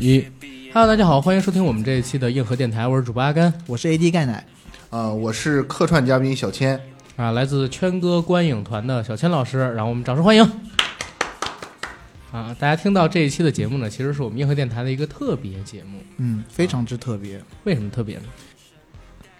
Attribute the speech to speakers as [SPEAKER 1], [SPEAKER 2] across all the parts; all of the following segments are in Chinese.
[SPEAKER 1] 一。Hello，大家好，欢迎收听我们这一期的硬核电台，我是主播阿甘
[SPEAKER 2] 我是 AD 钙奶，
[SPEAKER 3] 呃，我是客串嘉宾小千，
[SPEAKER 1] 啊，来自圈哥观影团的小千老师，让我们掌声欢迎。啊，大家听到这一期的节目呢，其实是我们硬核电台的一个特别节目。
[SPEAKER 2] 嗯，非常之特别，
[SPEAKER 1] 为什么特别呢？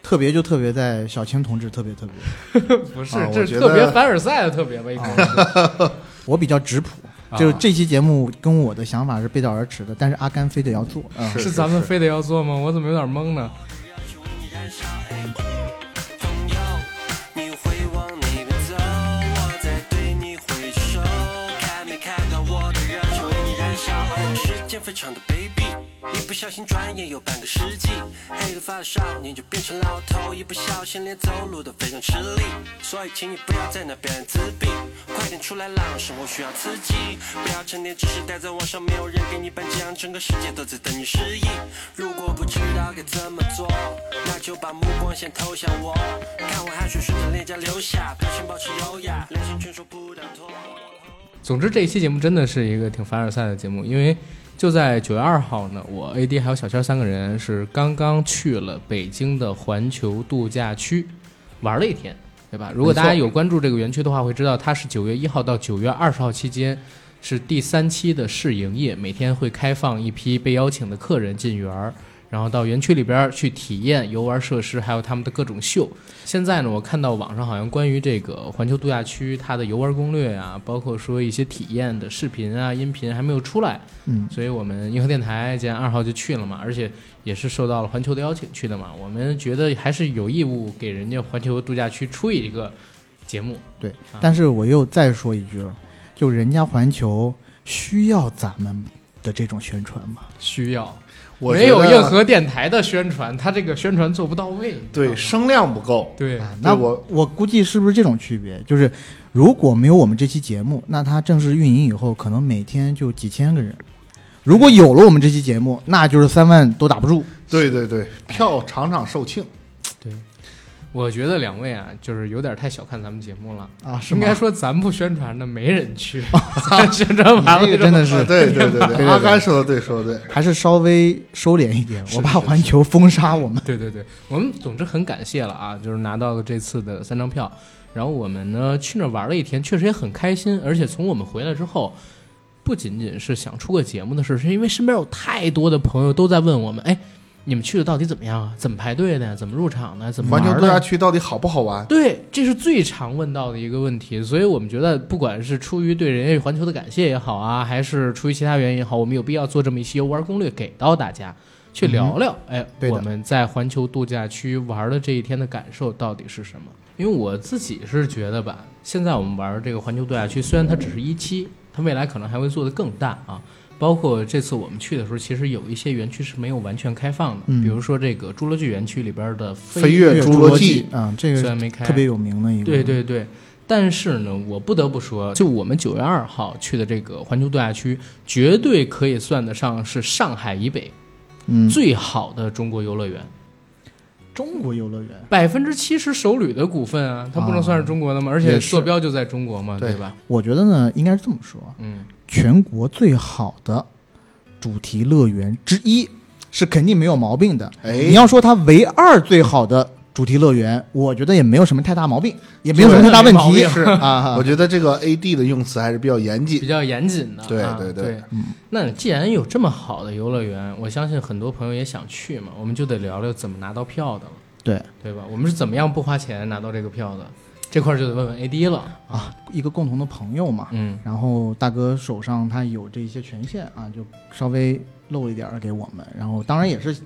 [SPEAKER 2] 特别就特别在小青同志特别特别，
[SPEAKER 1] 不
[SPEAKER 3] 啊
[SPEAKER 1] 这
[SPEAKER 3] 我
[SPEAKER 1] 是哦
[SPEAKER 3] 觉得
[SPEAKER 1] 特别凡尔赛的特别吧？应该是
[SPEAKER 2] 我比较直朴，
[SPEAKER 1] 啊
[SPEAKER 2] 就是这期节目跟我的想法是背道而驰的，但是阿甘非得要做，
[SPEAKER 3] 嗯，
[SPEAKER 1] 是咱们非得要做吗？我怎么有点懵呢？
[SPEAKER 4] 哎朋友，你会往哪边走？我在对你挥手，看没看到我的热情为你燃烧？哎时间非常的卑鄙，一不小心转眼有半个世纪。黑了发的少年就变成老头，一不小心连走路都非常吃力。所以，请你不要再拿别人自闭，快点出来浪，生活需要刺激。不要成天只是待在网上，没有人给你颁奖，整个世界都在等你失忆。如果不知道该怎么做，那就把目光先投向我，看我汗水顺着脸颊流下，表情保持优雅，脸型全说不当脱。
[SPEAKER 1] 总之，这一期节目真的是一个挺凡尔赛的节目，因为就在九月二号呢，我 AD 还有小千三个人是刚刚去了北京的环球度假区玩了一天，对吧？如果大家有关注这个园区的话，会知道它是九月一号到九月二十号期间是第三期的试营业，每天会开放一批被邀请的客人进园儿。然后到园区里边儿去体验游玩设施，还有他们的各种秀。现在呢，我看到网上好像关于这个环球度假区它的游玩攻略啊，包括说一些体验的视频啊、音频还没有出来，
[SPEAKER 2] 嗯，
[SPEAKER 1] 所以我们银河电台今天二号就去了嘛，而且也是受到了环球的邀请去的嘛，我们觉得还是有义务给人家环球度假区出一个节目，
[SPEAKER 2] 对，
[SPEAKER 1] 啊
[SPEAKER 2] 但是我又再说一句了，就人家环球需要咱们的这种宣传吗？
[SPEAKER 1] 需要
[SPEAKER 3] 我
[SPEAKER 1] 没有
[SPEAKER 3] 觉得
[SPEAKER 1] 硬核电台的宣传，他这个宣传做不到位，
[SPEAKER 3] 对声量不够，
[SPEAKER 1] 对
[SPEAKER 2] 啊那
[SPEAKER 3] 我
[SPEAKER 2] 我估计是不是这种区别？就是如果没有我们这期节目，那它正式运营以后，可能每天就几千个人；如果有了我们这期节目，那就是三万都打不住。
[SPEAKER 3] 对对对，票场场售罄，
[SPEAKER 1] 对，我觉得两位啊，就是有点太小看咱们节目了。
[SPEAKER 2] 啊，是
[SPEAKER 1] 应
[SPEAKER 2] 吗哦
[SPEAKER 1] 该？说咱不宣传的没人去， 咱宣传完了
[SPEAKER 2] 这个真的是
[SPEAKER 3] 啊 对对对
[SPEAKER 2] 对
[SPEAKER 3] 对，
[SPEAKER 2] 对
[SPEAKER 3] 阿甘说的对，说的对，
[SPEAKER 2] 还是稍微收敛一点，
[SPEAKER 1] 是
[SPEAKER 2] 我怕环球封杀我们。
[SPEAKER 1] 对对对，我们总之很感谢了啊，就是拿到了这次的三张票，然后我们呢去啊那儿玩了一天，确实也很开心，而且从我们回来之后，不仅仅是想出个节目的事，是因为身边有太多的朋友都在问我们，哎，你们去的到底怎么样啊？怎么排队的呀？怎么入场的？
[SPEAKER 2] 嗯
[SPEAKER 1] 怎么
[SPEAKER 3] 环
[SPEAKER 1] 玩
[SPEAKER 3] 球
[SPEAKER 1] 的？啊
[SPEAKER 3] 度假区到底好不好玩？
[SPEAKER 1] 对，这是最常问到的一个问题，所以我们觉得，不管是出于对人家环球的感谢也好啊，还是出于其他原因也好，我们有必要做这么一期游玩攻略给到大家，去聊聊，哎，
[SPEAKER 2] 嗯对的
[SPEAKER 1] 我们在环球度假区玩的这一天的感受到底是什么？因为我自己是觉得吧，现在我们玩这个环球度假区，虽然它只是一期，它未来可能还会做得更大啊。包括这次我们去的时候，其实有一些园区是没有完全开放的，
[SPEAKER 2] 嗯
[SPEAKER 1] 比如说这个侏罗纪园区里边的
[SPEAKER 3] 飞
[SPEAKER 1] 跃
[SPEAKER 3] 跃
[SPEAKER 2] 侏
[SPEAKER 3] 侏
[SPEAKER 2] 罗
[SPEAKER 3] 罗
[SPEAKER 2] 纪
[SPEAKER 3] 纪
[SPEAKER 2] 啊，这
[SPEAKER 1] 虽
[SPEAKER 2] 个
[SPEAKER 1] 然没开，
[SPEAKER 2] 特别有名的一个。
[SPEAKER 1] 对，对对，但是呢，我不得不说，就我们九月二号去的这个环球度假区，绝对可以算得上是上海以北
[SPEAKER 2] 嗯，
[SPEAKER 1] 最好的中国游乐园。
[SPEAKER 2] 中国游乐园，
[SPEAKER 1] 百分之七十首旅的股份啊，它不能算是中国的吗？而且
[SPEAKER 2] 也是
[SPEAKER 1] 坐标就在中国嘛，
[SPEAKER 3] 对
[SPEAKER 1] 对吧？
[SPEAKER 2] 我觉得呢，应该是这么说：
[SPEAKER 1] 嗯，
[SPEAKER 2] 全国最好的主题乐园之一，是肯定没有毛病的。
[SPEAKER 3] 哎
[SPEAKER 2] 你，要说它唯二最好的主题乐园，我觉得也没有什么太大毛病，也没有什么太大问
[SPEAKER 1] 没毛
[SPEAKER 2] 题
[SPEAKER 1] 病
[SPEAKER 3] 是
[SPEAKER 2] 啊
[SPEAKER 3] 我。觉得这个 A D 的用词还是比较严
[SPEAKER 1] 比
[SPEAKER 3] 谨，
[SPEAKER 1] 较严谨的啊。
[SPEAKER 3] 对
[SPEAKER 1] 对
[SPEAKER 3] 对对
[SPEAKER 2] 嗯
[SPEAKER 1] 那既然有这么好的游乐园，我相信很多朋友也想去嘛，我们就得聊聊怎么拿到票的了，
[SPEAKER 2] 对
[SPEAKER 1] 对吧？我们是怎么样不花钱拿到这个票的？这块儿就得问问 AD 了。
[SPEAKER 2] 啊，一个共同的朋友嘛，
[SPEAKER 1] 嗯，
[SPEAKER 2] 然后大哥手上他有这些权限啊，就稍微漏一点儿给我们，然后当然也是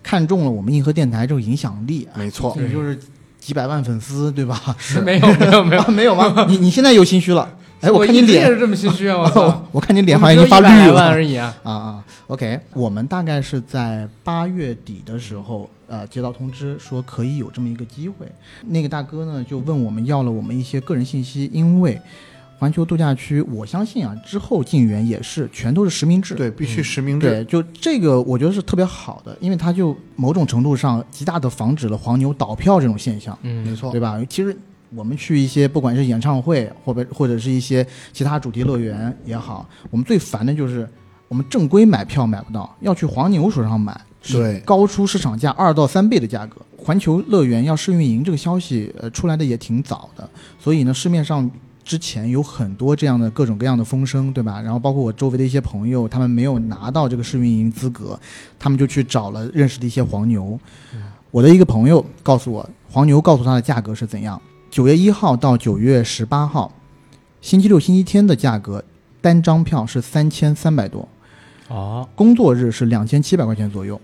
[SPEAKER 2] 看中了我们硬核电台这种影响力啊，
[SPEAKER 3] 没错，
[SPEAKER 2] 你就是几百万粉丝对吧？
[SPEAKER 1] 是没有没 有没有
[SPEAKER 2] 啊，，没有吗？你你现在又心虚了？哎，
[SPEAKER 1] 我
[SPEAKER 2] 看你
[SPEAKER 1] 一直也
[SPEAKER 2] 脸，
[SPEAKER 1] 是这么心虚啊！我操
[SPEAKER 2] 我，我看你脸
[SPEAKER 1] 我
[SPEAKER 2] 好像已
[SPEAKER 1] 们
[SPEAKER 2] 经发
[SPEAKER 1] 就100
[SPEAKER 2] 绿
[SPEAKER 1] 万
[SPEAKER 2] 了。
[SPEAKER 1] 而已啊！
[SPEAKER 2] 啊啊，OK，我们大概是在八月底的时候，呃，接到通知说可以有这么一个机会。那个大哥呢就问我们要了我们一些个人信息，因为环球度假区，我相信啊之后进园也是全都是实名制。
[SPEAKER 3] 对，必须实名制，
[SPEAKER 2] 对，就这个我觉得是特别好的，因为它就某种程度上极大的防止了黄牛倒票这种现象。
[SPEAKER 1] 嗯，
[SPEAKER 3] 没错
[SPEAKER 2] 对，吧？其实我们去一些不管是演唱会，或者或者是一些其他主题乐园也好，我们最烦的就是。我们正规买票买不到，要去黄牛手上买，
[SPEAKER 3] 对
[SPEAKER 2] 高出市场价二到三倍的价格。环球乐园要试运营这个消息，呃，出来的也挺早的，所以呢，市面上之前有很多这样的各种各样的风声，对吧？然后包括我周围的一些朋友，他们没有拿到这个试运营资格，他们就去找了认识的一些黄牛。我的一个朋友告诉我，黄牛告诉他的价格是怎样：九月一号到九月十八号，星期六、星期天的价格，单张票是三千三百多，
[SPEAKER 1] 哦，
[SPEAKER 2] 工作日是两千七百块钱左右。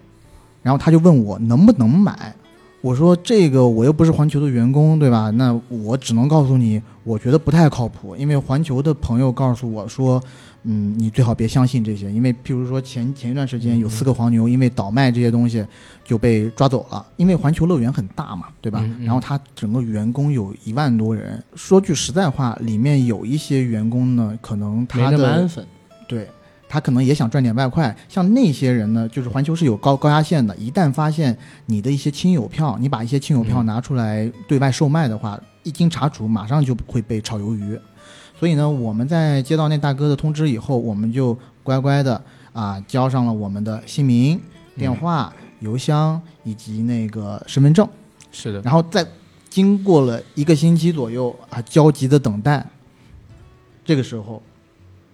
[SPEAKER 2] 然后他就问我能不能买，我说这个我又不是环球的员工，对吧？那我只能告诉你，我觉得不太靠谱，因为环球的朋友告诉我说，嗯，你最好别相信这些，因为譬如说前前一段时间有四个黄牛因为倒卖这些东西就被抓走了，因为环球乐园很大嘛，对吧
[SPEAKER 1] 嗯？嗯
[SPEAKER 2] 然后他整个员工有一万多人，说句实在话，里面有一些员工呢，可能
[SPEAKER 1] 没
[SPEAKER 2] 他
[SPEAKER 1] 那么
[SPEAKER 2] 的
[SPEAKER 1] 安分，
[SPEAKER 2] 对他可能也想赚点外快。像那些人呢，就是环球是有高高压线的，一旦发现你的一些亲友票，你把一些亲友票
[SPEAKER 1] 嗯
[SPEAKER 2] 拿出来对外售卖的话，一经查处，马上就会被炒鱿鱼。所以呢，我们在接到那大哥的通知以后，我们就乖乖的啊交上了我们的姓名、电话、邮箱以及那个身份证。
[SPEAKER 1] 是的，
[SPEAKER 2] 然后在经过了一个星期左右啊焦急的等待，这个时候，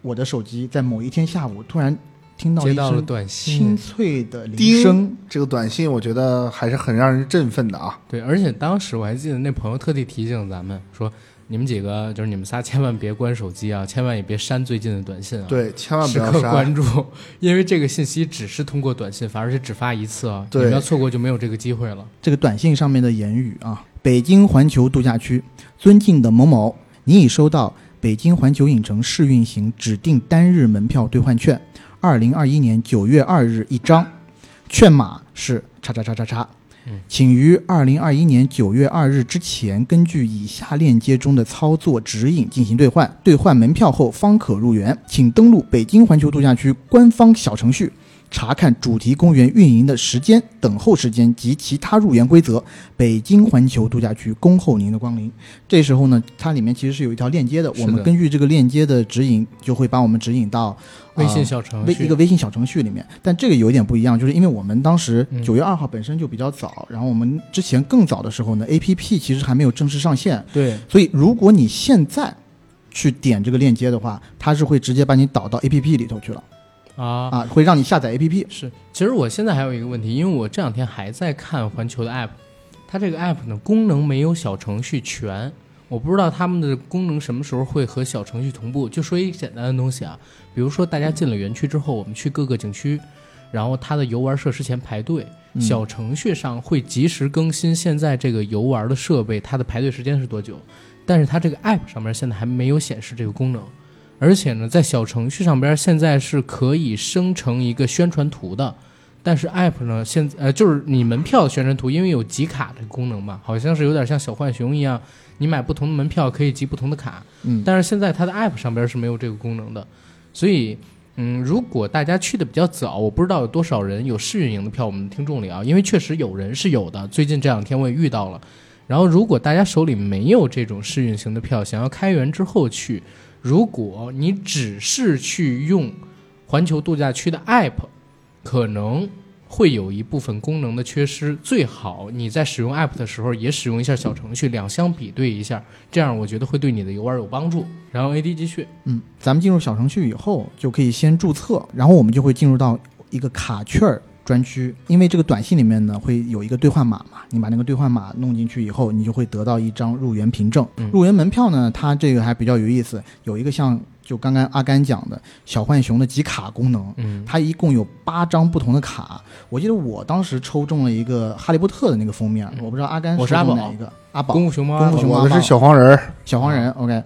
[SPEAKER 2] 我的手机在某一天下午突然听到
[SPEAKER 1] 接
[SPEAKER 2] 一
[SPEAKER 1] 到了
[SPEAKER 2] 声
[SPEAKER 1] 短
[SPEAKER 2] 清
[SPEAKER 1] 信，
[SPEAKER 2] 脆的铃
[SPEAKER 3] 叮
[SPEAKER 2] 声，
[SPEAKER 3] 这个短信我觉得还是很让人振奋的啊。
[SPEAKER 1] 对，而且当时我还记得那朋友特地提醒咱们说，你们几个就是你们仨千万别关手机啊，千万也别删最近的短
[SPEAKER 2] 嗯
[SPEAKER 1] 信啊，，
[SPEAKER 3] 对，千万不
[SPEAKER 1] 时
[SPEAKER 3] 要
[SPEAKER 1] 刻
[SPEAKER 3] 删。
[SPEAKER 1] 关注，因为这个信息只是通过短信发，而且只发一次啊，
[SPEAKER 3] 对
[SPEAKER 1] 你们要错过就没有这个机会了。
[SPEAKER 2] 这个短信上面的言语啊，北京环球度假区，尊敬的某某，你已收到北京环球影城试运行指定单日门票兑换券，二零二一年九月二日一张，券码是叉叉叉叉叉
[SPEAKER 1] 嗯。
[SPEAKER 2] 请于二零二一年九月二日之前，根据以下链接中的操作指引进行兑换。兑换门票后方可入园，请登录北京环球度假区官方小程序查看主题公园运营的时间、等候时间及其他入园规则。北京环球度假区恭候您的光临。这时候呢，它里面其实是有一条链接的，
[SPEAKER 1] 是的
[SPEAKER 2] 我们根据这个链接的指引，就会把我们指引到、呃
[SPEAKER 3] 啊
[SPEAKER 1] 微信小程
[SPEAKER 2] 微
[SPEAKER 1] 序
[SPEAKER 2] 一个微信小程序里面。但这个有一点不一样，就是因为我们当时
[SPEAKER 1] 嗯
[SPEAKER 2] 九月二号本身就比较早，然后我们之前更早的时候呢，A P P 其实还没有正式上线，
[SPEAKER 3] 对，
[SPEAKER 2] 所以如果你现在去点这个链接的话，它是会直接把你导到 A P P 里头去了
[SPEAKER 1] 啊，
[SPEAKER 2] 啊，会让你下载 A P P。
[SPEAKER 1] 是，其实我现在还有一个问题，因为我这两天还在看环球的 app，它这个 app 呢功能没有小程序全，我不知道他们的功能什么时候会和小程序同步。就说一个简单的东西啊，比如说大家进了园区之后，我们去各个景区，然后它的游玩设施前排队，
[SPEAKER 2] 嗯
[SPEAKER 1] 小程序上会及时更新现在这个游玩的设备它的排队时间是多久，但是它这个 app 上面现在还没有显示这个功能。而且呢，在小程序上边儿现在是可以生成一个宣传图的，但是 app 呢，现呃就是你门票的宣传图，因为有集卡的功能嘛，好像是有点像小浣熊一样，你买不同的门票可以集不同的卡，
[SPEAKER 2] 嗯，
[SPEAKER 1] 但是现在它的 app 上边是没有这个功能的，所以。嗯，如果大家去的比较早，我不知道有多少人有试运营的票，我们的听众里啊，因为确实有人是有的。最近这两天我也遇到了。然后，如果大家手里没有这种试运行的票，想要开园之后去，如果你只是去用环球度假区的 app，可能会有一部分功能的缺失。最好你在使用 app 的时候也使用一下小程序，两相比对一下，这样我觉得会对你的游玩有帮助。然后 AD 继续，
[SPEAKER 2] 嗯，咱们进入小程序以后，就可以先注册，然后我们就会进入到一个卡券儿专区，因为这个短信里面呢会有一个兑换码嘛，你把那个兑换码弄进去以后，你就会得到一张入园凭证。
[SPEAKER 1] 嗯
[SPEAKER 2] 入园门票呢，它这个还比较有意思，有一个像就刚刚阿甘讲的小浣熊的集卡功能，
[SPEAKER 1] 嗯，
[SPEAKER 2] 它一共有八张不同的卡。我记得我当时抽中了一个哈利波特的那个封面，我不知道阿甘
[SPEAKER 1] 我是
[SPEAKER 2] 抽
[SPEAKER 1] 阿
[SPEAKER 2] 中
[SPEAKER 1] 宝
[SPEAKER 2] 哪一个？阿宝，
[SPEAKER 1] 功夫熊猫
[SPEAKER 2] 功
[SPEAKER 1] 啊
[SPEAKER 2] 夫，熊猫
[SPEAKER 3] 我的
[SPEAKER 2] 吧
[SPEAKER 3] 是小黄人儿，
[SPEAKER 2] 小黄人，OK。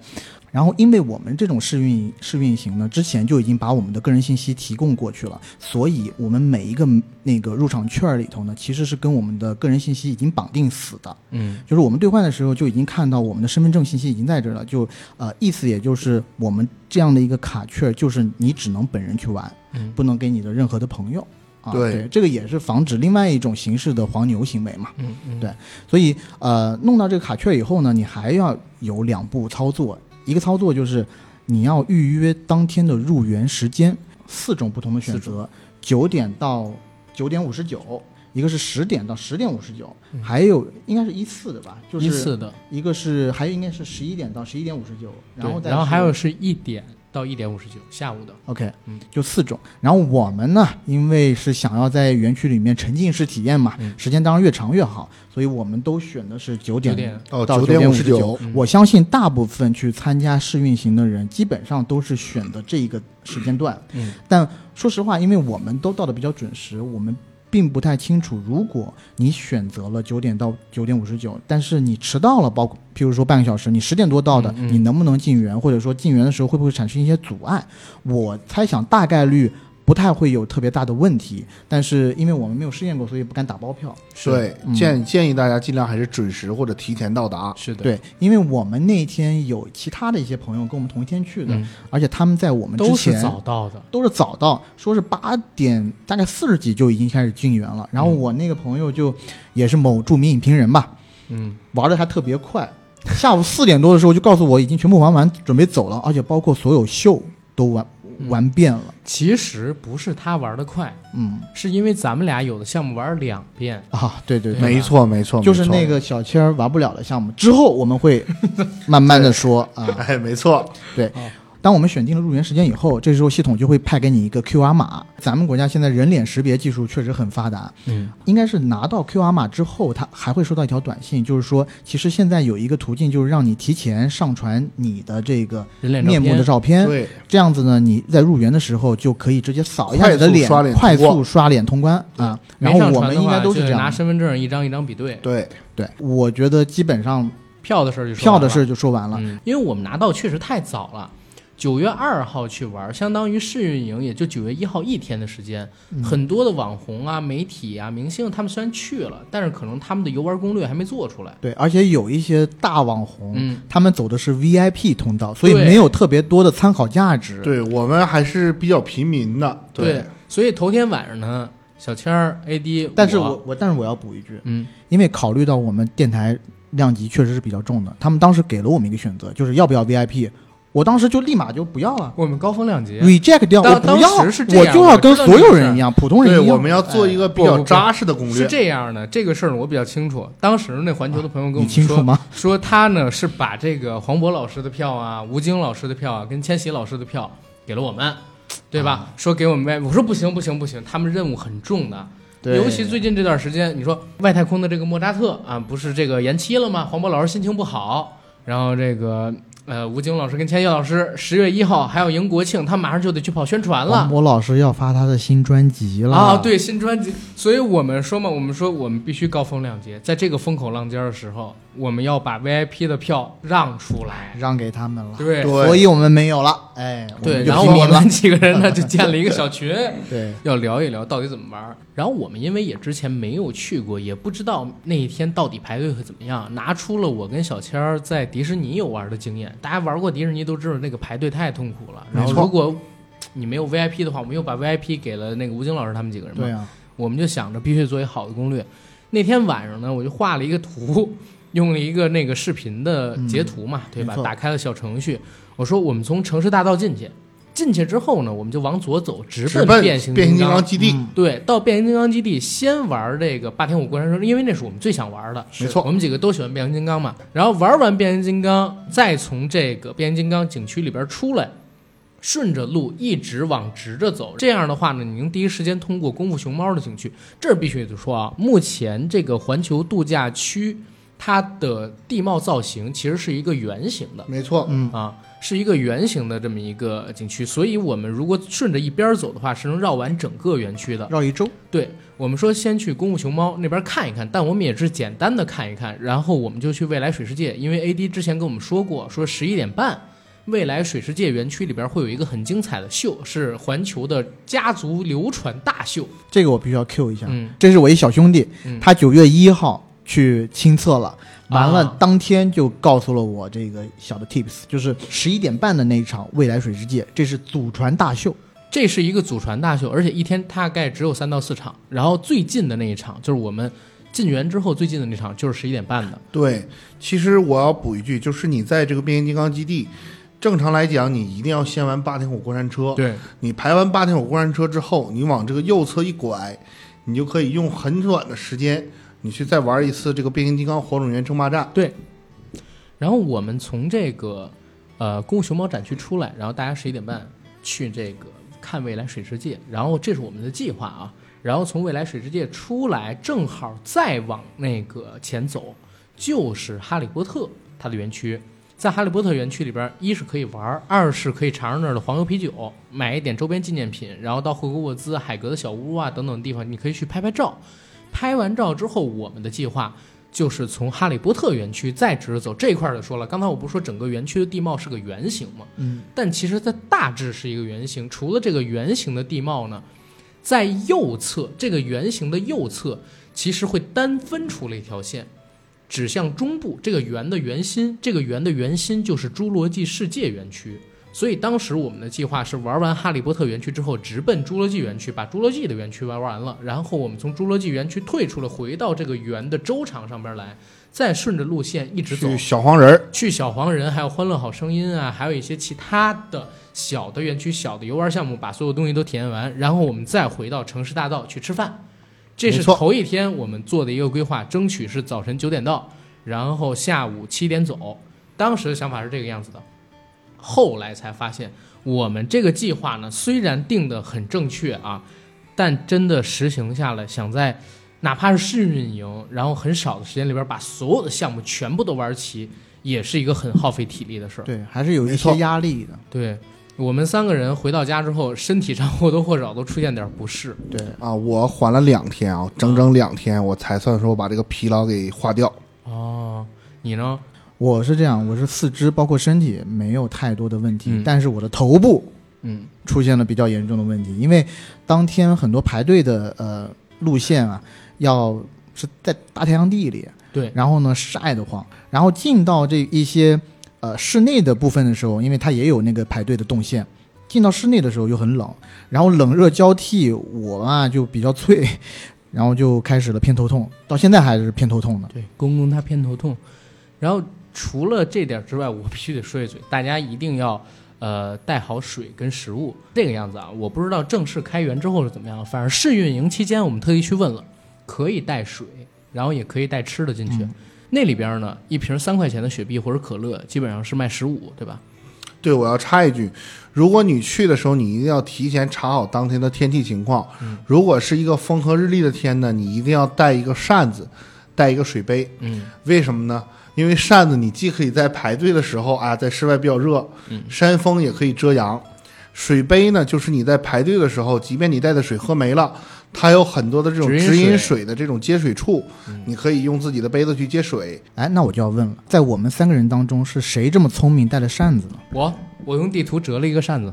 [SPEAKER 2] 然后，因为我们这种试运试运行呢，之前就已经把我们的个人信息提供过去了，所以我们每一个那个入场券儿里头呢，其实是跟我们的个人信息已经绑定死的。
[SPEAKER 1] 嗯，
[SPEAKER 2] 就是我们兑换的时候就已经看到我们的身份证信息已经在这儿了，就呃意思也就是我们这样的一个卡券儿，就是你只能本人去玩，
[SPEAKER 1] 嗯
[SPEAKER 2] 不能给你的任何的朋友。啊、
[SPEAKER 3] 对
[SPEAKER 2] 这个也是防止另外一种形式的黄牛行为嘛。
[SPEAKER 1] 嗯嗯，
[SPEAKER 2] 对所以呃，弄到这个卡券以后呢，你还要有两步操作，一个操作就是你要预约当天的入园时间。四种不同的选
[SPEAKER 1] 四
[SPEAKER 2] 择，九点到九点五十九，一个是十点到十点五十九，还有应该是一四的吧，就
[SPEAKER 1] 依
[SPEAKER 2] 是
[SPEAKER 1] 嗯次的，
[SPEAKER 2] 一个是还有应该是十一点到十一点五十九，然后
[SPEAKER 1] 对
[SPEAKER 2] 再
[SPEAKER 1] 然后
[SPEAKER 2] 是
[SPEAKER 1] 还有是一点到一点五十九下午的，
[SPEAKER 2] OK，
[SPEAKER 1] 嗯
[SPEAKER 2] 就四种。然后我们呢，因为是想要在园区里面沉浸式体验嘛，
[SPEAKER 1] 嗯
[SPEAKER 2] 时间当然越长越好，所以我们都选的是九点
[SPEAKER 1] 九点
[SPEAKER 3] 哦
[SPEAKER 2] 到
[SPEAKER 3] 9
[SPEAKER 2] 点
[SPEAKER 3] 点
[SPEAKER 2] 十
[SPEAKER 3] 59
[SPEAKER 1] 嗯
[SPEAKER 2] 我相信大部分去参加试运行的人，基本上都是选的这一个时间段。
[SPEAKER 1] 嗯，
[SPEAKER 2] 但说实话，因为我们都到的比较准时，我们。并不太清楚，如果你选择了九点到九点五十九，但是你迟到了，包括譬如说半个小时，你十点多到的，
[SPEAKER 1] 嗯嗯
[SPEAKER 2] 你能不能进园，或者说进园的时候会不会产生一些阻碍？我猜想大概率不太会有特别大的问题，但是因为我们没有试验过，所以不敢打包票。
[SPEAKER 3] 对
[SPEAKER 2] 嗯，
[SPEAKER 3] 建建议大家尽量还是准时或者提前到达。
[SPEAKER 1] 是的，，
[SPEAKER 2] 对，因为我们那天有其他的一些朋友跟我们同一天去的，
[SPEAKER 1] 嗯，
[SPEAKER 2] 而且他们在我们之
[SPEAKER 1] 都是
[SPEAKER 2] 前
[SPEAKER 1] 早到的，
[SPEAKER 2] 都是早到，说是八点大概四十几就已经开始进园了。然后
[SPEAKER 1] 嗯
[SPEAKER 2] 我那个朋友就也是某著名影评人吧，
[SPEAKER 1] 嗯，
[SPEAKER 2] 玩的还特别快，下午四点多的时候就告诉我已经全部玩完，准备走了，而且包括所有秀都玩
[SPEAKER 1] 嗯
[SPEAKER 2] 玩遍了。
[SPEAKER 1] 其实不是他玩的快，
[SPEAKER 2] 嗯
[SPEAKER 1] 是因为咱们俩有的项目玩两遍，
[SPEAKER 2] 啊，对对对，
[SPEAKER 3] 没错，没错，
[SPEAKER 2] 就是
[SPEAKER 3] 没错
[SPEAKER 2] 那个小千儿玩不了的项目，之后我们会慢慢的说啊。
[SPEAKER 3] 哎，没错，
[SPEAKER 2] 当我们选定了入园时间以后，这时候系统就会派给你一个 QR 码。咱们国家现在人脸识别技术确实很发达，
[SPEAKER 1] 嗯，
[SPEAKER 2] 应该是拿到 QR 码之后，它还会收到一条短信，就是说，其实现在有一个途径，就是让你提前上传你的这个
[SPEAKER 1] 人脸
[SPEAKER 2] 面部的
[SPEAKER 1] 照
[SPEAKER 2] 照片。
[SPEAKER 3] 对，
[SPEAKER 2] 这样子呢，你在入园的时候就可以直接扫一下你的脸，
[SPEAKER 3] 快速刷脸
[SPEAKER 2] 快
[SPEAKER 3] 通
[SPEAKER 2] 速
[SPEAKER 3] 过
[SPEAKER 2] 刷脸通关啊。
[SPEAKER 1] 片没
[SPEAKER 2] 然后
[SPEAKER 1] 上
[SPEAKER 2] 我
[SPEAKER 1] 传
[SPEAKER 2] 们
[SPEAKER 1] 的
[SPEAKER 2] 应
[SPEAKER 1] 话
[SPEAKER 2] 该都
[SPEAKER 1] 就是
[SPEAKER 2] 这样
[SPEAKER 1] 拿
[SPEAKER 2] 的。
[SPEAKER 1] 身份证一张一张比对，
[SPEAKER 3] 对，
[SPEAKER 2] 对，我觉得基本上
[SPEAKER 1] 票的事儿就说
[SPEAKER 2] 票的
[SPEAKER 1] 完了
[SPEAKER 2] 事就说完了。
[SPEAKER 1] 嗯，因为我们拿到确实太早了。九月二号去玩，相当于试运营也就九月一号一天的时间。很多的网红啊、媒体啊、明星，他们虽然去了，但是可能他们的游玩攻略还没做出来。
[SPEAKER 2] 对，而且有一些大网红，
[SPEAKER 1] 嗯
[SPEAKER 2] 他们走的是 VIP 通道，所以
[SPEAKER 1] 对
[SPEAKER 2] 没有特别多的参考价值。
[SPEAKER 3] 对我们还是比较平民的，对，
[SPEAKER 1] 所以头天晚上呢，小千儿 AD，
[SPEAKER 2] 但是
[SPEAKER 1] 我啊
[SPEAKER 2] 我我但是我要补一句，
[SPEAKER 1] 嗯
[SPEAKER 2] 因为考虑到我们电台量级确实是比较重的，他们当时给了我们一个选择，就是要不要 VIP，我当时就立马就不要了。
[SPEAKER 1] 我们高风亮节
[SPEAKER 2] reject 掉，
[SPEAKER 1] 当
[SPEAKER 2] 我不要，
[SPEAKER 1] 当时是这样
[SPEAKER 2] 我就要跟
[SPEAKER 1] 我知道
[SPEAKER 2] 所有
[SPEAKER 1] 这个
[SPEAKER 2] 人
[SPEAKER 1] 事
[SPEAKER 2] 一样，普通人一
[SPEAKER 3] 对，
[SPEAKER 2] 样。
[SPEAKER 3] 我们要做一个比
[SPEAKER 1] 哎不
[SPEAKER 3] 较
[SPEAKER 1] 不不
[SPEAKER 3] 扎实的攻
[SPEAKER 1] 是
[SPEAKER 3] 略，
[SPEAKER 1] 这样的，这个事儿呢我比较清楚。当时那环球的朋友跟我
[SPEAKER 2] 你
[SPEAKER 1] 们
[SPEAKER 2] 清
[SPEAKER 1] 说，
[SPEAKER 2] 楚吗？
[SPEAKER 1] 说他呢是把这个黄渤老师的票啊、吴京老师的票啊、跟千玺老师的票给了我们，对吧？
[SPEAKER 2] 啊
[SPEAKER 1] 说给我们外，我说不行不行不行，他们任务很重的。
[SPEAKER 2] 对
[SPEAKER 1] 尤其最近这段时间，你说外太空的这个莫扎特啊，不是这个延期了吗？黄渤老师心情不好，然后这个呃吴京老师跟千玺老师十月一号还要迎国庆，他马上就得去跑宣传了
[SPEAKER 2] 黄。渤老师要发他的新专辑了
[SPEAKER 1] 啊，，对新专辑，所以我们说嘛，我们说我们必须高风亮节，在这个风口浪尖儿的时候，我们要把 VIP 的票让出来。
[SPEAKER 2] 让给他们了。
[SPEAKER 1] 对
[SPEAKER 3] 对
[SPEAKER 2] 所以我们没有了，哎，我
[SPEAKER 1] 对，
[SPEAKER 2] 们就
[SPEAKER 1] 然后
[SPEAKER 2] 拼
[SPEAKER 1] 我
[SPEAKER 2] 命 了
[SPEAKER 1] 们几个人呢就建了一个小群，
[SPEAKER 2] 对
[SPEAKER 1] 要聊一聊到底怎么玩儿。然后我们因为也之前没有去过，也不知道那一天到底排队会怎么样，拿出了我跟小千儿在迪士尼有玩的经验。大家玩过迪士尼都知道，那个排队太痛苦了。然后
[SPEAKER 2] 没错
[SPEAKER 1] 如果你没有 VIP 的话，我们又把 VIP 给了那个吴京老师他们几个人嘛。
[SPEAKER 2] 对啊，
[SPEAKER 1] 我们就想着必须做一好的攻略。那天晚上呢，我就画了一个图， 用了一个那个视频的截图嘛，对吧
[SPEAKER 2] 没？错
[SPEAKER 1] 打开了小程序，我说我们从城市大道进去，进去之后呢，我们就往左走，直
[SPEAKER 3] 直
[SPEAKER 1] 奔
[SPEAKER 3] 奔
[SPEAKER 1] 变形
[SPEAKER 3] 变形
[SPEAKER 1] 金
[SPEAKER 3] 金
[SPEAKER 1] 刚嗯
[SPEAKER 3] 刚。基地，
[SPEAKER 1] 对，到变形金刚基地先玩这个霸天虎过山车，因为那是我们最想玩的。
[SPEAKER 3] 没错
[SPEAKER 1] 我们几个都喜欢变形金刚嘛。然后玩完变形金刚，再从这个变形金刚景区里边出来，顺着路一直往直着走。这样的话呢，你能第一时间通过功夫熊猫的景区。这儿必须得说啊，目前这个环球度假区它的地貌造型其实是一个圆形的。
[SPEAKER 3] 没错，
[SPEAKER 2] 嗯，
[SPEAKER 1] 啊，是一个圆形的这么一个景区，所以我们如果顺着一边儿走的话，是能绕完整个园区的。
[SPEAKER 2] 绕一周，
[SPEAKER 1] 对我们说，先去功夫熊猫那边看一看，但我们也是简单的看一看，然后我们就去未来水世界，因为 AD 之前跟我们说过，说十一点半，未来水世界园区里边会有一个很精彩的秀，是环球的家族流传大秀。
[SPEAKER 2] 这个我必须要 Q 一下，
[SPEAKER 1] 嗯
[SPEAKER 2] 这是啊我一小兄弟，
[SPEAKER 1] 嗯
[SPEAKER 2] 他九月一号去亲测了。完了
[SPEAKER 1] 啊，
[SPEAKER 2] 当天就告诉了我这个小的 tips，就是十一点半的那一场未来水世界，这是祖传大秀，
[SPEAKER 1] 这是一个祖传大秀，而且一天大概只有三到四场，然后最近的那一场就是我们进园之后最近的那场，就是十一点半的。
[SPEAKER 3] 对，其实我要补一句，就是你在这个变形金刚基地，正常来讲，你一定要先玩霸天虎过山车。
[SPEAKER 1] 对，
[SPEAKER 3] 你排完霸天虎过山车之后，你往这个右侧一拐，你就可以用很短的时间，你去再玩一次这个变形金刚火种源争霸战。
[SPEAKER 1] 然后我们从这个呃宫熊猫展区出来，然后大家十一点半去这个看未来水世界，然后这是我们的计划啊。然后从未来水世界出来，正好再往那个前走，就是哈利波特它的园区。在哈利波特园区里边，一是可以玩儿，二是可以尝尝那儿的黄油啤酒，买一点周边纪念品，然后到霍格沃兹、海格的小屋啊等等地方，你可以去拍拍照。拍完照之后，我们的计划就是从哈利波特园区再直着走这一块儿的说了。刚才我不是说整个园区的地貌是个圆形吗？
[SPEAKER 2] 嗯，
[SPEAKER 1] 但其实它大致是一个圆形。除了这个圆形的地貌呢，在右侧这个圆形的右侧其实会单分出了一条线，指向中部这个圆的圆心。这个圆的圆心就是侏罗纪世界园区。所以当时我们的计划是玩完哈利波特园区之后，直奔侏罗纪园区，把侏罗纪的园区玩完了，然后我们从侏罗纪园区退出了，回到这个圆的周长上边来，再顺着路线一直走
[SPEAKER 3] 去小黄人儿，
[SPEAKER 1] 去小黄人，还有欢乐好声音啊，还有一些其他的小的园区、小的游玩项目，把所有东西都体验完，然后我们再回到城市大道去吃饭。这是
[SPEAKER 3] 没错
[SPEAKER 1] 头一天我们做的一个规划，争取是早晨九点到，然后下午七点走。当时的想法是这个样子的，后来才发现我们这个计划呢，虽然定的很正确啊，但真的实行下来，想在哪怕是试运营，然后很少的时间里边把所有的项目全部都玩齐，也是一个很耗费体力的事儿。
[SPEAKER 2] 对，还是有一
[SPEAKER 3] 没错
[SPEAKER 2] 些压力的。
[SPEAKER 1] 对我们三个人回到家之后，身体上或多或少都出现点不适。
[SPEAKER 2] 对，
[SPEAKER 3] 啊，我缓了两天啊，整整两天，我才算说把这个疲劳给化掉。
[SPEAKER 1] 哦，你呢？
[SPEAKER 2] 我是这样，我是四肢包括身体没有太多的问题，
[SPEAKER 1] 嗯
[SPEAKER 2] 但是我的头部
[SPEAKER 1] 嗯，
[SPEAKER 2] 出现了比较严重的问题，因为当天很多排队的呃路线啊，要是在大太阳地里，
[SPEAKER 1] 对，
[SPEAKER 2] 然后呢晒得慌，然后进到这一些呃室内的部分的时候，因为它也有那个排队的动线，进到室内的时候又很冷，然后冷热交替，我嘛就比较脆， 然后就开始了偏头痛，到现在还是偏头痛呢。
[SPEAKER 1] 对，公公他偏头痛。然后除了这点之外，我必须得说一嘴， 大家一定要呃带好水跟食物，这个样子啊。我不知道正式开园之后是怎么样，反正试运营期间我们特意去问了，可以带水，然后也可以带吃的进去。
[SPEAKER 3] 嗯
[SPEAKER 1] 那里边呢，一瓶三块钱的雪碧或者可乐，基本上是卖十五，对吧？
[SPEAKER 3] 对，我要插一句，如果你去的时候，你一定要提前查好当天的天气情况。
[SPEAKER 1] 嗯
[SPEAKER 3] 如果是一个风和日丽的天呢，你一定要带一个扇子，带一个水杯。
[SPEAKER 1] 嗯，
[SPEAKER 3] 为什么呢？因为扇子你既可以在排队的时候啊，在室外比较热，
[SPEAKER 1] 嗯
[SPEAKER 3] 扇风也可以遮阳。水杯呢，就是你在排队的时候，即便你带的水喝没了，它有很多的这种
[SPEAKER 1] 直饮
[SPEAKER 3] 直饮
[SPEAKER 1] 水嗯
[SPEAKER 3] 水的这种接水处，你可以用自己的杯子去接水。
[SPEAKER 2] 哎，那我就要问了，在我们三个人当中，是谁这么聪明带了扇子呢？
[SPEAKER 1] 我我用地图折了一个扇子，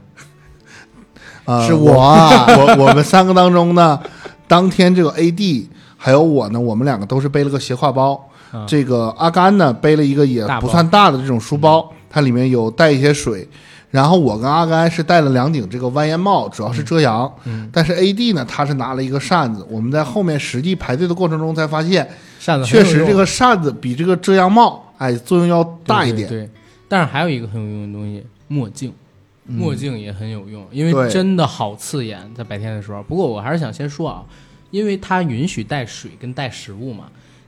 [SPEAKER 3] 呃，
[SPEAKER 2] 是我啊，
[SPEAKER 3] 我我们三个当中呢，当天这个 AD 还有我呢，我们两个都是背了个斜挎包。
[SPEAKER 1] 嗯
[SPEAKER 3] 这个阿甘呢背了一个也
[SPEAKER 1] 大包
[SPEAKER 3] 不算大的这种书包，它里面有带一些水。然后我跟阿甘是戴了两顶这个弯檐帽，主要是遮阳。
[SPEAKER 1] 嗯，
[SPEAKER 3] 但是 AD 呢，他是拿了一个扇子。我们在后面实际排队的过程中才发现，
[SPEAKER 1] 扇子嗯很
[SPEAKER 3] 确
[SPEAKER 1] 有
[SPEAKER 3] 实
[SPEAKER 1] 用啊
[SPEAKER 3] 这个扇子比这个遮阳帽，哎，作用要大一点。
[SPEAKER 1] 对对对，但是还有一个很有用的东西，墨镜，墨镜也很有用，因为
[SPEAKER 3] 嗯对
[SPEAKER 1] 真的好刺眼，在白天的时候。不过我还是想先说啊，因为它允许带水跟带食物嘛，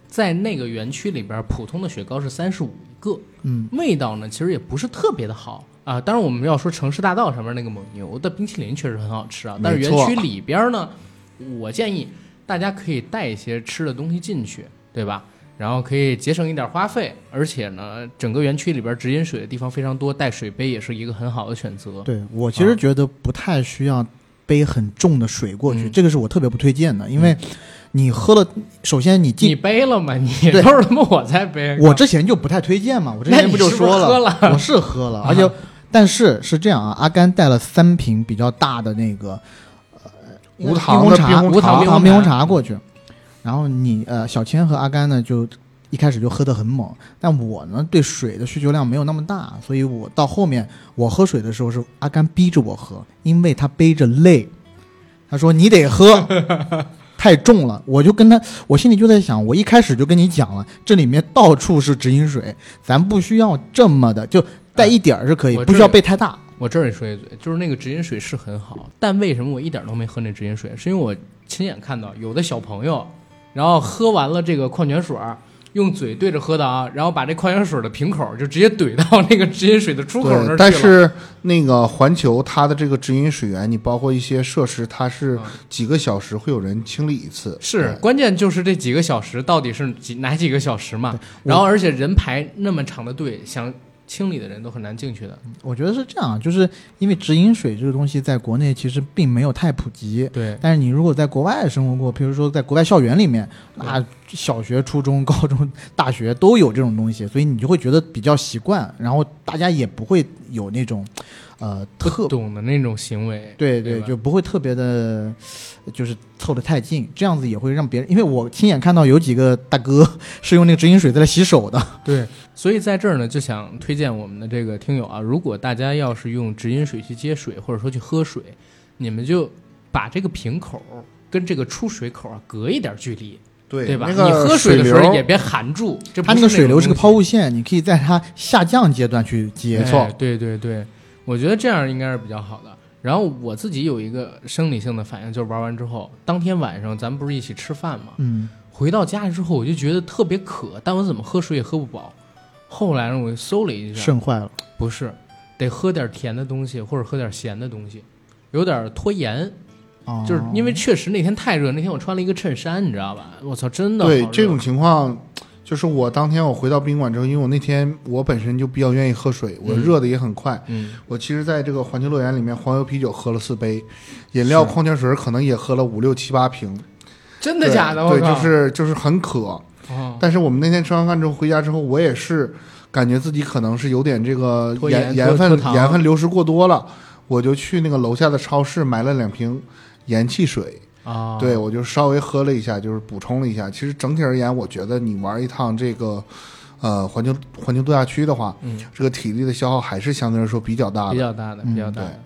[SPEAKER 1] 在那个园区里边，普通的雪糕是三十五一个，
[SPEAKER 2] 嗯，
[SPEAKER 1] 味道呢其实也不是特别的好。啊，当然我们要说城市大道上面那个蒙牛的冰淇淋确实很好吃啊，但是
[SPEAKER 3] 没
[SPEAKER 1] 园
[SPEAKER 3] 错
[SPEAKER 1] 区里边呢，我建议大家可以带一些吃的东西进去，对吧？然后可以节省一点花费，而且呢，整个园区里边直饮水的地方非常多，带水杯也是一个很好的选择。
[SPEAKER 2] 对我其实觉得不太需要背很重的水过去，
[SPEAKER 1] 嗯
[SPEAKER 2] 这个是我特别不推荐的，因为你喝了，首先你
[SPEAKER 1] 你
[SPEAKER 2] 进。
[SPEAKER 1] 背了吗？你
[SPEAKER 2] 对
[SPEAKER 1] 都是他妈我在背。
[SPEAKER 2] 我之前就不太推荐嘛，我之
[SPEAKER 1] 那
[SPEAKER 2] 前
[SPEAKER 1] 你
[SPEAKER 2] 就是
[SPEAKER 1] 不是
[SPEAKER 2] 说了，
[SPEAKER 1] 喝了
[SPEAKER 2] 我是喝了，
[SPEAKER 1] 啊
[SPEAKER 2] 而且、但是是这样啊，阿甘带了三瓶比较大的那个呃
[SPEAKER 3] 无糖的
[SPEAKER 2] 茶，
[SPEAKER 3] 冰红
[SPEAKER 2] 无
[SPEAKER 1] 茶
[SPEAKER 2] 糖
[SPEAKER 1] 冰红
[SPEAKER 2] 冰红
[SPEAKER 1] 茶
[SPEAKER 2] 茶过去，然后你呃小千和阿甘呢就一开始就喝得很猛，但我呢对水的需求量没有那么大，所以我到后面我喝水的时候是阿甘逼着我喝，因为他背着累，他说你得喝， 太重了。我就跟他，我心里就在想，我一开始就跟你讲了，这里面到处是直饮水，咱不需要这么的，就带一点儿是可以，
[SPEAKER 1] 哎我
[SPEAKER 2] 不需
[SPEAKER 1] 这
[SPEAKER 2] 要备太大。
[SPEAKER 1] 我这儿也说一嘴，就是那个直饮水是很好，但为什么我一点都没喝那直饮水？是因为我亲眼看到有的小朋友，然后喝完了这个矿泉水儿，用嘴对着喝的啊，然后把这矿泉水的瓶口儿就直接怼到那个直饮水的出口那儿去
[SPEAKER 3] 对，
[SPEAKER 1] 了。
[SPEAKER 3] 但是那个环球它的这个直饮水源，你包括一些设施，它是
[SPEAKER 1] 嗯
[SPEAKER 3] 几个小时会有人清理一次。
[SPEAKER 1] 是
[SPEAKER 3] 对，
[SPEAKER 1] 嗯关键就是这几个小时到底是几哪几个小时嘛？
[SPEAKER 2] 我
[SPEAKER 1] 然后而且人排那么长的队，想清理的人都很难进去的。
[SPEAKER 2] 我觉得是这样，啊就是因为直饮水这个东西在国内其实并没有太普及，
[SPEAKER 1] 对，
[SPEAKER 2] 但是你如果在国外生活过，比如说在国外校园里面，
[SPEAKER 1] 对
[SPEAKER 2] 那小学、初中、高中、大学都有这种东西，所以你就会觉得比较习惯，然后大家也不会有那种，呃，特
[SPEAKER 1] 懂的那种行为，
[SPEAKER 2] 对
[SPEAKER 1] 对
[SPEAKER 2] 对，
[SPEAKER 1] 吧
[SPEAKER 2] 就不会特别的，就是凑得太近，这样子也会让别人，因为我亲眼看到有几个大哥 是用那个直饮水在那洗手的，
[SPEAKER 1] 对，所以在这儿呢，就想推荐我们的这个听友啊，如果大家要是用直饮水去接水，或者说去喝水，你们就把这个瓶口儿跟这个出水口啊隔一点距离，
[SPEAKER 3] 对
[SPEAKER 1] 对吧？
[SPEAKER 3] 那个
[SPEAKER 1] 你喝水
[SPEAKER 3] 水
[SPEAKER 1] 的时
[SPEAKER 3] 流
[SPEAKER 1] 候也别含住，这
[SPEAKER 2] 它
[SPEAKER 1] 不
[SPEAKER 2] 那
[SPEAKER 1] 是种
[SPEAKER 2] 个水流是个
[SPEAKER 1] 东西
[SPEAKER 2] 抛物线，你可以在它下降阶段去接
[SPEAKER 3] 没。错
[SPEAKER 1] 哎对对对，我觉得这样应该是比较好的。然后我自己有一个生理性的反应，就是玩完之后，当天晚上咱们不是一起吃饭吗？
[SPEAKER 2] 嗯，
[SPEAKER 1] 回到家里之后，我就觉得特别渴，但我怎么喝水也喝不饱。后来呢，我就搜了一下，
[SPEAKER 2] 肾坏了，
[SPEAKER 1] 不是，得喝点甜的东西，或者喝点咸的东西，有点拖延，
[SPEAKER 2] 哦
[SPEAKER 1] 就是因为确实那天太热，那天我穿了一个衬衫，你知道吧？我操，真的
[SPEAKER 3] 对
[SPEAKER 1] 好热
[SPEAKER 3] 这种情况，就是我当天我回到宾馆之后，因为我那天我本身就比较愿意喝水，我
[SPEAKER 1] 嗯
[SPEAKER 3] 热的也很快。
[SPEAKER 1] 嗯，
[SPEAKER 3] 我其实在这个环球乐园里面，黄油啤酒喝了四杯，饮料、矿泉水可能也喝了五六七八瓶。
[SPEAKER 1] 真
[SPEAKER 3] 真
[SPEAKER 1] 的假的？我
[SPEAKER 3] 对，
[SPEAKER 1] 靠
[SPEAKER 3] 就是就是很渴。
[SPEAKER 1] 哦
[SPEAKER 3] 但是我们那天吃完饭之后回家之后，我也是感觉自己可能是有点这个
[SPEAKER 1] 脱
[SPEAKER 3] 盐
[SPEAKER 1] 盐
[SPEAKER 3] 盐
[SPEAKER 1] 脱
[SPEAKER 3] 分
[SPEAKER 1] 脱糖
[SPEAKER 3] 盐分流失过多了，我就去那个楼下的超市买了两瓶盐汽水。
[SPEAKER 1] 啊，
[SPEAKER 3] 对，我就稍微喝了一下，就是补充了一下。其实整体而言，我觉得你玩一趟这个，呃，环球环球度假区的话，
[SPEAKER 1] 嗯
[SPEAKER 3] 这个体力的消耗还是相对来说比较大
[SPEAKER 1] 比
[SPEAKER 3] 的。
[SPEAKER 1] 较大的，
[SPEAKER 2] 嗯
[SPEAKER 1] 比较大的。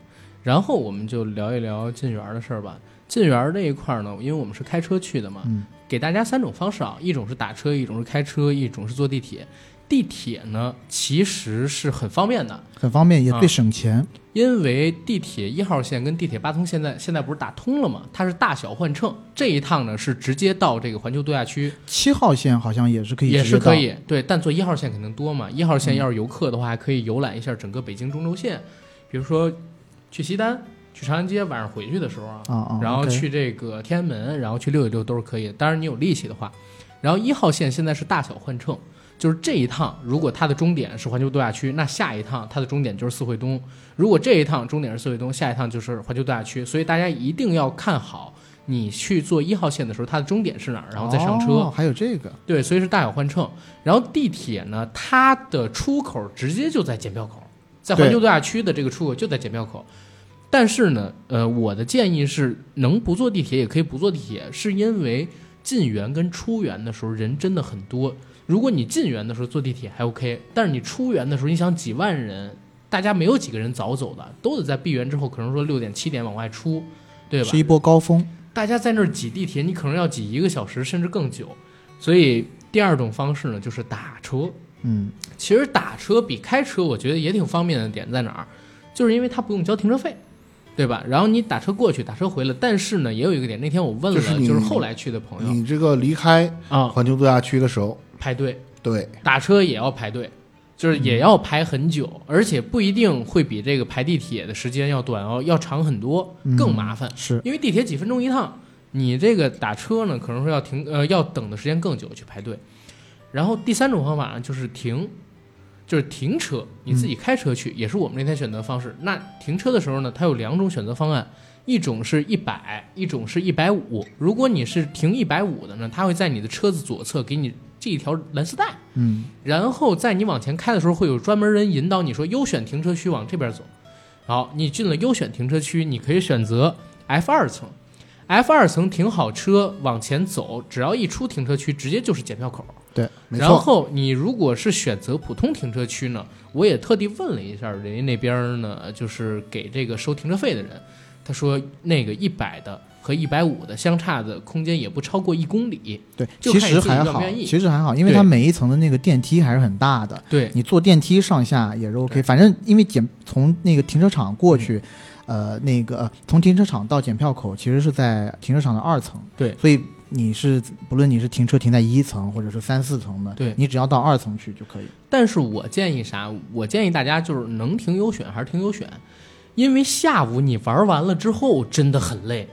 [SPEAKER 1] 然后我们就聊一聊进园儿的事儿吧。进园儿这一块儿呢，因为我们是开车去的嘛，
[SPEAKER 2] 嗯
[SPEAKER 1] 给大家三种方式啊，一种是打车，一种是开车，一种是坐地铁。地铁呢，其实是很方便的，
[SPEAKER 2] 很方便，也
[SPEAKER 1] 啊
[SPEAKER 2] 最省钱。
[SPEAKER 1] 因为地铁一号线跟地铁八通现在现在不是打通了吗？它是大小换乘，这一趟呢是直接到这个环球度假区，
[SPEAKER 2] 七号线好像也是可以，
[SPEAKER 1] 也是可。以，对，但坐一号线肯定多嘛。一号
[SPEAKER 2] 嗯
[SPEAKER 1] 线要是游客的话，还可以游览一下整个北京中轴线，比如说去西单、去长安街，晚上回去的时候啊，
[SPEAKER 2] 啊啊，
[SPEAKER 1] 然后
[SPEAKER 2] OK
[SPEAKER 1] 去这个天安门，然后去六九六都是可以的。当然你有力气的话，然后一号线现在是大小换乘，就是这一趟如果它的终点是环球度假区，那下一趟它的终点就是四惠东。如果这一趟终点是四惠东，下一趟就是环球度假区，所以大家一定要看好。你去坐一号线的时候，它的终点是哪儿，然后再上车。
[SPEAKER 2] 哦还有这个
[SPEAKER 1] 对，所以是大小换乘。然后地铁呢，它的出口直接就在检票口，在环球度假区的这个出口就在检票口。但是呢，呃，我的建议是，能不坐地铁也可以不坐地铁，是因为进园跟出园的时候人真的很多。如果你进园的时候坐地铁还 OK，但是你出园的时候，你想几万人，大家没有几个人早走的，都得在闭园之后，可能说六点七点往外出，对吧？
[SPEAKER 2] 是一波高峰，
[SPEAKER 1] 大家在那儿挤地铁，你可能要挤一个小时甚至更久。所以第二种方式呢，就是打车。
[SPEAKER 2] 嗯，
[SPEAKER 1] 其实打车比开车，我觉得也挺方便的点在哪儿，就是因为它不用交停车费，对吧？然后你打车过去，打车回来。但是呢，也有一个点，那天我问了，
[SPEAKER 3] 就是你
[SPEAKER 1] 就是后来去的朋友
[SPEAKER 3] 你这个离开
[SPEAKER 1] 啊，
[SPEAKER 3] 环球度假区的时候，
[SPEAKER 1] 排队
[SPEAKER 3] 对，
[SPEAKER 1] 打车也要排队，就是
[SPEAKER 3] 嗯
[SPEAKER 1] 也要排很久，而且不一定会比这个排地铁的时间要短哦，要长很多，
[SPEAKER 3] 嗯
[SPEAKER 1] 更麻烦。
[SPEAKER 2] 是
[SPEAKER 1] 因为地铁几分钟一趟，你这个打车呢，可能说要停呃要等的时间更久去排队。然后第三种方法呢，就是停，就是停车，你
[SPEAKER 2] 嗯
[SPEAKER 1] 自己开车去，也是我们那天选择的方式。那停车的时候呢，它有两种选择方案，一种是一百，一种是一百五。如果你是停一百五的呢，它会在你的车子左侧给你系一条蓝丝带，
[SPEAKER 2] 嗯，
[SPEAKER 1] 然后在你往前开的时候，会有专门人引导你说优选停车区往这边走。好，你进了优选停车区，你可以选择 F 二层，F 二层停好车往前走，只要一出停车区，直接就是检票口。
[SPEAKER 3] 没
[SPEAKER 1] 然
[SPEAKER 3] 错，
[SPEAKER 1] 后你如果是选择普通停车区呢，我也特地问了一下人家那边呢，就是给这个收停车费的人，他说那个一百的和一百五的相差的空间也不超过一公里。
[SPEAKER 2] 对，
[SPEAKER 1] 就
[SPEAKER 2] 其
[SPEAKER 1] 看
[SPEAKER 2] 实
[SPEAKER 1] 你自己
[SPEAKER 2] 还
[SPEAKER 1] 愿不
[SPEAKER 2] 好
[SPEAKER 1] 愿，意
[SPEAKER 2] 其实还好，因为它
[SPEAKER 1] 对
[SPEAKER 2] 每一层的那个电梯还是很大的，
[SPEAKER 1] 对，
[SPEAKER 2] 你坐电梯上下也是 OK。
[SPEAKER 1] 对嗯
[SPEAKER 2] 反正因为检从那个停车场过去，呃，那个呃从停车场到检票口其实是在停车场的二层，
[SPEAKER 1] 对
[SPEAKER 2] 所以你是不论你是停车停在一层或者是三四层的，
[SPEAKER 1] 对
[SPEAKER 2] 你只要到二层去就可以。
[SPEAKER 1] 但是我建议啥？我建议大家就是能停优选还是停优选，因为下午你玩完了之后真的很累。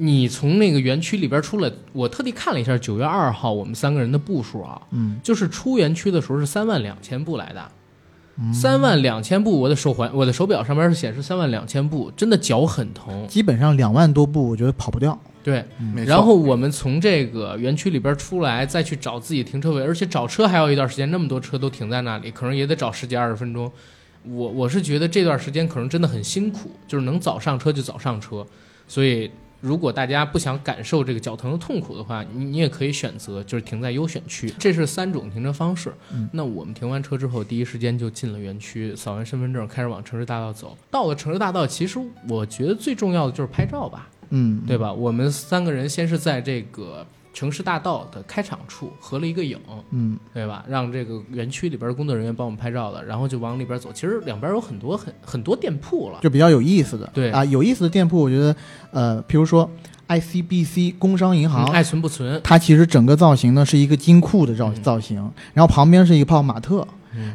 [SPEAKER 1] 你从那个园区里边出来，我特地看了一下九月二号我们三个人的步数啊，
[SPEAKER 2] 嗯，
[SPEAKER 1] 就是出园区的时候是三万两千步来的，三万两千步，我的手环我的手表上面是显示三万两千步，真的脚很疼。
[SPEAKER 2] 基本上两万多步，我觉得跑不掉。
[SPEAKER 1] 对，
[SPEAKER 3] 嗯没错
[SPEAKER 1] 然后我们从这个园区里边出来，再去找自己停车位，而且找车还要一段时间，那么多车都停在那里，可能也得找十几二十分钟。我我是觉得这段时间可能真的很辛苦，就是能早上车就早上车。所以，如果大家不想感受这个脚疼的痛苦的话，你你也可以选择就是停在优选区。这是三种停车方式。那我们停完车之后，第一时间就进了园区，扫完身份证，开始往城市大道走。到了城市大道，其实我觉得最重要的就是拍照吧。
[SPEAKER 2] 嗯，
[SPEAKER 1] 对吧？我们三个人先是在这个城市大道的开场处合了一个影，
[SPEAKER 2] 嗯，
[SPEAKER 1] 对吧？让这个园区里边的工作人员帮我们拍照的，然后就往里边走。其实两边有很多很很多店铺了，
[SPEAKER 2] 就比较有意思的。
[SPEAKER 1] 对
[SPEAKER 2] 啊，有意思的店铺，我觉得，呃，比如说 ICBC 工商银
[SPEAKER 1] 嗯
[SPEAKER 2] 行，
[SPEAKER 1] 爱存不存，
[SPEAKER 2] 它其实整个造型呢是一个金库的
[SPEAKER 1] 嗯
[SPEAKER 2] 造造型，然后旁边是一个泡泡玛特。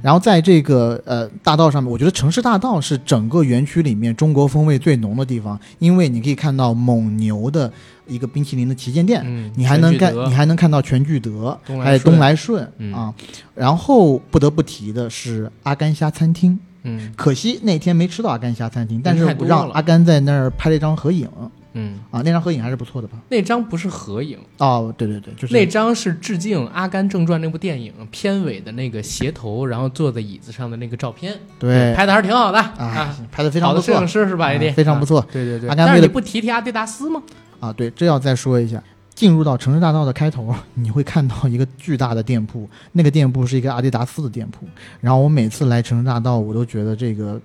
[SPEAKER 2] 然后在这个呃大道上面，我觉得城市大道是整个园区里面中国风味最浓的地方，因为你可以看到蒙牛的一个冰淇淋的旗舰店，
[SPEAKER 1] 嗯，
[SPEAKER 2] 你还能
[SPEAKER 1] 全聚
[SPEAKER 2] 看
[SPEAKER 1] 德
[SPEAKER 2] 你还能看到全聚德
[SPEAKER 1] 东，来
[SPEAKER 2] 还有
[SPEAKER 1] 顺
[SPEAKER 2] 东来顺、
[SPEAKER 1] 嗯
[SPEAKER 2] 啊。然后不得不提的是阿甘虾餐厅，
[SPEAKER 1] 嗯
[SPEAKER 2] 可惜那天没吃到阿甘虾餐厅，但是
[SPEAKER 1] 人太
[SPEAKER 2] 我
[SPEAKER 1] 多
[SPEAKER 2] 让
[SPEAKER 1] 了
[SPEAKER 2] 阿甘在那儿拍了一张合影
[SPEAKER 1] 嗯，
[SPEAKER 2] 啊，那张合影还是不错的吧？
[SPEAKER 1] 那张不是合影，
[SPEAKER 2] 哦，对对对，就是
[SPEAKER 1] 那张是致敬《阿甘正传》那部电影片尾的那个斜头，然后坐在椅子上的那个照片，
[SPEAKER 2] 对
[SPEAKER 1] 拍的还是挺好的
[SPEAKER 2] 啊
[SPEAKER 1] 啊，，
[SPEAKER 2] 拍的非常
[SPEAKER 1] 好
[SPEAKER 2] 不
[SPEAKER 1] 的摄
[SPEAKER 2] 错
[SPEAKER 1] 影，师是吧？
[SPEAKER 2] 啊
[SPEAKER 1] 艾迪
[SPEAKER 2] 非常不
[SPEAKER 1] 错。
[SPEAKER 2] 错
[SPEAKER 1] 对对对，
[SPEAKER 2] 阿甘
[SPEAKER 1] 但
[SPEAKER 2] 为
[SPEAKER 1] 是
[SPEAKER 2] 了
[SPEAKER 1] 你不提提阿迪达斯吗？
[SPEAKER 2] 啊。对，这要再说一下。进入到城市大道的开头，你会看到一个巨大的店铺，那个店铺是一个阿迪达斯的店铺。然后我每次来城市大道，我都觉得这个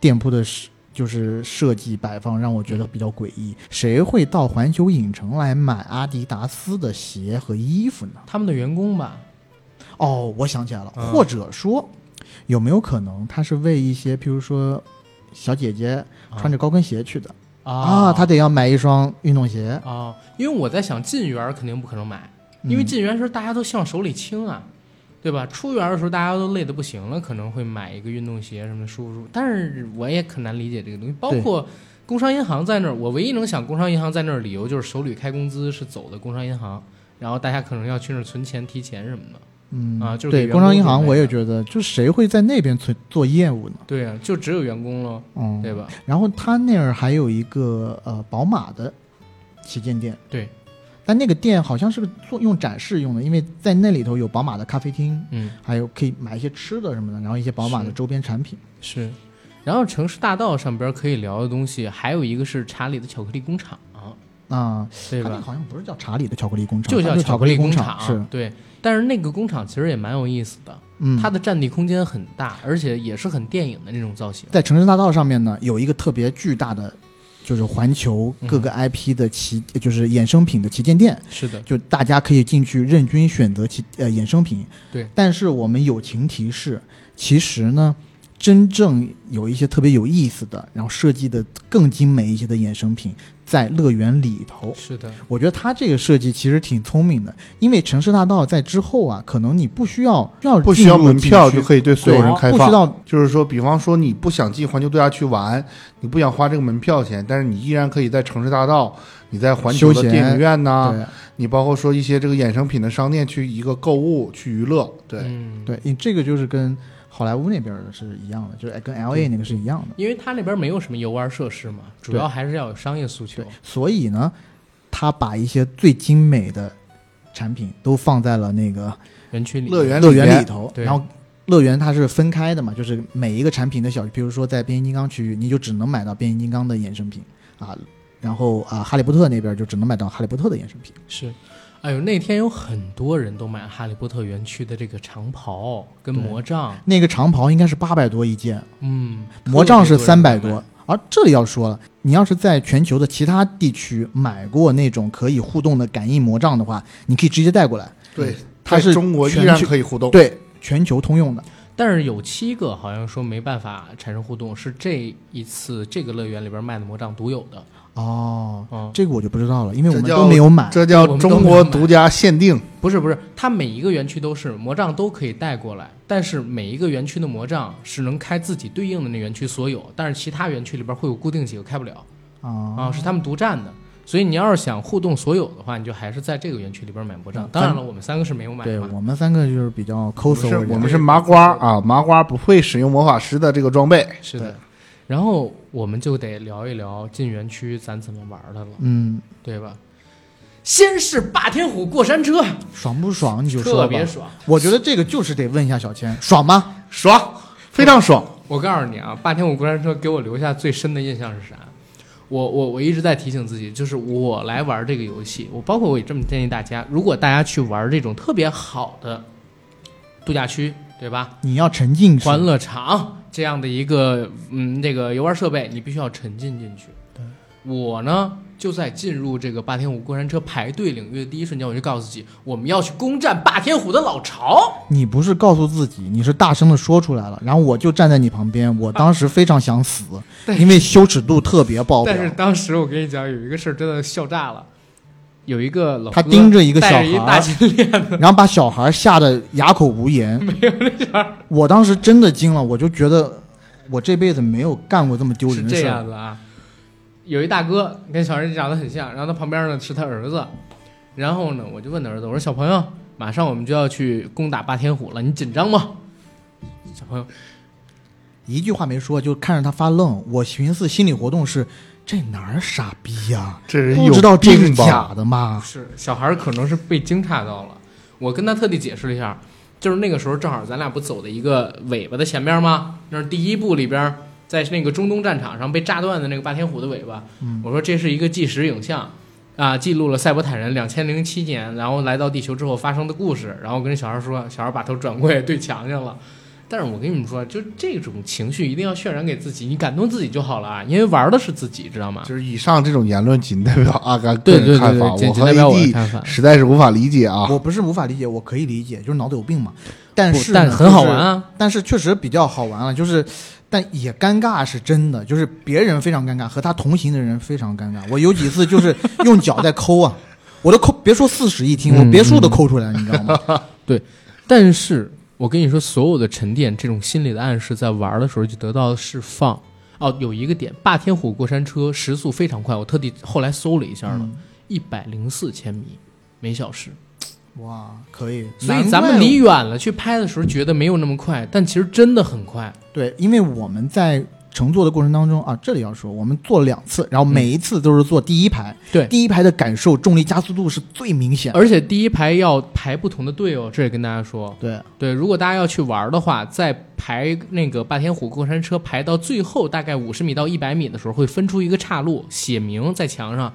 [SPEAKER 2] 店铺的设就是设计摆放让我觉得比较诡异。谁会到环球影城来买阿迪达斯的鞋和衣服呢？
[SPEAKER 1] 他们的员工吧，
[SPEAKER 2] 哦，我想起来了，
[SPEAKER 1] 嗯
[SPEAKER 2] 或者说，有没有可能他是为一些，譬如说小姐姐穿着高跟鞋去的啊，她得要买一双运动鞋，
[SPEAKER 1] 哦，因为我在想进园儿肯定不可能买，因为
[SPEAKER 2] 嗯
[SPEAKER 1] 进园儿的时候大家都希望手里轻啊，对吧？出园儿的时候大家都累得不行了，可能会买一个运动鞋什么的舒服舒服。但是我也很难理解这个东西，包
[SPEAKER 2] 对
[SPEAKER 1] 括工商银行在那儿，我唯一能想工商银行在那儿理由就是手里开工资是走的工商银行，然后大家可能要去那儿存钱、提钱什么的。
[SPEAKER 2] 嗯
[SPEAKER 1] 啊就是给
[SPEAKER 2] 对，
[SPEAKER 1] 员
[SPEAKER 2] 工商银
[SPEAKER 1] 工
[SPEAKER 2] 行
[SPEAKER 1] 准备
[SPEAKER 2] 我也
[SPEAKER 1] 的
[SPEAKER 2] 觉得，就谁会在那边做做业务呢？
[SPEAKER 1] 对啊，就只有员工喽，
[SPEAKER 2] 嗯，
[SPEAKER 1] 对吧？
[SPEAKER 2] 然后他那儿还有一个呃宝马的旗舰店，
[SPEAKER 1] 对，
[SPEAKER 2] 但那个店好像是个做用展示用的，因为在那里头有宝马的咖啡厅，
[SPEAKER 1] 嗯，
[SPEAKER 2] 还有可以买一些吃的什么的，然后一些宝马的
[SPEAKER 1] 是
[SPEAKER 2] 周边产品。
[SPEAKER 1] 是。然后城市大道上边可以聊的东西，还有一个是查理的巧克力工厂，
[SPEAKER 2] 啊，
[SPEAKER 1] 对
[SPEAKER 2] 他
[SPEAKER 1] 吧
[SPEAKER 2] 那个？好像不是叫查理的巧克力工厂，
[SPEAKER 1] 就
[SPEAKER 2] 它
[SPEAKER 1] 叫
[SPEAKER 2] 是
[SPEAKER 1] 巧
[SPEAKER 2] 啊巧
[SPEAKER 1] 克
[SPEAKER 2] 力
[SPEAKER 1] 力工
[SPEAKER 2] 厂，是，
[SPEAKER 1] 对。但是那个工厂其实也蛮有意思的，
[SPEAKER 2] 嗯，
[SPEAKER 1] 它的占地空间很大，而且也是很电影的那种造型。
[SPEAKER 2] 在城市大道上面呢，有一个特别巨大的，就是环球各个 IP 的旗，就是衍生品的旗舰店，
[SPEAKER 1] 是的，
[SPEAKER 2] 就大家可以进去任君选择其呃衍生品。
[SPEAKER 1] 对，
[SPEAKER 2] 但是我们友情提示，其实呢，真正有一些特别有意思的，然后设计的更精美一些的衍生品，在乐园里头。
[SPEAKER 1] 是的，
[SPEAKER 2] 我觉得它这个设计其实挺聪明的，因为城市大道在之后啊，可能你不需要要
[SPEAKER 3] 不需要
[SPEAKER 2] 进入
[SPEAKER 3] 门票
[SPEAKER 2] 景
[SPEAKER 3] 就
[SPEAKER 2] 区
[SPEAKER 3] 可以对所有人
[SPEAKER 1] 对
[SPEAKER 3] 开
[SPEAKER 2] 不需
[SPEAKER 3] 放。
[SPEAKER 2] 要
[SPEAKER 3] 就是说，比方说你不想进环球度假区玩，你不想花这个门票钱，但是你依然可以在城市大道、你在环球的
[SPEAKER 2] 休闲
[SPEAKER 3] 电影院呐、
[SPEAKER 2] 对
[SPEAKER 3] 你包括说一些这个衍生品的商店去一个购物、去娱乐。对，
[SPEAKER 1] 嗯，
[SPEAKER 2] 对，因为这个就是跟好莱坞那边的是一样的，就是跟 L A 那个是一样的。
[SPEAKER 1] 因为它那边没有什么游玩设施嘛，主要还是要有商业诉求
[SPEAKER 2] 对。，所以呢，他把一些最精美的产品都放在了那个
[SPEAKER 1] 园区里
[SPEAKER 3] 乐园
[SPEAKER 2] 乐
[SPEAKER 3] 里
[SPEAKER 2] 园
[SPEAKER 3] 边
[SPEAKER 2] 里头，
[SPEAKER 1] 对
[SPEAKER 2] 然后。乐园它是分开的嘛，就是每一个产品的小区，比如说在变形金刚区域，你就只能买到变形金刚的衍生品啊，然后啊哈利波特那边就只能买到哈利波特的衍生品。
[SPEAKER 1] 是。哎呦，那天有很多人都买哈利波特园区的这个长袍跟魔杖，
[SPEAKER 2] 那个长袍应该是八百多一件，
[SPEAKER 1] 嗯，
[SPEAKER 2] 魔杖
[SPEAKER 1] 特别
[SPEAKER 2] 是
[SPEAKER 1] 多人
[SPEAKER 2] 三百
[SPEAKER 1] 买
[SPEAKER 2] 多，啊、而这里要说了，你要是在全球的其他地区买过那种可以互动的感应魔杖的话，你可以直接带过来。
[SPEAKER 3] 对，
[SPEAKER 2] 它是
[SPEAKER 3] 在中国依
[SPEAKER 2] 全
[SPEAKER 3] 然
[SPEAKER 2] 球
[SPEAKER 3] 可以互动。
[SPEAKER 2] 对，全球通用的。
[SPEAKER 1] 但是有七个好像说没办法产生互动，是这一次这个乐园里边卖的魔杖独有的。
[SPEAKER 2] 哦，
[SPEAKER 1] 嗯，
[SPEAKER 2] 这个我就不知道了，因为我
[SPEAKER 3] 这
[SPEAKER 2] 们
[SPEAKER 3] 叫
[SPEAKER 2] 都没有买。
[SPEAKER 3] 这叫
[SPEAKER 1] 我们都
[SPEAKER 3] 中
[SPEAKER 1] 没
[SPEAKER 3] 国
[SPEAKER 1] 有买
[SPEAKER 3] 独家限定。
[SPEAKER 1] 不是不是，它每一个园区都是魔杖都可以带过来，但是每一个园区的魔杖是能开自己对应的那园区所有，但是其他园区里边会有固定几个开不了
[SPEAKER 2] 啊，
[SPEAKER 1] 啊，是他们独占的。所以你要是想互动所有的话，你就还是在这个园区里边买魔杖。
[SPEAKER 2] 嗯
[SPEAKER 1] 当然了，我们三个是没有买
[SPEAKER 2] 对
[SPEAKER 1] 的嘛。
[SPEAKER 2] 我们三个就是比较抠
[SPEAKER 3] 我
[SPEAKER 2] 搜
[SPEAKER 3] 们是，
[SPEAKER 2] 人
[SPEAKER 3] 我们是麻瓜啊，麻瓜不会使用魔法师的这个装备。
[SPEAKER 1] 是的。然后我们就得聊一聊进园区咱怎么玩的了，
[SPEAKER 2] 嗯，
[SPEAKER 1] 对吧？先是霸天虎过山车，
[SPEAKER 2] 爽不爽？你就说吧
[SPEAKER 1] 特别爽。
[SPEAKER 2] 我觉得这个就是得问一下小千，爽吗？
[SPEAKER 3] 爽，非常爽。
[SPEAKER 1] 我告诉你啊，霸天虎过山车给我留下最深的印象是啥？我我我一直在提醒自己，就是我来玩这个游戏，我包括我也这么建议大家，如果大家去玩这种特别好的度假区，对吧？
[SPEAKER 2] 你要沉浸式，
[SPEAKER 1] 欢乐场这样的一个嗯这个游玩设备，你必须要沉浸进去。我呢就在进入这个霸天虎过山车排队领域的第一瞬间，我就告诉自己，我们要去攻占霸天虎的老巢。
[SPEAKER 2] 你不是告诉自己，你是大声的说出来了。然后我就站在你旁边，我当时非常想死，
[SPEAKER 1] 对
[SPEAKER 2] 因为羞耻度特别爆表
[SPEAKER 1] 但。是当时我跟你讲，有一个事儿真的笑炸了，有一个老
[SPEAKER 2] 他
[SPEAKER 1] 哥
[SPEAKER 2] 盯着一个小
[SPEAKER 1] 带着一
[SPEAKER 2] 孩儿
[SPEAKER 1] 大金链子，
[SPEAKER 2] 然后把小孩吓得哑口无 言。没有那我当时真的惊了，我就觉得我这辈子没有干过这么丢
[SPEAKER 1] 是
[SPEAKER 2] 人的
[SPEAKER 1] 这
[SPEAKER 2] 事
[SPEAKER 1] 样
[SPEAKER 2] 儿。
[SPEAKER 1] 子啊。有一大哥跟小人长得很像，然后他旁边呢是他儿子，然后呢我就问他儿子，我说小朋友，马上我们就要去攻打霸天虎了，你紧张吗？小朋友，
[SPEAKER 2] 一句话没说，就看着他发愣。我寻思心理活动是这哪儿傻逼呀、
[SPEAKER 3] 这人
[SPEAKER 2] 不
[SPEAKER 3] 有
[SPEAKER 2] 知道这是
[SPEAKER 3] 病吧？
[SPEAKER 2] 假的吗？
[SPEAKER 1] 是小孩儿可能是被惊诧到了。我跟他特地解释了一下，就是那个时候正好咱俩不走的一个尾巴的前边吗？那是第一部里边，在那个中东战场上被炸断的那个霸天虎的尾巴。
[SPEAKER 2] 嗯
[SPEAKER 1] 我说这是一个纪实影像。啊，记录了赛博坦人两千零七年，然后来到地球之后发生的故事。然后我跟小孩儿说，小孩儿把头转过来对墙去了。但是我跟你们说，就这种情绪一定要渲染给自己，你感动自己就好了啊，因为玩儿的是自己，知道吗？
[SPEAKER 3] 就是以上这种言论仅代表阿甘个
[SPEAKER 1] 对对对
[SPEAKER 3] 人看法，
[SPEAKER 1] 对，仅
[SPEAKER 3] 我
[SPEAKER 1] 仅
[SPEAKER 3] 和
[SPEAKER 1] 代表我的
[SPEAKER 3] AD
[SPEAKER 1] 看法。
[SPEAKER 3] 实在是无法理解啊。
[SPEAKER 2] 我不是无法理解，我可以理解，就是脑子有病嘛。但
[SPEAKER 1] 不
[SPEAKER 2] 是
[SPEAKER 1] 但
[SPEAKER 2] 呢
[SPEAKER 1] 很好玩，啊
[SPEAKER 2] 就是！但是确实比较好玩了，就是，但也尴尬是真的，就是别人非常尴尬，和他同行的人非常尴尬。我有几次就是用脚在抠啊， 我都抠，别说四室一厅，我别墅都抠出来了，你知道
[SPEAKER 1] 嗯
[SPEAKER 2] 吗？
[SPEAKER 1] 但是我跟你说，所有的沉淀，这种心理的暗示，在玩的时候就得到了释放。哦，有一个点，霸天虎过山车时速非常快，我特地后来搜了一下了，
[SPEAKER 2] 嗯
[SPEAKER 1] 一百零四千米每小时。
[SPEAKER 2] 哇，可以，
[SPEAKER 1] 嗯所以咱们离
[SPEAKER 2] 难怪
[SPEAKER 1] 远了去拍的时候，觉得没有那么快，但其实真的很快。
[SPEAKER 2] 我对，因为我们在。乘坐的过程当中啊，这里要说，我们坐了两次，然后每一次都是坐第一排，
[SPEAKER 1] 对
[SPEAKER 2] 第一排的感受重力加速度是最明显的，
[SPEAKER 1] 而且第一排要排不同的队哦，这也跟大家说，
[SPEAKER 2] 对，
[SPEAKER 1] 对，如果大家要去玩的话，在排那个霸天虎过山车排到最后大概五十米到一百米的时候，会分出一个岔路，写明在墙上，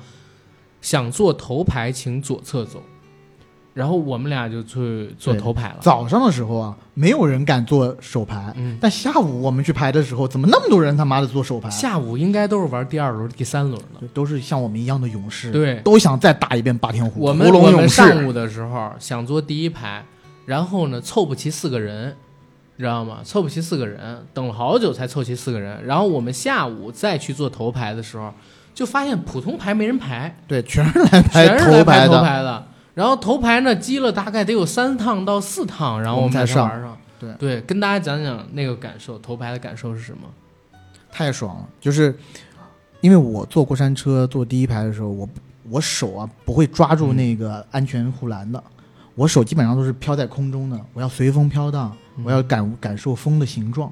[SPEAKER 1] 想坐头排请左侧走。然后我们俩就去坐
[SPEAKER 2] 对
[SPEAKER 1] 头排了。
[SPEAKER 2] 早上的时候啊，没有人敢做手牌，
[SPEAKER 1] 嗯
[SPEAKER 2] 但下午我们去排的时候，怎么那么多人他妈的做手啊牌？
[SPEAKER 1] 下午应该都是玩第二轮、第三轮的。
[SPEAKER 2] 对都是像我们一样的勇士，
[SPEAKER 1] 对
[SPEAKER 2] 都想再打一遍霸天虎。
[SPEAKER 1] 我们
[SPEAKER 3] 屠龙
[SPEAKER 1] 我们
[SPEAKER 3] 勇士
[SPEAKER 1] 上午的时候想坐第一排，然后呢凑不齐四个人，知道吗？凑不齐四个人，等了好久才凑齐四个人。然后我们下午再去做头排的时候，就发现普通牌没人排。
[SPEAKER 2] 对，全是来排
[SPEAKER 1] 全是来
[SPEAKER 2] 牌
[SPEAKER 1] 头
[SPEAKER 2] 的。
[SPEAKER 1] 牌的。然后头牌呢，积了大概得有三趟到四趟，然后
[SPEAKER 2] 我们
[SPEAKER 1] 才
[SPEAKER 2] 才上
[SPEAKER 1] 玩上。
[SPEAKER 2] 对
[SPEAKER 1] 跟大家讲讲那个感受，头牌的感受是什么？
[SPEAKER 2] 太爽了！就是因为我坐过山车坐第一排的时候，我我手啊不会抓住
[SPEAKER 1] 嗯
[SPEAKER 2] 那个安全护栏的，我手基本上都是飘在空中的，我要随风飘荡，
[SPEAKER 1] 嗯
[SPEAKER 2] 我要感感受风的形状。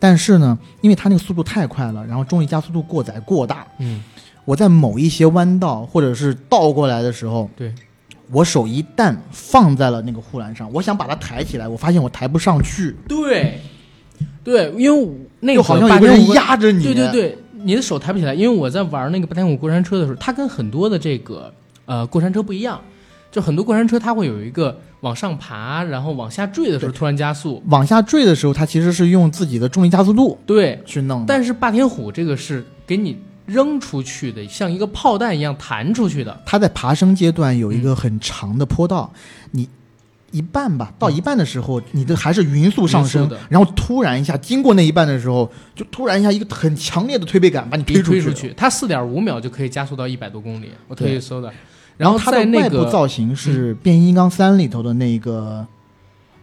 [SPEAKER 2] 但是呢，因为它那个速度太快了，然后重力加速度过载过大，
[SPEAKER 1] 嗯，
[SPEAKER 2] 我在某一些弯道或者是倒过来的时候，
[SPEAKER 1] 对，
[SPEAKER 2] 我手一旦放在了那个护栏上，我想把它抬起来，我发现我抬不上去，对
[SPEAKER 1] 对，对，因为我那
[SPEAKER 2] 就
[SPEAKER 1] 个
[SPEAKER 2] 好像
[SPEAKER 1] 霸
[SPEAKER 2] 有个
[SPEAKER 1] 天
[SPEAKER 2] 人
[SPEAKER 1] 虎
[SPEAKER 2] 压着你。
[SPEAKER 1] 对对对，你的手抬不起来，因为我在玩那个霸天虎过山车的时候，它跟很多的这个呃过山车不一样，就很多过山车它会有一个往上爬，然后往下坠的时候突然加速。
[SPEAKER 2] 往下坠的时候，它其实是用自己的重力加速度
[SPEAKER 1] 对，
[SPEAKER 2] 去弄的。
[SPEAKER 1] 但是霸天虎这个是给你扔出去的，像一个炮弹一样弹出去的。
[SPEAKER 2] 它在爬升阶段有一个很长的坡道，你一半吧，到一半的时候，你的还是匀速
[SPEAKER 1] 嗯
[SPEAKER 2] 上
[SPEAKER 1] 匀
[SPEAKER 2] 升
[SPEAKER 1] 速的，
[SPEAKER 2] 然后突然一下经过那一半的时候，就突然一下一个很强烈的推背感把你
[SPEAKER 1] 一
[SPEAKER 2] 推出去。
[SPEAKER 1] 出去，它四点五秒就可以加速到一百多公里，我特
[SPEAKER 2] 对
[SPEAKER 1] 意搜的。
[SPEAKER 2] 然后它
[SPEAKER 1] 在
[SPEAKER 2] 的
[SPEAKER 1] 那
[SPEAKER 2] 外部
[SPEAKER 1] 个嗯
[SPEAKER 2] 造型是《变形金刚三》里头的那个，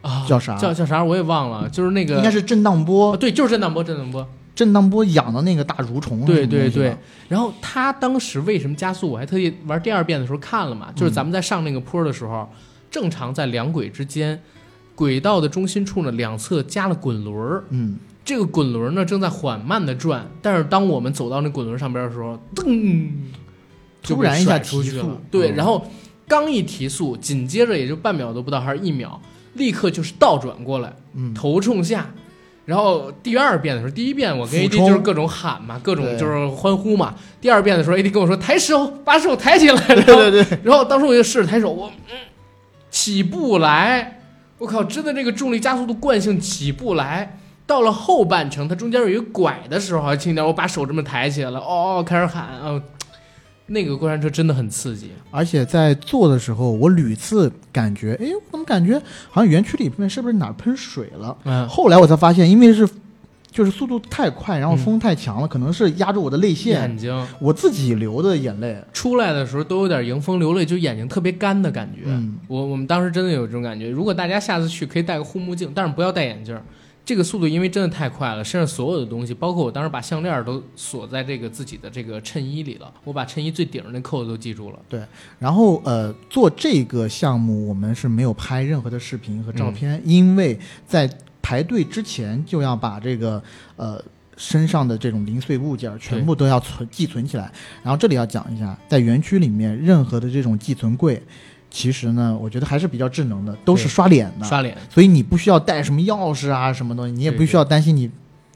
[SPEAKER 1] 啊
[SPEAKER 2] 叫啥
[SPEAKER 1] 叫叫啥我也忘了，就是那个
[SPEAKER 2] 应该是震荡
[SPEAKER 1] 哦
[SPEAKER 2] 波，
[SPEAKER 1] 对，就是震荡波，震荡波。
[SPEAKER 2] 震荡波养的那个大蠕虫。啊
[SPEAKER 1] 对对对，，然后他当时为什么加速？我还特意玩第二遍的时候看了嘛，就是咱们在上那个坡的时候，正常在两轨之间，轨道的中心处呢两侧加了滚轮儿，
[SPEAKER 2] 嗯，
[SPEAKER 1] 这个滚轮呢正在缓慢的转，但是当我们走到那滚轮上边的时候，噔，就
[SPEAKER 2] 突
[SPEAKER 1] 被
[SPEAKER 2] 然一
[SPEAKER 1] 甩
[SPEAKER 2] 下
[SPEAKER 1] 出
[SPEAKER 2] 提
[SPEAKER 1] 去
[SPEAKER 2] 速
[SPEAKER 1] 了，，对，
[SPEAKER 2] 嗯
[SPEAKER 1] 然后刚一提速，紧接着也就半秒都不到还是一秒，立刻就是倒转过来，
[SPEAKER 2] 嗯
[SPEAKER 1] 头冲下。然后第二遍的时候，第一遍我跟
[SPEAKER 2] 俯
[SPEAKER 1] AD
[SPEAKER 2] 冲
[SPEAKER 1] 就是各种喊嘛，各种
[SPEAKER 2] 对
[SPEAKER 1] 就是欢呼嘛。第二遍的时候，AD 跟我说抬手，把手抬起来。 对对对。然后当时我就试着抬手，我嗯起不来，我靠，真的这个重力加速度惯性起不来。到了后半程，它中间有一个拐的时候，还轻点，我把手这么抬起来了，哦哦，开始喊啊、哦那个过山车真的很刺激，
[SPEAKER 2] 而且在做的时候，我屡次感觉，哎，我怎么感觉好像园区里面是不是哪儿喷水了？
[SPEAKER 1] 嗯，
[SPEAKER 2] 后来我才发现，因为是就是速度太快，然后风太强了，可能是压住我的泪腺，
[SPEAKER 1] 眼睛
[SPEAKER 2] 我自己流的眼泪。
[SPEAKER 1] 出来的时候都有点迎风流泪，就眼睛特别干的感觉。
[SPEAKER 2] 嗯
[SPEAKER 1] 我我们当时真的有这种感觉。如果大家下次去可以戴个护目镜，但是不要戴眼镜儿。这个速度因为真的太快了，身上所有的东西，包括我当时把项链儿都锁在这个自己的这个衬衣里了，我把衬衣最顶上那扣子都记住了。
[SPEAKER 2] 然后呃，做这个项目我们是没有拍任何的视频和照
[SPEAKER 1] 嗯
[SPEAKER 2] 片，因为在排队之前就要把这个呃。身上的这种零碎物件儿全部都要存寄存起来，然后这里要讲一下，在园区里面任何的这种寄存柜，其实呢，我觉得还是比较智能的，都是
[SPEAKER 1] 对
[SPEAKER 2] 刷脸的，
[SPEAKER 1] 刷脸，
[SPEAKER 2] 所以你不需要带什么钥匙啊，什么东西，你也
[SPEAKER 1] 对
[SPEAKER 2] 不需要担心你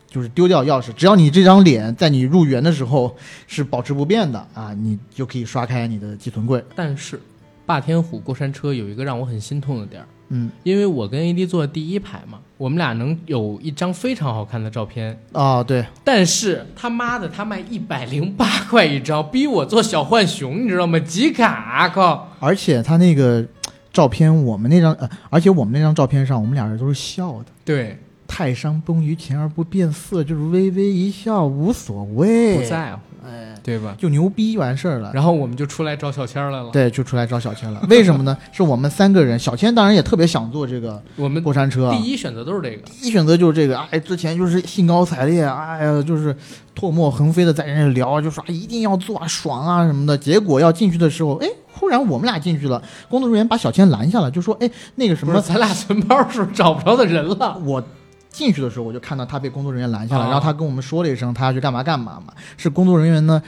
[SPEAKER 2] 就是丢掉钥匙，只要你这张脸在你入园的时候是保持不变的啊，你就可以刷开你的寄存柜。
[SPEAKER 1] 但是霸天虎过山车有一个让我很心痛的点儿，
[SPEAKER 2] 嗯
[SPEAKER 1] 因为我跟 AD 坐的第一排嘛，我们俩能有一张非常好看的照片，
[SPEAKER 2] 啊，对，
[SPEAKER 1] 但是他妈的，他卖一百零八块一张，逼我做小浣熊，你知道吗？集卡，靠！
[SPEAKER 2] 而且他那个照片，我们那张呃，而且我们那张照片上，我们俩人都是笑的。
[SPEAKER 1] 对，
[SPEAKER 2] 泰山崩于前而不变色，就是微微一笑，无所谓。
[SPEAKER 1] 不，在乎，
[SPEAKER 2] 哎，
[SPEAKER 1] 对吧？
[SPEAKER 2] 就牛逼完事儿了。
[SPEAKER 1] 然后我们就出来找小千儿来了。
[SPEAKER 2] 对，就出来找小千了。为什么呢？是我们三个人，小千当然也特别想做这个
[SPEAKER 1] 我们
[SPEAKER 2] 过山车啊，
[SPEAKER 1] 第一选择都是这个，
[SPEAKER 2] 第一选择就是这个，哎，之前就是兴高采烈，哎呀，就是唾沫横飞的在那聊，就说、啊一定要做啊，爽啊什么的。结果要进去的时候，哎，忽然我们俩进去了，工作人员把小千拦下了，就说，哎，那个什
[SPEAKER 1] 不是
[SPEAKER 2] 么，
[SPEAKER 1] 咱俩存包的时候找不着的人了。
[SPEAKER 2] 我进去的时候我就看到他被工作人员拦下了，
[SPEAKER 1] 啊
[SPEAKER 2] 然后他跟我们说了一声他要去干嘛干嘛嘛。是工作人员呢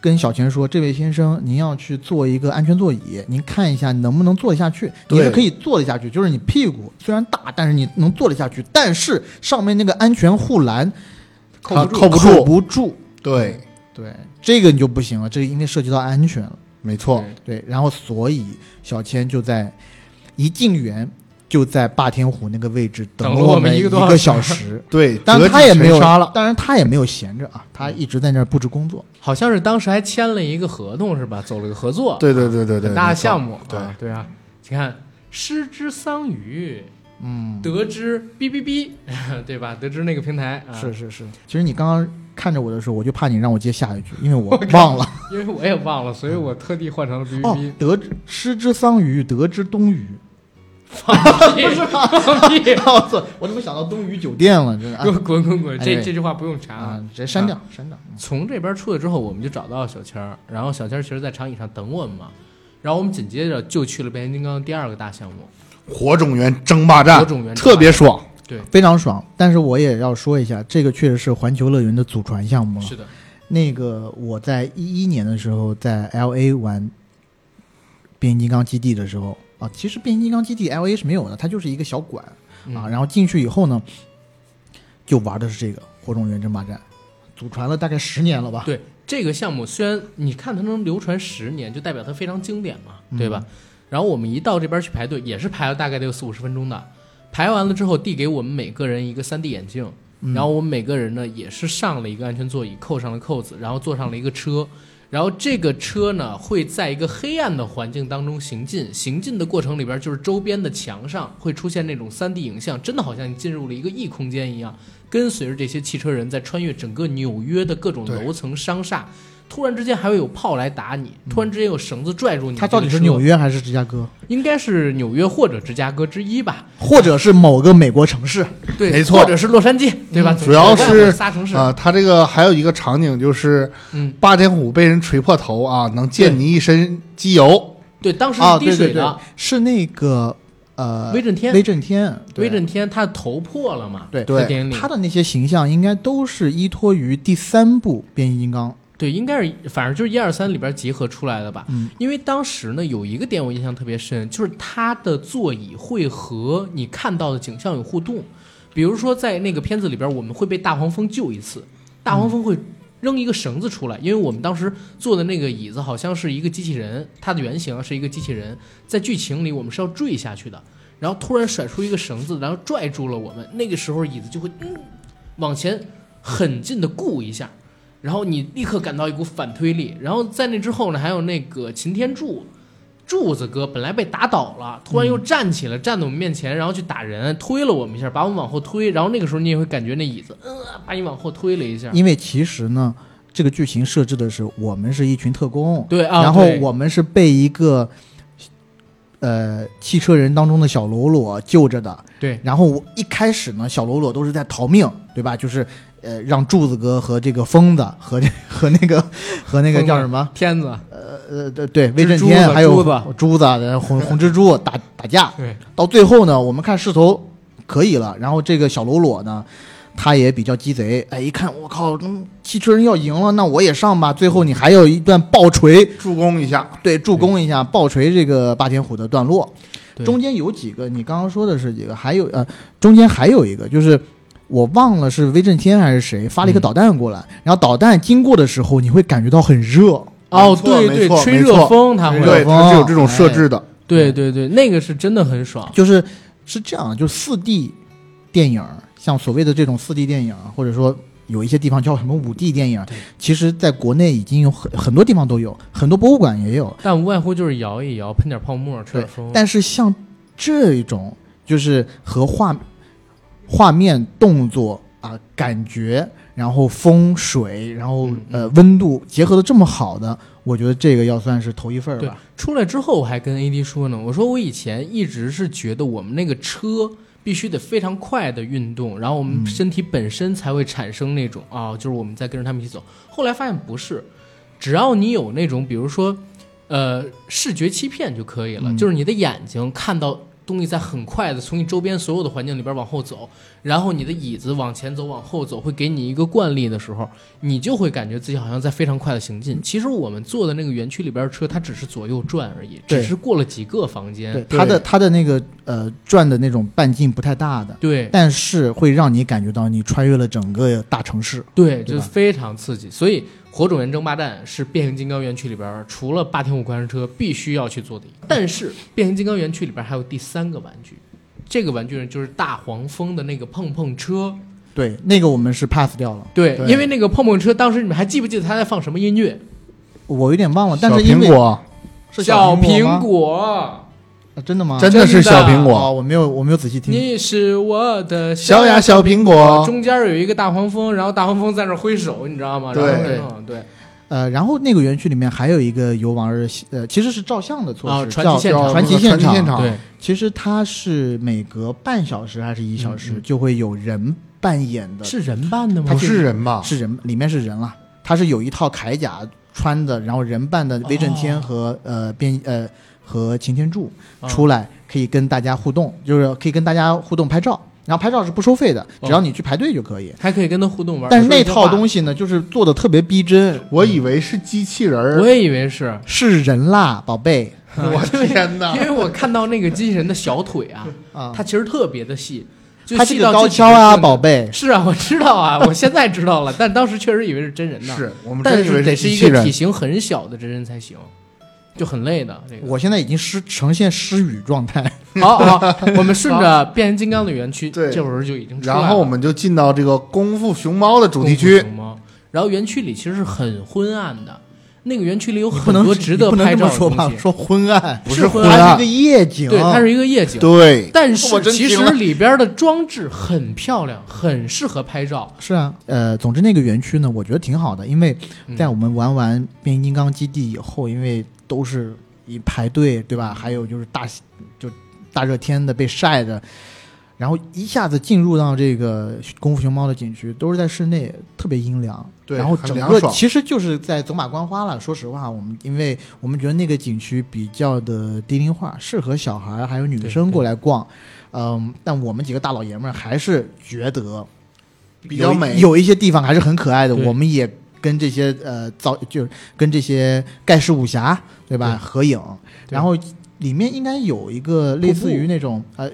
[SPEAKER 2] 跟小千说，这位先生，您要去坐一个安全座椅，您看一下能不能坐得下去。
[SPEAKER 3] 对
[SPEAKER 2] 你是可以坐得下去，就是你屁股虽然大，但是你能坐得下去，但是上面那个安全护栏。
[SPEAKER 3] 扣
[SPEAKER 2] 它
[SPEAKER 3] 不住
[SPEAKER 2] 扣不
[SPEAKER 3] 扣
[SPEAKER 2] 不住。
[SPEAKER 3] 对，
[SPEAKER 2] 对，这个你就不行了，这个因为涉及到安全了。
[SPEAKER 3] 没错，
[SPEAKER 2] 对，然后所以小千就在一进园就在霸天虎那个位置
[SPEAKER 1] 等
[SPEAKER 2] 了
[SPEAKER 1] 了我
[SPEAKER 2] 我
[SPEAKER 1] 们
[SPEAKER 2] 一
[SPEAKER 1] 一个多
[SPEAKER 2] 个
[SPEAKER 1] 小
[SPEAKER 2] 小时，
[SPEAKER 3] 对，
[SPEAKER 2] 但
[SPEAKER 3] 折
[SPEAKER 2] 他
[SPEAKER 3] 戟
[SPEAKER 2] 也没有
[SPEAKER 3] 沉沙了，
[SPEAKER 2] 当然他也没有闲着啊，他一直在那儿布置工作。
[SPEAKER 1] 好像是当时还签了一个合同是吧？走了个合作，
[SPEAKER 3] 对对对对对，
[SPEAKER 1] 很大
[SPEAKER 3] 没
[SPEAKER 1] 的
[SPEAKER 3] 错
[SPEAKER 1] 项目。
[SPEAKER 3] 对
[SPEAKER 1] 啊对啊，你看，失之桑榆，
[SPEAKER 2] 嗯，
[SPEAKER 1] 得之哔哔哔， 对吧？得知那个平台啊
[SPEAKER 2] 是是是。其实你刚刚看着我的时候，我就怕你让我接下一句，因为我忘了。
[SPEAKER 1] 因为我也忘了，所以我特地换成了哔哔
[SPEAKER 2] 哦
[SPEAKER 1] 哔。，
[SPEAKER 2] 得之失之桑榆，得之东隅。
[SPEAKER 1] 哦不是 放屁，
[SPEAKER 2] 我操！我怎么想到东隅酒店了？真的 啊
[SPEAKER 1] 滚滚滚滚！这
[SPEAKER 2] 哎
[SPEAKER 1] 这句话不用查
[SPEAKER 2] 啊
[SPEAKER 1] 啊。！
[SPEAKER 2] 直接删掉，删掉。
[SPEAKER 1] 从这边出来之后，我们就找到小千儿，然后小千儿其实在长椅上等我们嘛，然后我们紧接着就去了变形金刚第二个大项目，
[SPEAKER 3] 火种源争霸战，
[SPEAKER 1] 火种源争霸
[SPEAKER 3] 特别爽，
[SPEAKER 2] 非常爽。但是我也要说一下，这个确实是环球乐园的祖传项目了。
[SPEAKER 1] 是的，
[SPEAKER 2] 那个我在一一年的时候在 L A 玩变形金刚基地的时候啊，其实变形金刚基地 L A 是没有的，它就是一个小馆啊。
[SPEAKER 1] 嗯
[SPEAKER 2] 然后进去以后呢，就玩的是这个火种源争霸战，祖传了大概十年了吧。
[SPEAKER 1] 嗯对这个项目，虽然你看它能流传十年，就代表它非常经典嘛，对吧？然后我们一到这边去排队，也是排了大概得有四五十分钟的。排完了之后，递给我们每个人一个 3D 眼镜，然后我们每个人呢也是上了一个安全座椅，扣上了扣子，然后坐上了一个车。然后这个车呢会在一个黑暗的环境当中行进，行进的过程里边就是周边的墙上会出现那种 3D 影像，真的好像你进入了一个异空间一样，跟随着这些汽车人在穿越整个纽约的各种
[SPEAKER 3] 对
[SPEAKER 1] 楼层商厦。突然之间还会有炮来打你，突然之间有绳子拽住你。
[SPEAKER 2] 它到底是
[SPEAKER 1] 这个车
[SPEAKER 2] 纽约还是芝加哥，
[SPEAKER 1] 应该是纽约或者芝加哥之一吧？
[SPEAKER 2] 或者是某个美国城市？
[SPEAKER 1] 对，
[SPEAKER 3] 没错
[SPEAKER 1] 或者是洛杉矶，对吧？
[SPEAKER 3] 主要
[SPEAKER 1] 总之
[SPEAKER 3] 是
[SPEAKER 1] 仨城市，
[SPEAKER 3] 啊，他这个还有一个场景就是
[SPEAKER 1] 嗯，
[SPEAKER 3] 霸天虎被人锤破头啊，能溅你一身机油。
[SPEAKER 1] 对，当时是
[SPEAKER 2] 啊，对
[SPEAKER 1] 滴
[SPEAKER 2] 对
[SPEAKER 1] 水
[SPEAKER 2] 对
[SPEAKER 1] 的，
[SPEAKER 2] 是那个呃，
[SPEAKER 1] 威震天
[SPEAKER 2] 威，震天，对
[SPEAKER 1] 威震天他的头破了嘛？
[SPEAKER 2] 对
[SPEAKER 3] 对
[SPEAKER 1] 在电影里
[SPEAKER 2] 他的那些形象应该都是依托于第三部《变形金刚》。
[SPEAKER 1] 对，应该是反正就是一二三里边集合出来的吧。
[SPEAKER 2] 嗯，
[SPEAKER 1] 因为当时呢有一个点我印象特别深，就是它的座椅会和你看到的景象有互动。比如说在那个片子里边，我们会被大黄蜂救一次，大黄蜂会扔一个绳子出来，因为我们当时坐的那个椅子好像是一个机器人，它的原型啊是一个机器人，在剧情里我们是要坠下去的，然后突然甩出一个绳子，然后拽住了我们，那个时候椅子就会嗯往前很近的固一下。然后你立刻感到一股反推力。然后在那之后呢，还有那个擎天柱，柱子哥本来被打倒了，突然又站起来，站在我们面前，然后去打人，推了我们一下，把我们往后推。然后那个时候你也会感觉那椅子，呃，把你往后推了一下。
[SPEAKER 2] 因为其实呢，这个剧情设置的是我们是一群特工，
[SPEAKER 1] 对啊，
[SPEAKER 2] 然后
[SPEAKER 1] 对
[SPEAKER 2] 我们是被一个呃汽车人当中的小喽啰救着的。
[SPEAKER 1] 对
[SPEAKER 2] 然后我一开始呢，小喽啰都是在逃命，对吧？就是呃，让柱子哥和这个疯子和这 和那个和那个叫什么
[SPEAKER 1] 片子，
[SPEAKER 2] 呃对对威震
[SPEAKER 1] 蜘蛛
[SPEAKER 2] 天
[SPEAKER 1] 和
[SPEAKER 2] 还有
[SPEAKER 1] 珠子
[SPEAKER 2] 珠子啊然后红红蜘蛛打打架，
[SPEAKER 1] 对
[SPEAKER 2] 到最后呢，我们看势头可以了，然后这个小喽啰呢，他也比较鸡贼，哎，一看我靠，嗯，汽车人要赢了，那我也上吧。最后你还有一段爆锤，
[SPEAKER 3] 助攻一下，
[SPEAKER 2] 对，助攻一下爆锤这个霸天虎的段落，
[SPEAKER 1] 对
[SPEAKER 2] 中间有几个你刚刚说的是几个，还有呃，中间还有一个就是。我忘了是威震天还是谁发了一
[SPEAKER 1] 嗯
[SPEAKER 2] 个导弹过来，然后导弹经过的时候，你会感觉到很热，
[SPEAKER 1] 哦
[SPEAKER 3] 没，错
[SPEAKER 1] 对
[SPEAKER 3] 没
[SPEAKER 1] 对，
[SPEAKER 3] 错
[SPEAKER 1] 吹
[SPEAKER 3] 没
[SPEAKER 1] 热
[SPEAKER 3] 错
[SPEAKER 1] 风它
[SPEAKER 2] 吹
[SPEAKER 1] 会，
[SPEAKER 2] 热
[SPEAKER 3] 对，它是有这种
[SPEAKER 2] 风
[SPEAKER 3] 设置的。
[SPEAKER 1] 对对对，那个是真的很爽。
[SPEAKER 2] 就是是这样，就四 D 电影，像所谓的这种四 D 电影，或者说有一些地方叫什么五 D 电影
[SPEAKER 1] 对，
[SPEAKER 2] 其实在国内已经有很很多地方都有，很多博物馆也有。
[SPEAKER 1] 但无外乎就是摇一摇，喷点泡沫，吹点风。
[SPEAKER 2] 但是像这种，就是和画画面、动作啊、感觉，然后风水，然后
[SPEAKER 1] 嗯嗯
[SPEAKER 2] 呃温度结合的这么好的，我觉得这个要算是头一份儿
[SPEAKER 1] 对
[SPEAKER 2] 吧。，
[SPEAKER 1] 出来之后我还跟 AD 说呢，我说我以前一直是觉得我们那个车必须得非常快的运动，然后我
[SPEAKER 2] 嗯
[SPEAKER 1] 们身体本身才会产生那种啊、就是我们在跟着他们一起走。后来发现不是，只要你有那种比如说，呃，视觉欺骗就可以了，
[SPEAKER 2] 嗯
[SPEAKER 1] 就是你的眼睛看到。东西在很快的从你周边所有的环境里边往后走，然后你的椅子往前走、往后走，会给你一个惯例的时候，你就会感觉自己好像在非常快的行
[SPEAKER 2] 嗯
[SPEAKER 1] 进。其实我们坐的那个园区里边的车，它只是左右转而已，
[SPEAKER 2] 对
[SPEAKER 1] 只是过了几个房间。
[SPEAKER 2] 对，它的它的那个呃转的那种半径不太大的，
[SPEAKER 1] 对
[SPEAKER 2] 但是会让你感觉到你穿越了整个大城市。
[SPEAKER 1] 对，
[SPEAKER 2] 对
[SPEAKER 1] 就
[SPEAKER 2] 吧
[SPEAKER 1] 非常刺激。所以《火种人争霸战》是变形金刚园区里边除了霸天虎快车车必须要去做的一个。但是变形金刚园区里边还有第三个玩具，这个玩具呢就是大黄蜂的那个碰碰车。
[SPEAKER 2] 对，那个我们是 pass 掉了，
[SPEAKER 1] 对，
[SPEAKER 3] 对
[SPEAKER 1] 因为那个碰碰车当时你们还记不记得他在放什么音乐？
[SPEAKER 2] 我有点忘了。但
[SPEAKER 3] 小
[SPEAKER 2] 是因
[SPEAKER 3] 苹
[SPEAKER 2] 为
[SPEAKER 3] 果
[SPEAKER 2] 是
[SPEAKER 1] 小
[SPEAKER 2] 苹
[SPEAKER 1] 苹果，
[SPEAKER 2] 啊真的吗？
[SPEAKER 3] 真的是
[SPEAKER 1] 真的啊
[SPEAKER 3] 小苹
[SPEAKER 2] 哦，
[SPEAKER 3] 果，
[SPEAKER 2] 我没有我没有仔细听。
[SPEAKER 1] 你是我的
[SPEAKER 3] 小雅小苹果，
[SPEAKER 1] 哦中间有一个大黄蜂，然后大黄蜂在那儿挥手，你知道吗？
[SPEAKER 3] 对
[SPEAKER 1] 然后那种对，
[SPEAKER 2] 呃，然后那个园区里面还有一个游玩儿，呃，其实是照相的措施，
[SPEAKER 1] 啊传
[SPEAKER 2] 叫
[SPEAKER 1] 奇现
[SPEAKER 2] 叫
[SPEAKER 1] 场
[SPEAKER 2] 传奇
[SPEAKER 3] 传奇
[SPEAKER 2] 场。
[SPEAKER 3] 现场
[SPEAKER 1] 对
[SPEAKER 2] 其实它是每隔半小时还是一小时
[SPEAKER 1] 嗯嗯
[SPEAKER 2] 就会有人扮演的，
[SPEAKER 1] 是人扮的吗？
[SPEAKER 3] 不是人
[SPEAKER 1] 啊
[SPEAKER 3] 吧？
[SPEAKER 2] 是人，里面是人了。它是有一套铠甲穿的，然后人扮的威震天
[SPEAKER 1] 哦
[SPEAKER 2] 和、呃变呃和擎天柱
[SPEAKER 1] 啊
[SPEAKER 2] 出来，可以跟大家互动，就是可以跟大家互动拍照。然后拍照是不收费的，只要你去排队就可以。
[SPEAKER 1] 还可以跟他互动哦玩。
[SPEAKER 2] 但是那套东
[SPEAKER 1] 西，
[SPEAKER 2] 西呢，就是做的特别逼真，
[SPEAKER 3] 我以为是机器人
[SPEAKER 1] 我
[SPEAKER 3] 儿，
[SPEAKER 1] 也以为是，
[SPEAKER 2] 是人啦，宝贝
[SPEAKER 3] 我天哪
[SPEAKER 1] 因！为我看到那个机器人的小腿啊，
[SPEAKER 2] 啊！
[SPEAKER 1] 它其实特别的细，就
[SPEAKER 2] 它
[SPEAKER 1] 细
[SPEAKER 2] 这
[SPEAKER 1] 到
[SPEAKER 2] 个高
[SPEAKER 1] 自己
[SPEAKER 2] 跷啊，
[SPEAKER 1] 都不能
[SPEAKER 2] 宝。贝，
[SPEAKER 1] 是啊，我知道啊，我现在知道了，但当时确实以为是真人呢。
[SPEAKER 3] 是我们
[SPEAKER 1] 但
[SPEAKER 3] 真以为
[SPEAKER 1] 得
[SPEAKER 3] 机
[SPEAKER 1] 是
[SPEAKER 3] 器
[SPEAKER 1] 一个体
[SPEAKER 3] 人，
[SPEAKER 1] 型很小的真人才行。就很累的。这个
[SPEAKER 2] 我现在已经失呈现失语状态，
[SPEAKER 1] 好好，我们顺着变形金刚的园区，
[SPEAKER 3] 对
[SPEAKER 1] 这会儿就已经出来了
[SPEAKER 3] 然后我们就进到这个功夫熊猫的主题
[SPEAKER 1] 功夫
[SPEAKER 3] 区，
[SPEAKER 1] 熊猫然后园区里其实是很昏暗的，那个园区里有
[SPEAKER 2] 不
[SPEAKER 1] 很
[SPEAKER 2] 能
[SPEAKER 1] 多值得
[SPEAKER 2] 不能
[SPEAKER 1] 拍
[SPEAKER 2] 这
[SPEAKER 1] 照
[SPEAKER 2] 么
[SPEAKER 1] 的
[SPEAKER 2] 说吧
[SPEAKER 1] 东？西，
[SPEAKER 2] 说啊昏暗，
[SPEAKER 3] 不是
[SPEAKER 1] 昏
[SPEAKER 3] 昏
[SPEAKER 1] 暗
[SPEAKER 2] 它
[SPEAKER 3] 暗
[SPEAKER 2] 是一个夜景，
[SPEAKER 1] 对，它是一个夜景。
[SPEAKER 3] 对，
[SPEAKER 1] 但是
[SPEAKER 3] 我真
[SPEAKER 1] 其
[SPEAKER 3] 惊
[SPEAKER 1] 实
[SPEAKER 3] 了
[SPEAKER 1] 里边的装置很漂亮，很适合拍照。
[SPEAKER 2] 是啊，呃，总之那个园区呢，我觉得挺好的，因为
[SPEAKER 1] 嗯
[SPEAKER 3] 嗯
[SPEAKER 2] 在我们玩完变形金刚基地以后，因为都是一排队，对吧？还有就是大就大热天的被晒的，然后一下子进入到这个功夫熊猫的景区，都是在室内，特别阴凉。
[SPEAKER 3] 对
[SPEAKER 2] 然后
[SPEAKER 3] 很
[SPEAKER 2] 整
[SPEAKER 3] 凉
[SPEAKER 2] 个
[SPEAKER 3] 爽
[SPEAKER 2] 其实就是在走马观花了。说实话，我们因为我们觉得那个景区比较的低龄化，适合小孩儿还有女
[SPEAKER 1] 对
[SPEAKER 2] 生
[SPEAKER 1] 对
[SPEAKER 2] 过来逛。嗯，但我们几个大老爷们儿还是觉得
[SPEAKER 3] 比较美，
[SPEAKER 2] 有一些地方还是很可爱的。
[SPEAKER 1] 对
[SPEAKER 2] 我们也跟这些呃造就是跟这些盖世武侠对吧
[SPEAKER 1] 对
[SPEAKER 2] 合影，
[SPEAKER 1] 对
[SPEAKER 2] 然后里面应该有一个类似于那种呃。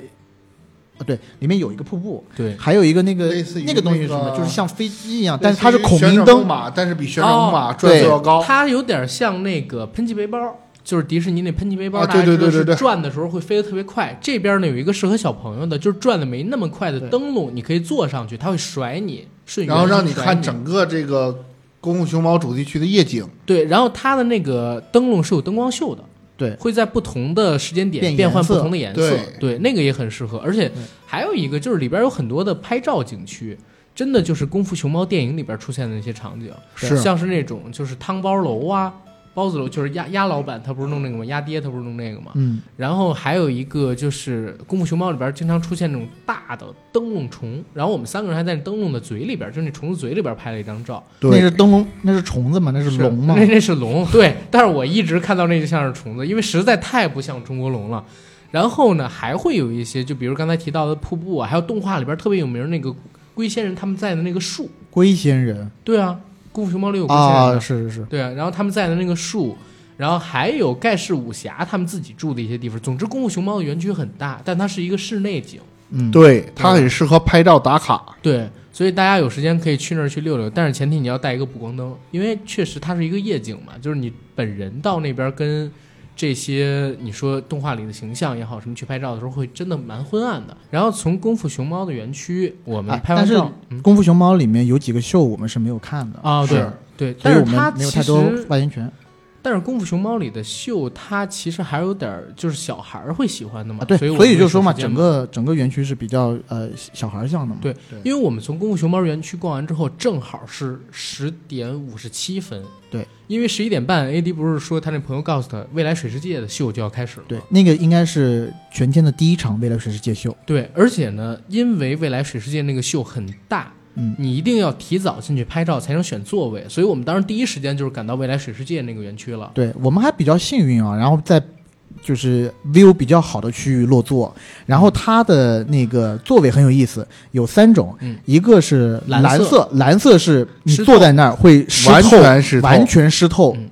[SPEAKER 2] 啊，对，里面有一个瀑布，
[SPEAKER 1] 对，
[SPEAKER 2] 还有一个那个
[SPEAKER 3] 类似于
[SPEAKER 2] 那个东西是什么
[SPEAKER 3] 那，个
[SPEAKER 2] 就是像飞机一样，啊
[SPEAKER 3] 类
[SPEAKER 2] 但
[SPEAKER 3] 似于
[SPEAKER 2] 是它是孔
[SPEAKER 3] 旋
[SPEAKER 2] 明
[SPEAKER 3] 转
[SPEAKER 2] 灯
[SPEAKER 3] 木，马，但是比旋转木马
[SPEAKER 1] 哦
[SPEAKER 3] 转速
[SPEAKER 2] 对
[SPEAKER 3] 要高，
[SPEAKER 1] 它有点像那个喷气背包，就是迪士尼那喷气背包，
[SPEAKER 3] 啊
[SPEAKER 1] 大家
[SPEAKER 3] 对对
[SPEAKER 1] 知道
[SPEAKER 3] 对对对
[SPEAKER 1] 是转的时候会飞得特别快。这边呢有一个适合小朋友的，就是转的没那么快的
[SPEAKER 2] 对
[SPEAKER 1] 灯笼，你可以坐上去，它会甩你，顺
[SPEAKER 3] 然后
[SPEAKER 1] 原
[SPEAKER 3] 让
[SPEAKER 1] 因
[SPEAKER 3] 你
[SPEAKER 1] 甩
[SPEAKER 3] 看整个这个功夫熊猫主题区的夜景，
[SPEAKER 1] 对，然后它的那个灯笼是有灯光秀的，
[SPEAKER 2] 对
[SPEAKER 1] 会在不同的时间点
[SPEAKER 2] 变
[SPEAKER 1] 变换
[SPEAKER 2] 颜色
[SPEAKER 1] 不同的颜色，
[SPEAKER 3] 对
[SPEAKER 1] 对，那个也很适合。而且还有一个就是里边有很多的拍照景区，真的就是功夫熊猫电影里边出现的那些场景，
[SPEAKER 3] 是
[SPEAKER 1] 像是那种就是汤包楼啊。包子楼就是鸭鸭老板，他不是弄那个吗？鸭爹他不是弄那个吗？
[SPEAKER 2] 嗯，
[SPEAKER 1] 然后还有一个就是《功夫熊猫》里边经常出现那种大的灯笼虫，然后我们三个人还在灯笼的嘴里边，就是那虫子嘴里边拍了一张照。
[SPEAKER 2] 那是灯笼，那是虫子吗？那是龙吗
[SPEAKER 1] 那？那是龙，对。但是我一直看到那就像是虫子，因为实在太不像中国龙了。然后呢，还会有一些，就比如刚才提到的瀑布啊，还有动画里边特别有名那个龟仙人他们在的那个树，
[SPEAKER 2] 龟仙人
[SPEAKER 1] 对啊，功夫熊猫里有龟仙人
[SPEAKER 2] 啊，
[SPEAKER 1] 的
[SPEAKER 2] 是是是，
[SPEAKER 1] 对啊，然后他们在的那个树，然后还有盖世武侠他们自己住的一些地方。总之，功夫熊猫的园区很大，但它是一个室内景，
[SPEAKER 2] 嗯，
[SPEAKER 3] 对，它很适合拍照打卡，
[SPEAKER 1] 对，所以大家有时间可以去那儿去溜溜，但是前提你要带一个补光灯，因为确实它是一个夜景嘛，就是你本人到那边跟这些你说动画里的形象也好，什么去拍照的时候会真的蛮昏暗的。然后从功夫熊猫的园区，我们
[SPEAKER 2] 哎
[SPEAKER 1] 拍完
[SPEAKER 2] 但是
[SPEAKER 1] 照，嗯
[SPEAKER 2] 功夫熊猫里面有几个秀我们是没有看的
[SPEAKER 1] 啊，对
[SPEAKER 3] 是
[SPEAKER 1] 对，
[SPEAKER 2] 所
[SPEAKER 1] 但
[SPEAKER 2] 以
[SPEAKER 1] 是
[SPEAKER 2] 我
[SPEAKER 1] 它
[SPEAKER 2] 们没有太
[SPEAKER 1] 其
[SPEAKER 2] 多
[SPEAKER 1] 实，
[SPEAKER 2] 发言权
[SPEAKER 1] 但是功夫熊猫里的秀，它其实还有点儿就是小孩儿会喜欢的嘛，
[SPEAKER 2] 啊，对，
[SPEAKER 1] 所以
[SPEAKER 2] 所以就说嘛，
[SPEAKER 1] 整
[SPEAKER 2] 整
[SPEAKER 1] 个。
[SPEAKER 2] 个整个园区是比较呃小孩向的嘛，
[SPEAKER 1] 对，因为我们从功夫熊猫园区逛完之后，正好是十点五十七分。
[SPEAKER 2] 对，
[SPEAKER 1] 因为十一点半，AD 不是说他那朋友告诉他，未来水世界的秀就要开始了吗。
[SPEAKER 2] 对，那个应该是全天的第一场未来水世界秀，
[SPEAKER 1] 对，而且呢，因为未来水世界那个秀很大，
[SPEAKER 2] 嗯，
[SPEAKER 1] 你一定要提早进去拍照才能选座位，所以我们当时第一时间就是赶到未来水世界那个园区了。
[SPEAKER 2] 对我们还比较幸运啊，然后在就是 view 比较好的区域落座，
[SPEAKER 1] 嗯
[SPEAKER 2] 然后它的那个座位很有意思，有三种，
[SPEAKER 1] 嗯
[SPEAKER 2] 一个是
[SPEAKER 1] 蓝
[SPEAKER 2] 蓝
[SPEAKER 1] 色
[SPEAKER 2] 色，蓝色是你
[SPEAKER 1] 湿透
[SPEAKER 2] 坐在那儿会湿
[SPEAKER 3] 完
[SPEAKER 2] 透，
[SPEAKER 3] 全湿透，
[SPEAKER 2] 完全湿透
[SPEAKER 1] 嗯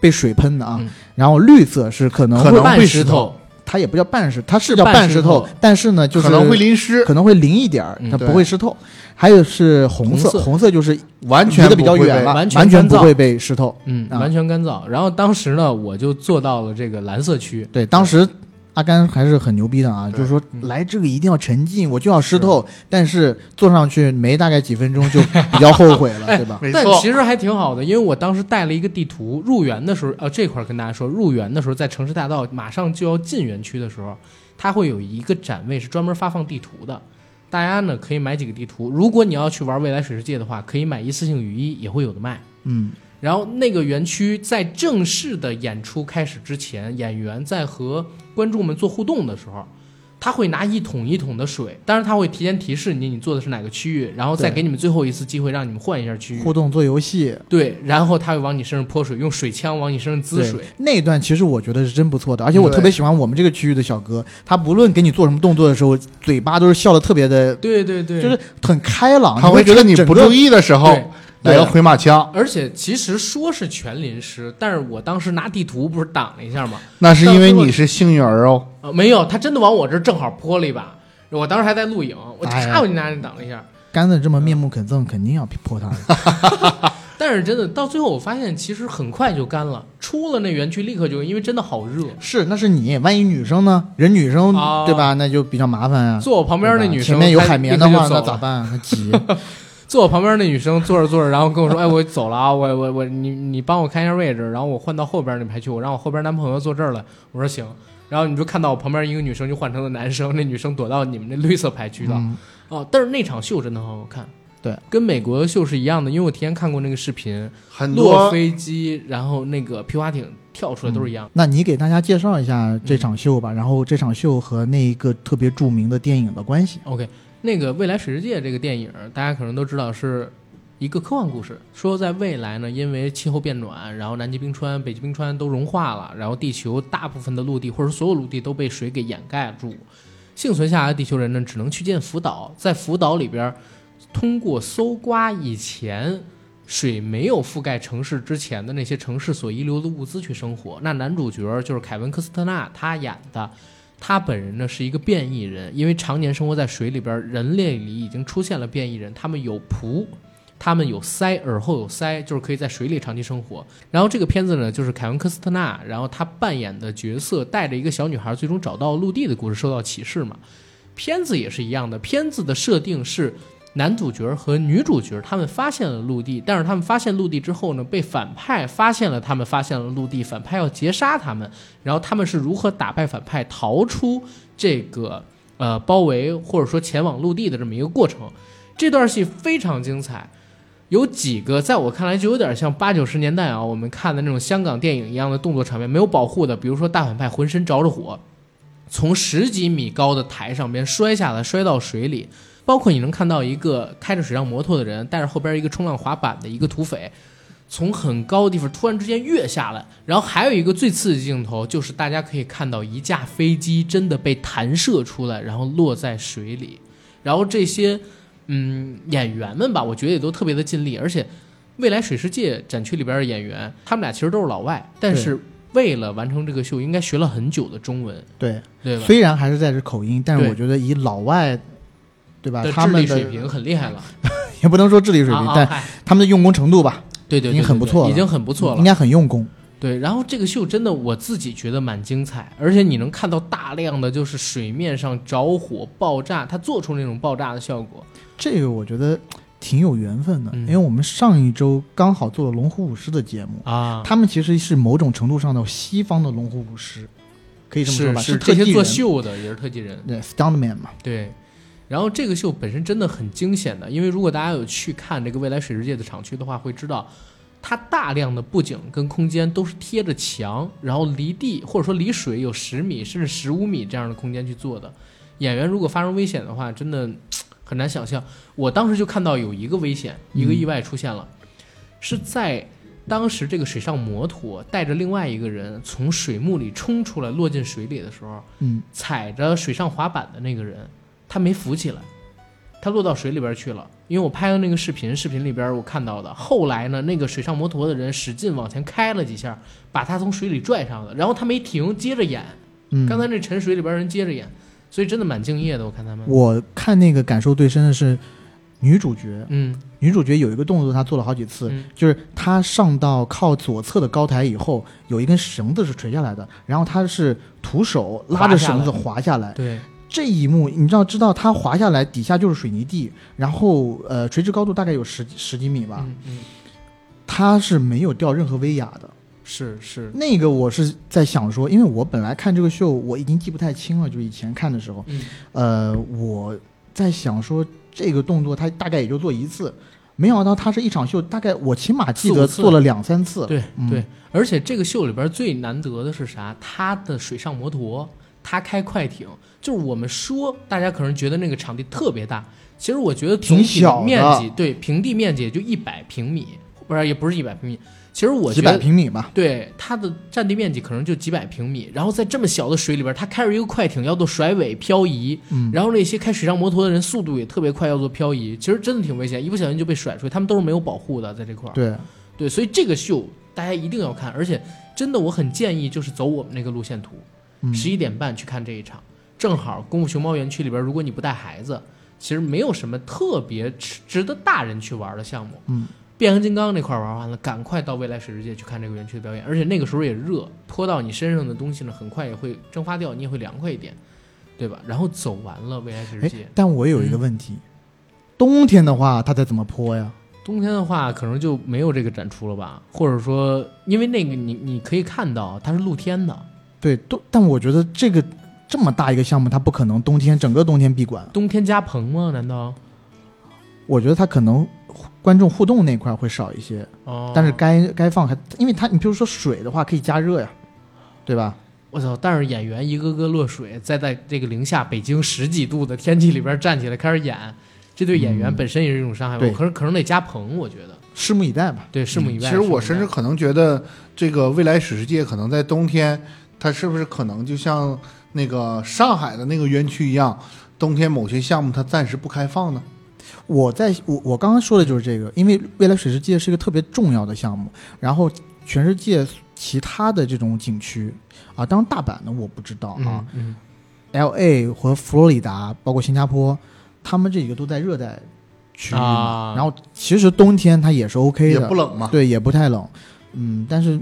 [SPEAKER 2] 被水喷的啊，
[SPEAKER 1] 嗯
[SPEAKER 2] 然后绿色是可能
[SPEAKER 3] 可能
[SPEAKER 2] 会
[SPEAKER 1] 半
[SPEAKER 3] 会
[SPEAKER 1] 石
[SPEAKER 3] 石
[SPEAKER 1] 头
[SPEAKER 3] 头，
[SPEAKER 2] 它也不叫半湿，它是
[SPEAKER 1] 是
[SPEAKER 2] 叫
[SPEAKER 1] 半
[SPEAKER 2] 半
[SPEAKER 1] 湿
[SPEAKER 2] 湿
[SPEAKER 1] 透
[SPEAKER 2] 透，但是呢，就是
[SPEAKER 3] 可能会淋湿，
[SPEAKER 2] 可能会淋一点儿
[SPEAKER 1] 嗯，
[SPEAKER 2] 它
[SPEAKER 3] 对
[SPEAKER 2] 不会湿透。还有是红色，
[SPEAKER 1] 红色
[SPEAKER 2] 红色就是
[SPEAKER 3] 完
[SPEAKER 2] 离
[SPEAKER 3] 全
[SPEAKER 2] 得比较
[SPEAKER 3] 不会
[SPEAKER 2] 远
[SPEAKER 3] 被
[SPEAKER 2] 了，
[SPEAKER 1] 完
[SPEAKER 2] 完
[SPEAKER 1] 全干
[SPEAKER 2] 不
[SPEAKER 1] 燥
[SPEAKER 2] 会被湿透。
[SPEAKER 1] 嗯，
[SPEAKER 2] 啊
[SPEAKER 1] 完全干燥。然后当时呢，我就坐到了这个蓝色区，
[SPEAKER 2] 对，当时阿甘还是很牛逼的啊，
[SPEAKER 3] 对嗯
[SPEAKER 2] 就是说来这个一定要沉浸，我就要湿透。但是坐上去没大概几分钟就比较后悔 了，对吧？
[SPEAKER 3] 没
[SPEAKER 1] 但
[SPEAKER 3] 错，
[SPEAKER 1] 其实还挺好的，因为我当时带了一个地图，入园的时候，呃，这块儿跟大家说，入园的时候在城市大道马上就要进园区的时候，它会有一个展位是专门发放地图的，大家呢可以买几个地图。如果你要去玩未来水世界的话，可以买一次性雨衣，也会有的卖。
[SPEAKER 2] 嗯，
[SPEAKER 1] 然后那个园区在正式的演出开始之前，演员在和观众们做互动的时候，他会拿一桶一桶的水，当然他会提前提示你你坐的是哪个区域，然后再
[SPEAKER 2] 对
[SPEAKER 1] 给你们最后一次机会让你们换一下区域。
[SPEAKER 2] 互动做游戏。
[SPEAKER 1] 对，然后他会往你身上泼水，用水枪往你身上滋
[SPEAKER 2] 对
[SPEAKER 1] 水。
[SPEAKER 2] 那一段其实我觉得是真不错的，而且我
[SPEAKER 3] 对
[SPEAKER 2] 特别喜欢我们这个区域的小哥，他不论给你做什么动作的时候，嘴巴都是笑的特别的，
[SPEAKER 1] 对对对，
[SPEAKER 2] 就是很开朗。
[SPEAKER 3] 他会觉得你不
[SPEAKER 2] 注
[SPEAKER 3] 注意的时候
[SPEAKER 1] 对
[SPEAKER 3] 来个
[SPEAKER 2] 对
[SPEAKER 3] 回马枪，
[SPEAKER 1] 而且其实说是全淋湿，但是我当时拿地图不是挡了一下吗？
[SPEAKER 3] 那是因为你是幸运儿哦，
[SPEAKER 1] 呃，没有，他真的往我这儿正好泼了一把。我当时还在录影，我
[SPEAKER 2] 哎
[SPEAKER 1] 咔
[SPEAKER 2] 呀
[SPEAKER 1] 我就拿着挡了一下。
[SPEAKER 2] 干的这么面目可憎，肯定要破他的。
[SPEAKER 1] 但是真的到最后，我发现其实很快就干了，出了那园区立刻就，因为真的好热。
[SPEAKER 2] 是，那是你。万一女生呢？人女生、
[SPEAKER 1] 哦
[SPEAKER 2] 对吧？那就比较麻烦呀、
[SPEAKER 1] 坐我旁边那女生，
[SPEAKER 2] 嗯前面有
[SPEAKER 1] 她
[SPEAKER 2] 海绵
[SPEAKER 1] 立
[SPEAKER 2] 的
[SPEAKER 1] 刻就
[SPEAKER 2] 话，
[SPEAKER 1] 走
[SPEAKER 2] 那
[SPEAKER 1] 了
[SPEAKER 2] 咋办？她急。
[SPEAKER 1] 坐我旁边那女生坐着坐着，然后跟我说：“哎，我走了啊，我我我，你你帮我看一下位置，然后我换到后边那排去，我让我后边男朋友坐这儿了。”我说：“行。”然后你就看到我旁边一个女生就换成了男生，那女生躲到你们那绿色排区了。
[SPEAKER 2] 嗯
[SPEAKER 1] 哦，但是那场秀真的很好看，
[SPEAKER 2] 对，
[SPEAKER 1] 跟美国的秀是一样的，因为我提前看过那个视频，
[SPEAKER 3] 很
[SPEAKER 1] 落
[SPEAKER 3] 多
[SPEAKER 1] 飞机，然后那个皮划艇跳出来都是一样的。
[SPEAKER 2] 那你给大家介绍一下这场秀吧，然后这场秀和那一个特别著名的电影的关系。
[SPEAKER 1] OK，那个《未来水世界》这个电影，大家可能都知道是一个科幻故事，说在未来呢，因为气候变暖，然后南极冰川、北极冰川都融化了，然后地球大部分的陆地或者所有陆地都被水给掩盖住，幸存下来的地球人呢，只能去见福岛，在福岛里边，通过搜刮以前。水没有覆盖城市之前的那些城市所遗留的物资去生活。那男主角就是凯文·科斯特纳，他演的他本人呢是一个变异人，因为常年生活在水里边儿，人类里已经出现了变异人，他们有蹼，他们有鳃，耳后有鳃，就是可以在水里长期生活。然后这个片子呢，就是凯文·科斯特纳，然后他扮演的角色带着一个小女孩，最终找到陆地的故事，受到启示嘛。片子也是一样的，片子的设定是男主角和女主角他们发现了陆地，但是他们发现陆地之后呢，被反派发现了，他们发现了陆地，反派要劫杀他们，然后他们是如何打败反派，逃出这个呃包围或者说前往陆地的这么一个过程。这段戏非常精彩，有几个在我看来就有点像八九十年代啊我们看的那种香港电影一样的动作场面，没有保护的，比如说大反派浑身着着火，从十几米高的台上边摔下来，摔到水里。包括你能看到一个开着水上摩托的人，带着后边一个冲浪滑板的一个土匪，从很高的地方突然之间跃下来，然后还有一个最刺激的镜头，就是大家可以看到一架飞机真的被弹射出来，然后落在水里，然后这些嗯演员们吧，我觉得也都特别的尽力，而且未来水世界展区里边的演员，他们俩其实都是老外，但是为了完成这个秀，应该学了很久的中文，
[SPEAKER 2] 对，
[SPEAKER 1] 对吧？
[SPEAKER 2] 虽然还是带着口音，但是
[SPEAKER 1] 对
[SPEAKER 2] 我觉得以老外，对吧？
[SPEAKER 1] 的
[SPEAKER 2] 他
[SPEAKER 1] 智
[SPEAKER 2] 们
[SPEAKER 1] 力
[SPEAKER 2] 的
[SPEAKER 1] 水平很厉害了，
[SPEAKER 2] 也不能说智力水
[SPEAKER 1] 啊
[SPEAKER 2] 平，
[SPEAKER 1] 啊
[SPEAKER 2] 但
[SPEAKER 1] 嗨
[SPEAKER 2] 他们的用功程度吧，
[SPEAKER 1] 对对对，
[SPEAKER 2] 已经很不
[SPEAKER 1] 对
[SPEAKER 2] 错
[SPEAKER 1] 对已
[SPEAKER 2] 了
[SPEAKER 1] 经很不错了
[SPEAKER 2] 应。该很用功。
[SPEAKER 1] 对，然后这个秀真的我自己觉得蛮精彩，而且你能看到大量的就是水面上着火爆炸，它做出那种爆炸的效果。
[SPEAKER 2] 这个我觉得挺有缘分的，
[SPEAKER 1] 嗯
[SPEAKER 2] 因为我们上一周刚好做了龙虎舞狮的节目，
[SPEAKER 1] 啊，
[SPEAKER 2] 他们其实是某种程度上的西方的龙虎舞狮，可以这么说
[SPEAKER 1] 是
[SPEAKER 2] 吧？
[SPEAKER 1] 是
[SPEAKER 2] 特
[SPEAKER 1] 这
[SPEAKER 2] 技
[SPEAKER 1] 些做
[SPEAKER 2] 人，
[SPEAKER 1] 秀的也是特技人，
[SPEAKER 2] 对，stuntman 嘛，
[SPEAKER 1] 对。然后这个秀本身真的很惊险的，因为如果大家有去看这个未来水世界的厂区的话，会知道它大量的布景跟空间都是贴着墙，然后离地或者说离水有十米甚至十五米这样的空间去做的。演员如果发生危险的话，真的很难想象。我当时就看到有一个危险，一个意外出现了，是在当时这个水上摩托带着另外一个人从水幕里冲出来落进水里的时候，
[SPEAKER 2] 嗯，
[SPEAKER 1] 踩着水上滑板的那个人，他没浮起来，他落到水里边去了。因为我拍的那个视频，视频里边我看到的。后来呢，那个水上摩托的人使劲往前开了几下，把他从水里拽上了，然后他没停，接着演。
[SPEAKER 2] 嗯，
[SPEAKER 1] 刚才那沉水里边人接着演，所以真的蛮敬业的。我看他们，
[SPEAKER 2] 我看那个感受最深的是女主角，
[SPEAKER 1] 嗯
[SPEAKER 2] 女主角有一个动作她做了好几次，
[SPEAKER 1] 嗯
[SPEAKER 2] 就是她上到靠左侧的高台以后，有一根绳子是垂下来的，然后她是徒手拉着绳子滑下来。
[SPEAKER 1] 对，
[SPEAKER 2] 这一幕你知道，知道她滑下来底下就是水泥地，然后呃垂直高度大概有十十几米吧，
[SPEAKER 1] 嗯嗯，
[SPEAKER 2] 她是没有掉任何威亚的。
[SPEAKER 1] 是是，
[SPEAKER 2] 那个我是在想说，因为我本来看这个秀，我已经记不太清了，就是以前看的时候，
[SPEAKER 1] 嗯
[SPEAKER 2] 呃，我在想说这个动作他大概也就做一次，没想到他是一场秀，大概我起码记
[SPEAKER 1] 四五
[SPEAKER 2] 得
[SPEAKER 1] 次
[SPEAKER 2] 做了两三次。
[SPEAKER 1] 对
[SPEAKER 2] 嗯
[SPEAKER 1] 对。而且这个秀里边最难得的是啥？他的水上摩托，他开快艇，就是我们说大家可能觉得那个场地特别大，其实我觉得总
[SPEAKER 2] 挺
[SPEAKER 1] 体的
[SPEAKER 2] 小的
[SPEAKER 1] 面积，对平地面积也就一百平米，不是也不是一百平米。其实我
[SPEAKER 2] 几
[SPEAKER 1] 觉
[SPEAKER 2] 百
[SPEAKER 1] 得
[SPEAKER 2] 平米吧，
[SPEAKER 1] 对，它的占地面积可能就几百平米，然后在这么小的水里边，它开着一个快艇要做甩尾漂移，
[SPEAKER 2] 嗯
[SPEAKER 1] 然后那些开水上摩托的人速度也特别快，要做漂移，其实真的挺危险，一不小心就被甩出去，他们都是没有保护的，在这块儿。
[SPEAKER 2] 对，
[SPEAKER 1] 对，所以这个秀大家一定要看，而且真的我很建议就是走我们那个路线图，
[SPEAKER 2] 嗯，
[SPEAKER 1] 十一点半去看这一场，正好功夫熊猫园区里边，如果你不带孩子，其实没有什么特别值值得大人去玩的项目。
[SPEAKER 2] 嗯，
[SPEAKER 1] 变形金刚那块玩完了，赶快到未来水世界去看这个园区的表演，而且那个时候也热，泼到你身上的东西呢，很快也会蒸发掉，你也会凉快一点，对吧？然后走完了未来水世
[SPEAKER 2] 哎
[SPEAKER 1] 界，，
[SPEAKER 2] 但我有一个问题，嗯冬天的话，它得怎么泼呀？
[SPEAKER 1] 冬天的话可能就没有这个展出了吧，或者说，因为那个你你可以看到它是露天的，
[SPEAKER 2] 对，冬，但我觉得这个这么大一个项目，它不可能冬天整个冬天闭馆。
[SPEAKER 1] 冬天加棚吗？难道？
[SPEAKER 2] 我觉得它可能观众互动那块会少一些，
[SPEAKER 1] 哦，
[SPEAKER 2] 但是该该放还，因为它你比如说水的话可以加热呀，对吧？
[SPEAKER 1] 我操！但是演员一个个落水，再在这个零下北京十几度的天气里边站起来开始演，这对演员本身也是一种伤害。
[SPEAKER 2] 对
[SPEAKER 1] 我可是可能得加棚，我觉得
[SPEAKER 2] 拭目以待吧。
[SPEAKER 1] 对，拭目以
[SPEAKER 3] 其
[SPEAKER 1] 待。
[SPEAKER 3] 实
[SPEAKER 1] 拭目
[SPEAKER 3] 我
[SPEAKER 1] 以
[SPEAKER 3] 甚至
[SPEAKER 1] 待
[SPEAKER 3] 可能觉得，这个未来史世界可能在冬天，它是不是可能就像那个上海的那个园区一样，冬天某些项目它暂时不开放呢？
[SPEAKER 2] 我在我我刚刚说的就是这个，因为未来水世界是一个特别重要的项目，然后全世界其他的这种景区啊，当然大阪呢我不知道啊
[SPEAKER 1] 嗯，嗯
[SPEAKER 2] L A 和佛罗里达，包括新加坡，他们这几个都在热带区域嘛
[SPEAKER 1] 啊
[SPEAKER 2] 然后其实冬天它也是 O、k
[SPEAKER 3] 也
[SPEAKER 2] 的，
[SPEAKER 3] 不冷嘛。
[SPEAKER 2] 对，也不太冷。嗯，但是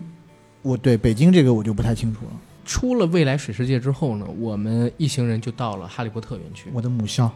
[SPEAKER 2] 我对北京这个我就不太清楚了。
[SPEAKER 1] 出了未来水世界之后呢，我们一行人就到了哈利波特园区，
[SPEAKER 2] 我的母校，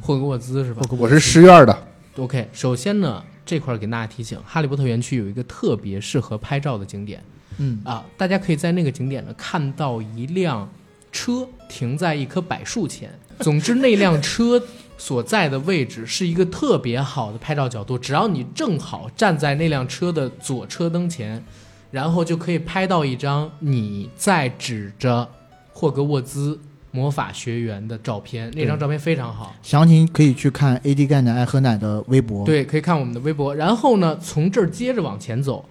[SPEAKER 1] 霍格沃兹是吧？
[SPEAKER 3] 我是师院的，
[SPEAKER 1] OK，首先呢，这块儿给大家提醒，哈利波特园区有一个特别适合拍照的景点
[SPEAKER 2] 嗯，
[SPEAKER 1] 啊，大家可以在那个景点呢看到一辆车停在一棵柏树前。总之，那辆车所在的位置是一个特别好的拍照角度，只要你正好站在那辆车的左车灯前，然后就可以拍到一张你在指着霍格沃兹魔法学园的照片，那张照片非常好。
[SPEAKER 2] 详情可以去看 A D 钙奶爱喝奶的微博。，
[SPEAKER 1] 对，可以看我们的微博。然后呢，从这儿接着往前走，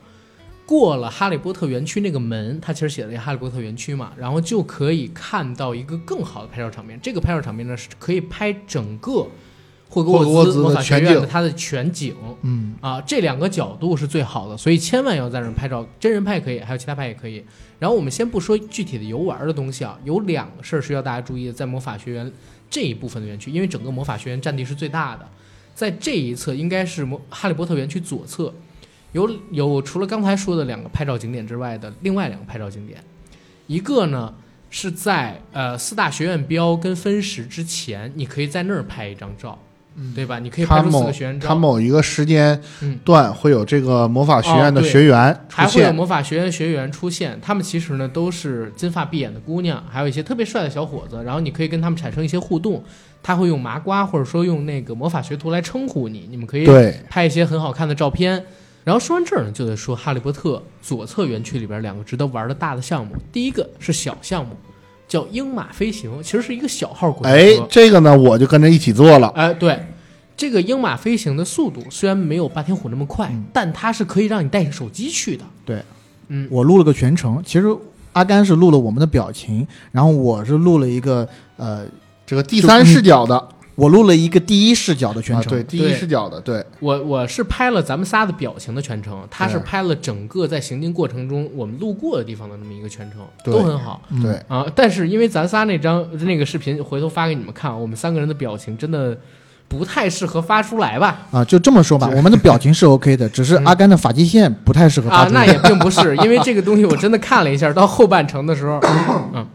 [SPEAKER 1] 过了哈利波特园区那个门，它其实写的哈利波特园区嘛，然后就可以看到一个更好的拍照场面。这个拍照场面呢，是可以拍整个霍格
[SPEAKER 3] 霍格沃
[SPEAKER 1] 沃兹
[SPEAKER 3] 兹
[SPEAKER 1] 魔
[SPEAKER 3] 的
[SPEAKER 1] 法学
[SPEAKER 3] 全
[SPEAKER 1] 院的
[SPEAKER 3] 景
[SPEAKER 1] 它的全景。
[SPEAKER 2] 嗯，
[SPEAKER 1] 啊，这两个角度是最好的，所以千万要在那儿拍照，真人拍也可以，还有其他拍也可以。然后我们先不说具体的游玩的东西啊，有两个事儿是要大家注意的，在魔法学院这一部分的园区，因为整个魔法学院占地是最大的，在这一侧应该是魔哈利波特园区左侧，有有除了刚才说的两个拍照景点之外的另外两个拍照景点，一个呢是在呃四大学院标跟分时之前，你可以在那儿拍一张照，对吧？你可以
[SPEAKER 3] 它
[SPEAKER 1] 拍出四
[SPEAKER 3] 嗯某
[SPEAKER 1] 个学院
[SPEAKER 3] 它
[SPEAKER 1] 照。
[SPEAKER 3] 某一个时间
[SPEAKER 1] 嗯
[SPEAKER 3] 段会有这个魔法学院
[SPEAKER 1] 哦
[SPEAKER 3] 的
[SPEAKER 1] 对
[SPEAKER 3] 学员出
[SPEAKER 1] 还会有
[SPEAKER 3] 现。
[SPEAKER 1] 魔法学院学员出现，他们其实呢都是金发碧眼的姑娘，还有一些特别帅的小伙子，然后你可以跟他们产生一些互动，他会用麻瓜或者说用那个魔法学徒来称呼你，你们可以
[SPEAKER 3] 对，
[SPEAKER 1] 拍一些很好看的照片。然后说完这儿呢，就得说《哈利波特》左侧园区里边两个值得玩的大的项目，第一个是小项目，叫鹰马飞行，其实是一个小号过
[SPEAKER 3] 哎
[SPEAKER 1] 山车，。
[SPEAKER 3] 这个呢，我就跟着一起做了。
[SPEAKER 1] 哎，对，这个鹰马飞行的速度虽然没有霸天虎那么快，
[SPEAKER 3] 嗯
[SPEAKER 1] 但它是可以让你带着手机去的。
[SPEAKER 2] 对，
[SPEAKER 1] 嗯
[SPEAKER 2] 我录了个全程。其实阿甘是录了我们的表情，然后我是录了一个呃，
[SPEAKER 3] 这个第三视角的啊，
[SPEAKER 2] 我录了一个第一视角的全程。
[SPEAKER 3] 对，第一
[SPEAKER 1] 啊对
[SPEAKER 3] 视角的，对，
[SPEAKER 1] 我我是拍了咱们仨的表情的全程，他是
[SPEAKER 3] 对
[SPEAKER 1] 拍了整个在行进过程中我们路过的地方的那么一个全程，
[SPEAKER 3] 对
[SPEAKER 1] 都很好
[SPEAKER 2] 嗯
[SPEAKER 3] 对，
[SPEAKER 1] 啊。但是因为咱仨那张那个视频，回头发给你们看，我们三个人的表情真的不太适合发出来吧？
[SPEAKER 2] 啊，就这么说吧，
[SPEAKER 3] 对
[SPEAKER 2] 我们的表情是 OK 的，只是阿甘的发际线不太适合发
[SPEAKER 1] 嗯啊，
[SPEAKER 2] 出来
[SPEAKER 1] 那也并不是，因为这个东西我真的看了一下，到后半程的时 候，嗯，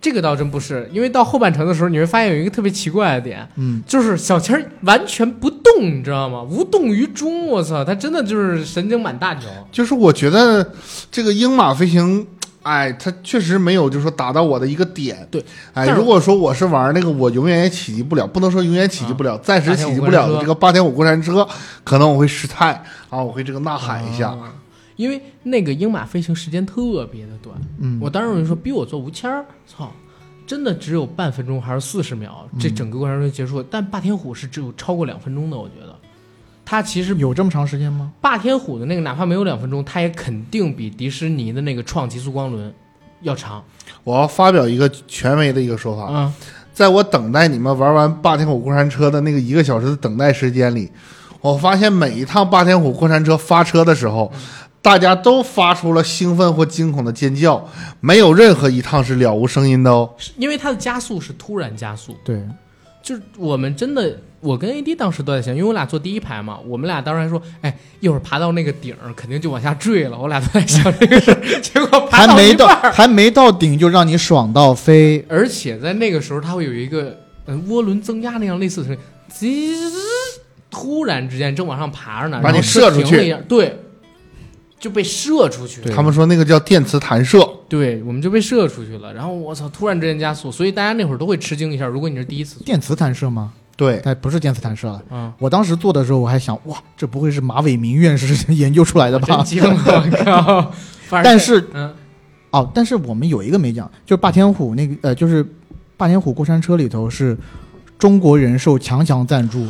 [SPEAKER 1] 这个倒真不是，因为到后半程的时候，你会发现有一个特别奇怪的点，
[SPEAKER 2] 嗯，
[SPEAKER 1] 就是小钱儿完全不动，你知道吗？无动于衷，我操，他真的就是神经满大条。
[SPEAKER 3] 就是我觉得这个鹰马飞行，哎，它确实没有就是说达到我的一个点。
[SPEAKER 1] 对，
[SPEAKER 3] 哎，
[SPEAKER 1] 但是
[SPEAKER 3] 如果说我是玩那个，我永远也起级不了，不能说永远起级不了，
[SPEAKER 1] 啊
[SPEAKER 3] 暂时起级不了
[SPEAKER 1] 八点五过山
[SPEAKER 3] 的
[SPEAKER 1] 车
[SPEAKER 3] 这个八点五过山车，可能我会失态啊，我会这个呐喊一下。
[SPEAKER 1] 啊因为那个鹰马飞行时间特别的短，
[SPEAKER 2] 嗯
[SPEAKER 1] 我当时我就说逼我做吴谦儿，操，真的只有半分钟还是四十秒，这整个过程就结束了。但霸天虎是只有超过两分钟的，我觉得，他其实
[SPEAKER 2] 有这么长时间吗？
[SPEAKER 1] 霸天虎的那个哪怕没有两分钟，它也肯定比迪士尼的那个创极速光轮要长
[SPEAKER 3] 我要发表一个权威的一个说法，
[SPEAKER 1] 啊、
[SPEAKER 3] 在我等待你们玩完霸天虎过山车的那个一个小时的等待时间里，我发现每一趟霸天虎过山车发车的时候，大家都发出了兴奋或惊恐的尖叫，没有任何一趟是了无声音的哦。
[SPEAKER 1] 是因为它的加速是突然加速，
[SPEAKER 2] 对，
[SPEAKER 1] 就是我们真的我跟 AD 当时都在想，因为我俩坐第一排嘛，我们俩当时还说，哎，一会儿爬到那个顶儿肯定就往下坠了，我俩都在想这个事儿，结果爬
[SPEAKER 2] 还
[SPEAKER 1] 到
[SPEAKER 2] 没
[SPEAKER 1] 一
[SPEAKER 2] 到
[SPEAKER 1] 半儿，
[SPEAKER 2] 还没到顶就让你爽到飞，
[SPEAKER 1] 而且在那个时候，它会有一个呃涡轮增压那样类似的声音，滋，突然之间正往上爬着呢，
[SPEAKER 3] 把
[SPEAKER 1] 然
[SPEAKER 3] 你
[SPEAKER 1] 后是
[SPEAKER 3] 射出去
[SPEAKER 1] 停了一下，对，就被射出去，对
[SPEAKER 3] 他们说那个叫电磁弹射，
[SPEAKER 1] 对，我们就被射出去了。然后我操，突然之间加速，所以大家那会儿都会吃惊一下。如果你是第一次做，
[SPEAKER 2] 电磁弹射吗？
[SPEAKER 3] 对，
[SPEAKER 2] 哎，不是电磁弹射了。
[SPEAKER 1] 啊，
[SPEAKER 2] 我当时做的时候，我还想，哇，这不会是马伟明院士 研究出来的
[SPEAKER 1] 真
[SPEAKER 2] 吧？
[SPEAKER 1] 惊了，我靠！反正
[SPEAKER 2] 但是
[SPEAKER 1] 嗯，
[SPEAKER 2] 哦，但是我们有一个没讲，就是霸天虎那个，呃，就是霸天虎过山车里头是中国人寿强强赞助，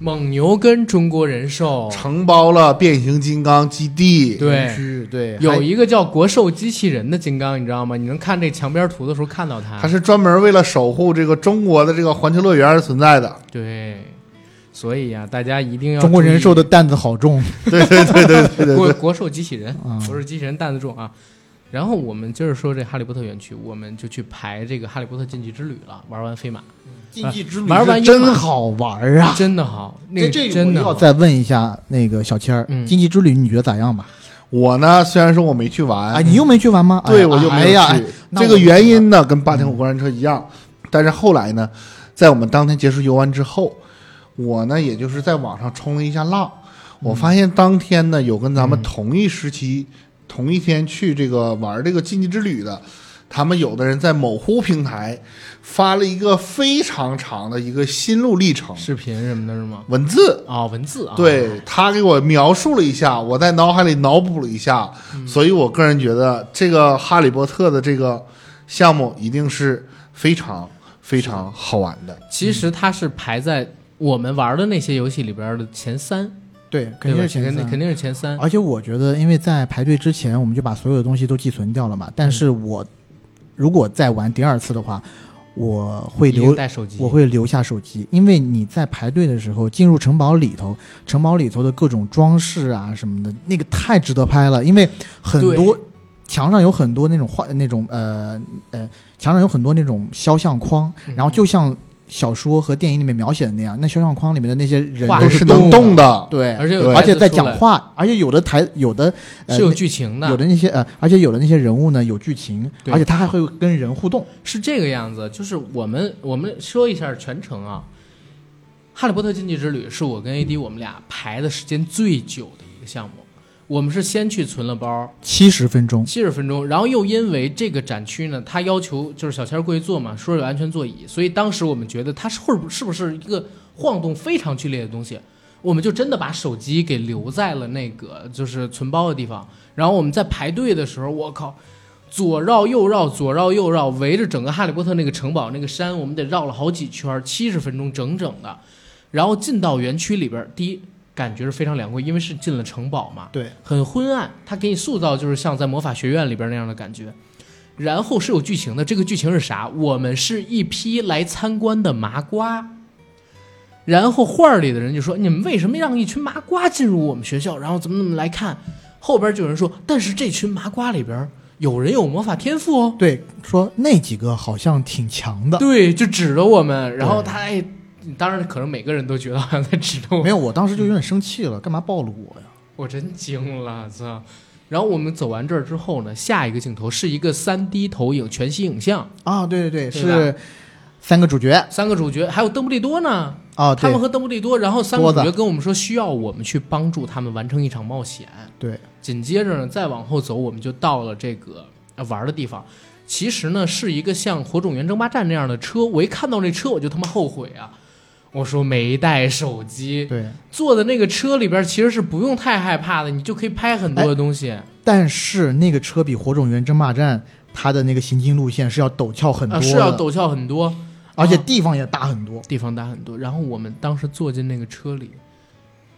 [SPEAKER 1] 蒙牛跟中国人寿
[SPEAKER 3] 承包了变形金刚基地
[SPEAKER 1] 对
[SPEAKER 3] 园区，对，
[SPEAKER 1] 有
[SPEAKER 3] 还
[SPEAKER 1] 一个叫国寿机器人的金刚，你知道吗？你能看这墙边图的时候看到它
[SPEAKER 3] 它。是专门为了守护这个中国的这个环球乐园而存在的。
[SPEAKER 1] 对，所以呀、大家一定要
[SPEAKER 2] 中国人寿
[SPEAKER 1] 的
[SPEAKER 2] 的担子 好重。
[SPEAKER 3] 对对对对对对
[SPEAKER 1] 国
[SPEAKER 3] 对，
[SPEAKER 1] 国寿机器人，
[SPEAKER 2] 啊
[SPEAKER 1] 国寿机器人担子重啊。然后我们接着说这哈利波特园区，我们就去排这个哈利波特禁忌之旅了，玩完飞马，
[SPEAKER 2] 竞技之
[SPEAKER 1] 旅玩完
[SPEAKER 2] 是
[SPEAKER 1] 一晚
[SPEAKER 2] 真好玩 啊！
[SPEAKER 1] 真的好，那个
[SPEAKER 2] 这这
[SPEAKER 1] 真
[SPEAKER 2] 我
[SPEAKER 1] 的
[SPEAKER 2] 要
[SPEAKER 1] 好
[SPEAKER 2] 再问一下那个小七儿，
[SPEAKER 1] 嗯
[SPEAKER 2] 经济之旅你觉得咋样吧？
[SPEAKER 3] 我呢虽然说我没去玩，
[SPEAKER 1] 嗯
[SPEAKER 2] 啊，你又没去玩吗？哎
[SPEAKER 3] 对
[SPEAKER 2] 呀
[SPEAKER 3] 我就
[SPEAKER 2] 哎
[SPEAKER 3] 没有
[SPEAKER 2] 呀，
[SPEAKER 3] 去
[SPEAKER 2] 哎。那
[SPEAKER 3] 这
[SPEAKER 2] 我
[SPEAKER 3] 个原因呢，跟霸天虎过山车一样，但是后来呢，在我们当天结束游玩之后，我呢也就是在网上冲了一下浪，我发现当天呢有跟咱们同一时期、同一天去这个玩这个禁忌之旅的。他们有的人在某乎平台发了一个非常长的一个心路历程
[SPEAKER 1] 视频什么的，是吗？
[SPEAKER 3] 文字，
[SPEAKER 1] 啊、文字啊，
[SPEAKER 3] 对他给我描述了一下，我在脑海里脑补了一下，所以我个人觉得这个《哈利波特》的这个项目一定是非常非常好玩的。
[SPEAKER 1] 其实它是排在我们玩的那些游戏里边的前三，
[SPEAKER 2] 对，肯定
[SPEAKER 1] 对吧
[SPEAKER 2] 是前
[SPEAKER 1] 肯
[SPEAKER 2] 三啊
[SPEAKER 1] 定肯定是前三。
[SPEAKER 2] 而且我觉得，因为在排队之前，我们就把所有的东西都寄存掉了嘛。
[SPEAKER 1] 嗯
[SPEAKER 2] 但是我如果再玩第二次的话，我会
[SPEAKER 1] 一定
[SPEAKER 2] 留，
[SPEAKER 1] 带手机，
[SPEAKER 2] 我会留下手机，因为你在排队的时候进入城堡里头，城堡里头的各种装饰啊什么的，那个太值得拍了，因为很多。墙上有很多那种画，那种呃呃，墙上有很多那种肖像框，然
[SPEAKER 1] 嗯
[SPEAKER 2] 后就像小说和电影里面描写的那样，那肖像框里面的那些人
[SPEAKER 1] 画
[SPEAKER 2] 都
[SPEAKER 3] 是
[SPEAKER 2] 是
[SPEAKER 3] 能
[SPEAKER 2] 动
[SPEAKER 3] 动
[SPEAKER 2] 的，
[SPEAKER 3] 的，
[SPEAKER 2] 对，
[SPEAKER 1] 而且有
[SPEAKER 3] 对
[SPEAKER 1] 台
[SPEAKER 2] 而
[SPEAKER 1] 词
[SPEAKER 2] 且在
[SPEAKER 1] 出
[SPEAKER 2] 讲
[SPEAKER 1] 来
[SPEAKER 2] 话，而且有的台有的、呃、
[SPEAKER 1] 是有
[SPEAKER 2] 那
[SPEAKER 1] 剧情的，
[SPEAKER 2] 有的那些呃，而且有的那些人物呢有剧情，
[SPEAKER 1] 对
[SPEAKER 2] 而且他还会跟人互动。
[SPEAKER 1] 是这个样子。就是我们我们说一下全程啊，《哈利波特禁忌之旅》是我跟 AD 我们俩排的时间最久的一个项目。我们是先去存了包
[SPEAKER 2] 七十分钟，
[SPEAKER 1] 七十分钟，然后又因为这个展区呢，它要求就是小千过去坐嘛，说有安全座椅，所以当时我们觉得它是会不是不是一个晃动非常剧烈的东西，我们就真的把手机给留在了那个就是存包的地方。然后我们在排队的时候，我靠，左绕右绕，左绕右绕，围着整个哈利波特那个城堡那个山，我们得绕了好几圈，七十分钟整整的。然后进到园区里边，第一感觉是非常凉快，因为是进了城堡嘛，
[SPEAKER 2] 对，
[SPEAKER 1] 很昏暗，它给你塑造就是像在魔法学院里边那样的感觉。然后是有剧情的，这个剧情是啥？我们是一批来参观的麻瓜。然后画儿里的人就说：“你们为什么让一群麻瓜进入我们学校？然后怎么怎么来看？”后边就有人说：“但是这群麻瓜里边有人有魔法天赋哦。
[SPEAKER 2] 对，说那几个好像挺强”的。
[SPEAKER 1] 对，就指着我们。然后他哎，当然可能每个人都觉得好像在指着我们
[SPEAKER 2] 没有，我当时就有点生气了，干嘛暴露我呀？
[SPEAKER 1] 我真惊了，操！然后我们走完这儿之后呢，下一个镜头是一个三 D 投影全息影像，
[SPEAKER 2] 啊，对对对，
[SPEAKER 1] 对
[SPEAKER 2] 是三个主角
[SPEAKER 1] 三个主角还有邓布利多呢，
[SPEAKER 2] 啊，
[SPEAKER 1] 他
[SPEAKER 2] 对
[SPEAKER 1] 们和邓布利多，然后三个主
[SPEAKER 2] 多
[SPEAKER 1] 角
[SPEAKER 2] 子
[SPEAKER 1] 跟我们说需要我们去帮助他们完成一场冒险。
[SPEAKER 2] 对，
[SPEAKER 1] 紧接着呢，再往后走，我们就到了这个呃玩的地方。其实呢，是一个像《火种源争霸战》那样的车。我一看到那车，我就他妈后悔啊！我说没带手机，
[SPEAKER 2] 对。
[SPEAKER 1] 坐的那个车里边其实是不用太害怕的，你就可以拍很多的东西。
[SPEAKER 2] 但是那个车比《火种源争霸战》它的那个行进路线是要陡峭很多
[SPEAKER 1] 啊，
[SPEAKER 2] 的，
[SPEAKER 1] 是要陡峭很多，
[SPEAKER 2] 而且
[SPEAKER 1] 啊
[SPEAKER 2] 地方也大很多。
[SPEAKER 1] 地方大很多。然后我们当时坐进那个车里，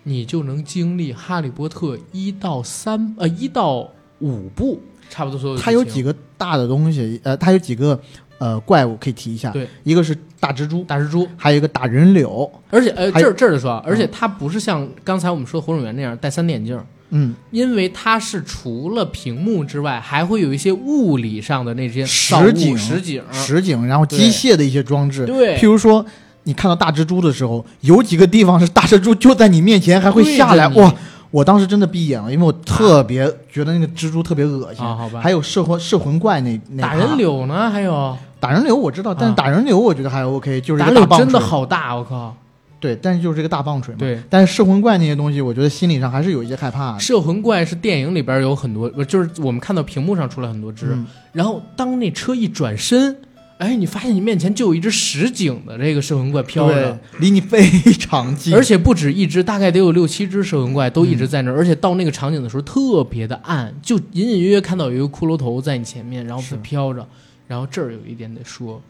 [SPEAKER 1] 你就能经历《哈利波特》一到三呃一到五部，差不多所有的剧情。
[SPEAKER 2] 它有几个大的东西，呃，它有几个呃怪物可以提一下。
[SPEAKER 1] 对，
[SPEAKER 2] 一个是大蜘蛛，
[SPEAKER 1] 大蜘蛛，
[SPEAKER 2] 还有一个打人柳。
[SPEAKER 1] 而且呃
[SPEAKER 2] 还
[SPEAKER 1] 这儿这儿的说啊，而且它不是像刚才我们说的火种源那样戴三 D 眼镜儿，
[SPEAKER 2] 嗯，
[SPEAKER 1] 因为它是除了屏幕之外，还会有一些物理上的那些
[SPEAKER 2] 实
[SPEAKER 1] 造物
[SPEAKER 2] 景
[SPEAKER 1] 实景儿。
[SPEAKER 2] 实景，然后
[SPEAKER 1] 对
[SPEAKER 2] 机械的一些装置，
[SPEAKER 1] 对
[SPEAKER 2] 譬如说你看到大蜘蛛的时候，有几个地方是大蜘蛛就在你面前还会下来，
[SPEAKER 1] 对着你
[SPEAKER 2] 哇！我当时真的闭眼了，因为我特别觉得那个蜘蛛特别恶心。
[SPEAKER 1] 啊好吧
[SPEAKER 2] 还有噬魂噬魂怪那那
[SPEAKER 1] 打
[SPEAKER 2] 趴
[SPEAKER 1] 人柳呢，还有
[SPEAKER 2] 打人流我知道，但
[SPEAKER 1] 啊
[SPEAKER 2] 是打人流我觉得还 OK，就是一
[SPEAKER 1] 打
[SPEAKER 2] 个大
[SPEAKER 1] 柳
[SPEAKER 2] 棒
[SPEAKER 1] 真的
[SPEAKER 2] 槌
[SPEAKER 1] 好大，我靠！
[SPEAKER 2] 对，但是就是这个大棒槌嘛。
[SPEAKER 1] 对，
[SPEAKER 2] 但是噬魂怪那些东西，我觉得心理上还是有一些害怕的。
[SPEAKER 1] 啊摄魂怪是电影里边有很多，不就是我们看到屏幕上出来很多只，
[SPEAKER 2] 嗯
[SPEAKER 1] 然后当那车一转身，哎，你发现你面前就有一只实景的这个摄魂怪飘
[SPEAKER 2] 对
[SPEAKER 1] 着。，
[SPEAKER 2] 离你非常近，
[SPEAKER 1] 而且不止一只，大概得有六七只摄魂怪都一直
[SPEAKER 2] 嗯
[SPEAKER 1] 在那儿，而且到那个场景的时候特别的暗，就隐隐约约看到有一个骷髅头在你前面，然后
[SPEAKER 2] 是
[SPEAKER 1] 飘着。然后这儿有一点得说，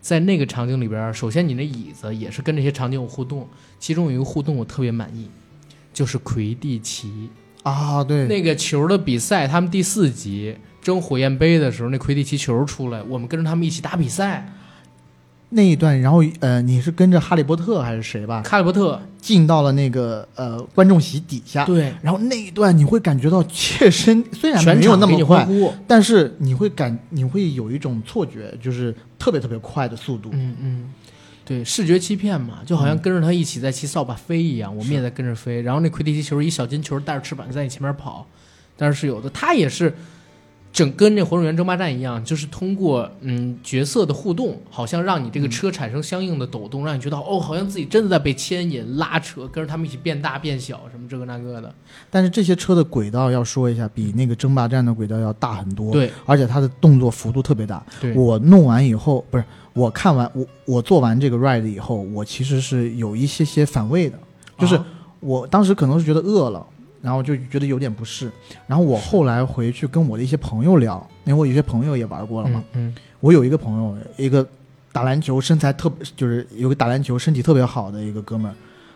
[SPEAKER 1] 在那个场景里边，首先你那椅子也是跟这些场景有互动，其中有一个互动我特别满意，就是魁地奇。
[SPEAKER 2] 啊，对，
[SPEAKER 1] 那个球的比赛，他们第四集争火焰杯的时候，那魁地奇球出来，我们跟着他们一起打比赛。
[SPEAKER 2] 那一段，然后呃，你是跟着哈利波特还是谁吧，
[SPEAKER 1] 哈利波特，
[SPEAKER 2] 进到了那个呃观众席底下，
[SPEAKER 1] 对，
[SPEAKER 2] 然后那一段你会感觉到切身，虽然
[SPEAKER 1] 全
[SPEAKER 2] 啊没有
[SPEAKER 1] 场
[SPEAKER 2] 那
[SPEAKER 1] 给你
[SPEAKER 2] 么
[SPEAKER 1] 欢
[SPEAKER 2] 快，
[SPEAKER 1] 呼。
[SPEAKER 2] 但是你会感你会有一种错觉，就是特别特别快的速度。嗯
[SPEAKER 1] 嗯嗯，对，视觉欺骗嘛，就好像跟着他一起在骑扫把飞一样，我们也在跟着飞。然后那魁地奇球一小金球带着翅膀在你前面跑，但是是有的，他也是。整跟那火种源争霸战一样，就是通过嗯角色的互动，好像让你
[SPEAKER 2] 嗯
[SPEAKER 1] 这个车产生相应的抖动，让你觉得哦，好像自己真的在被牵引、拉扯，跟着他们一起变大、变小，什么这个那个的。
[SPEAKER 2] 但是这些车的轨道要说一下，比那个争霸战的轨道要大很多，，
[SPEAKER 1] 对
[SPEAKER 2] 而且它的动作幅度特别大。
[SPEAKER 1] 对
[SPEAKER 2] 我弄完以后，不是我看完我我做完这个 ride 以后，我其实是有一些些反胃的，就是
[SPEAKER 1] 啊
[SPEAKER 2] 我当时可能是觉得饿了，然后就觉得有点不适。然后我后来回去跟我的一些朋友聊，因为我有些朋友也玩过了嘛。
[SPEAKER 1] 嗯，
[SPEAKER 2] 我有一个朋友，一个打篮球身材特别，就是有个打篮球身体特别好的一个哥们儿，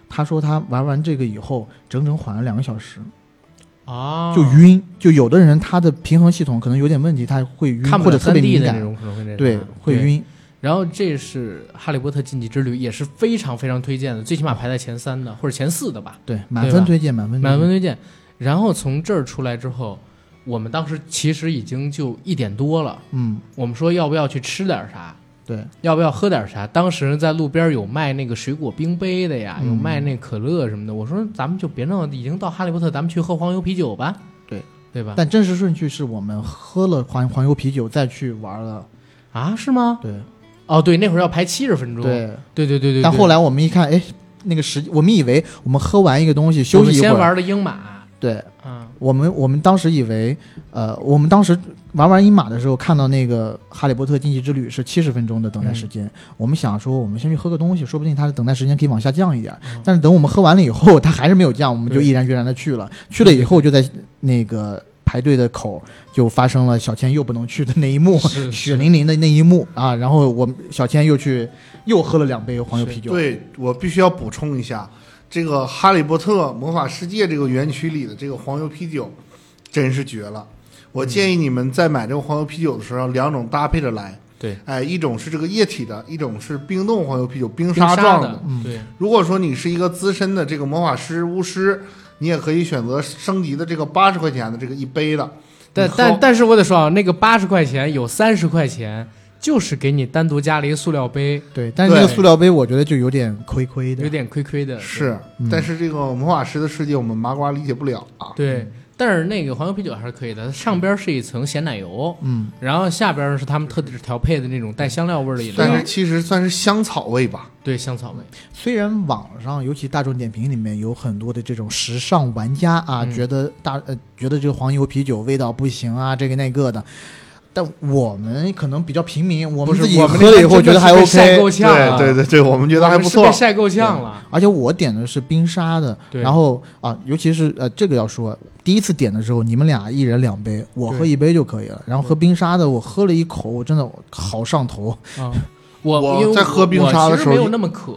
[SPEAKER 2] 他说他玩完这个以后，整整缓了两个小时，
[SPEAKER 1] 嗯啊，
[SPEAKER 2] 就晕。就有的人他的平衡系统可能有点问题，他会晕，
[SPEAKER 1] 看
[SPEAKER 2] 或
[SPEAKER 1] 不
[SPEAKER 2] 者
[SPEAKER 1] 了
[SPEAKER 2] 特
[SPEAKER 1] 三
[SPEAKER 2] 别
[SPEAKER 1] D
[SPEAKER 2] 敏
[SPEAKER 1] 的那
[SPEAKER 2] 感，
[SPEAKER 1] 种，可能会这样啊
[SPEAKER 2] 对，会。晕。
[SPEAKER 1] 然后这是《哈利波特禁忌之旅》，也是非常非常推荐的，最起码排在前三的或者前四的吧，
[SPEAKER 2] 对，满
[SPEAKER 1] 对
[SPEAKER 2] 分
[SPEAKER 1] 吧
[SPEAKER 2] 推荐，满分推荐
[SPEAKER 1] 满分推荐。然后从这儿出来之后，我们当时其实已经就一点多了，
[SPEAKER 2] 嗯，
[SPEAKER 1] 我们说要不要去吃点啥？
[SPEAKER 2] 对，
[SPEAKER 1] 要不要喝点啥？当时在路边有卖那个水果冰杯的呀，
[SPEAKER 2] 嗯
[SPEAKER 1] 有卖那可乐什么的。我说咱们就别弄，已经到哈利波特，咱们去喝黄油啤酒吧。
[SPEAKER 2] 对，
[SPEAKER 1] 对吧？
[SPEAKER 2] 但真实顺序是我们喝了黄黄油啤酒再去玩了，
[SPEAKER 1] 啊，是吗？
[SPEAKER 2] 对
[SPEAKER 1] 哦，对，那会儿要排七十分钟。
[SPEAKER 2] 对。
[SPEAKER 1] 对对对对。
[SPEAKER 2] 但后
[SPEAKER 1] 来
[SPEAKER 2] 来我们一看，哎，那个时，我们以为我们喝完一个东西休息一
[SPEAKER 1] 先
[SPEAKER 2] 会儿，
[SPEAKER 1] 玩的鹰马，
[SPEAKER 2] 对
[SPEAKER 1] 啊，
[SPEAKER 2] 我们我们当时以为，呃，我们当时玩完英马的时候看到那个《哈利波特：禁忌之旅》是七十分钟的等待时间，
[SPEAKER 1] 嗯
[SPEAKER 2] 我们想说我们先去喝个东西，说不定它的等待时间可以往下降一点。
[SPEAKER 1] 嗯
[SPEAKER 2] 但是等我们喝完了以后，它还是没有降，我们就
[SPEAKER 1] 对
[SPEAKER 2] 毅然决然的去了。去了以后就在那个排队的口就发生了小千又不能去的那一幕，
[SPEAKER 1] 是
[SPEAKER 2] 血淋淋的那一幕啊！然后我们小千又去又喝了两杯黄油啤酒，
[SPEAKER 3] 对我必须要补充一下，这个《哈利波特魔法世界》这个园区里的这个黄油啤酒，真是绝了！我建议你们在买这个黄油啤酒的时候，两种搭配着来。
[SPEAKER 1] 对，
[SPEAKER 3] 哎，一种是这个液体的，一种是冰冻黄油啤酒，冰
[SPEAKER 1] 冰
[SPEAKER 3] 沙状
[SPEAKER 1] 嗯的，对，
[SPEAKER 3] 如果说你是一个资深的这个魔法师巫师，你也可以选择升级的这个八十块钱的这个一杯的。
[SPEAKER 1] 但
[SPEAKER 3] 你喝
[SPEAKER 1] 但但是我得说啊，那个八十块钱有三十块钱，就是给你单独加了一个塑料杯，
[SPEAKER 2] 对，但是那个
[SPEAKER 3] 对
[SPEAKER 2] 塑料杯我觉得就有点亏亏的
[SPEAKER 1] 有，点亏亏的。
[SPEAKER 3] 是
[SPEAKER 2] 嗯，
[SPEAKER 3] 但是这个魔法师的世界我们麻瓜理解不了啊。
[SPEAKER 1] 对，但是那个黄油啤酒还是可以的，它上边是一层咸奶油，
[SPEAKER 2] 嗯，
[SPEAKER 1] 然后下边是他们特制调配的那种带香料味儿的饮
[SPEAKER 3] 但
[SPEAKER 1] 料
[SPEAKER 3] 是，其实算是香草味吧。
[SPEAKER 1] 对，香草味。
[SPEAKER 2] 虽然网上，尤其大众点评里面有很多的这种时尚玩家啊，
[SPEAKER 1] 嗯
[SPEAKER 2] 觉得大呃觉得这个黄油啤酒味道不行啊，这个那个的，但我们可能比较平民，我
[SPEAKER 1] 不
[SPEAKER 2] 们
[SPEAKER 1] 是
[SPEAKER 2] 自己
[SPEAKER 1] 我们
[SPEAKER 2] 喝了以
[SPEAKER 1] 那
[SPEAKER 2] 后
[SPEAKER 1] 边
[SPEAKER 2] 觉
[SPEAKER 1] 真
[SPEAKER 2] 得
[SPEAKER 1] 的
[SPEAKER 2] 还
[SPEAKER 1] 是被晒够
[SPEAKER 2] OK。
[SPEAKER 1] 呛了，
[SPEAKER 3] 对对对，我们觉得还不
[SPEAKER 1] 啊我
[SPEAKER 3] 错
[SPEAKER 1] 们是被。晒够呛了。
[SPEAKER 2] 而且我点的是冰沙的，
[SPEAKER 1] 对
[SPEAKER 2] 然后啊，尤其是呃，这个要说，第一次点的时候，你们俩一人两杯，我
[SPEAKER 1] 对
[SPEAKER 2] 喝一杯就可以了。然后喝冰沙的，我喝了一口，我真的好上头。
[SPEAKER 1] 啊，我
[SPEAKER 3] 嗯我
[SPEAKER 1] 因为
[SPEAKER 3] 在喝冰沙的时
[SPEAKER 1] 我其实
[SPEAKER 3] 候
[SPEAKER 1] 没有那么渴，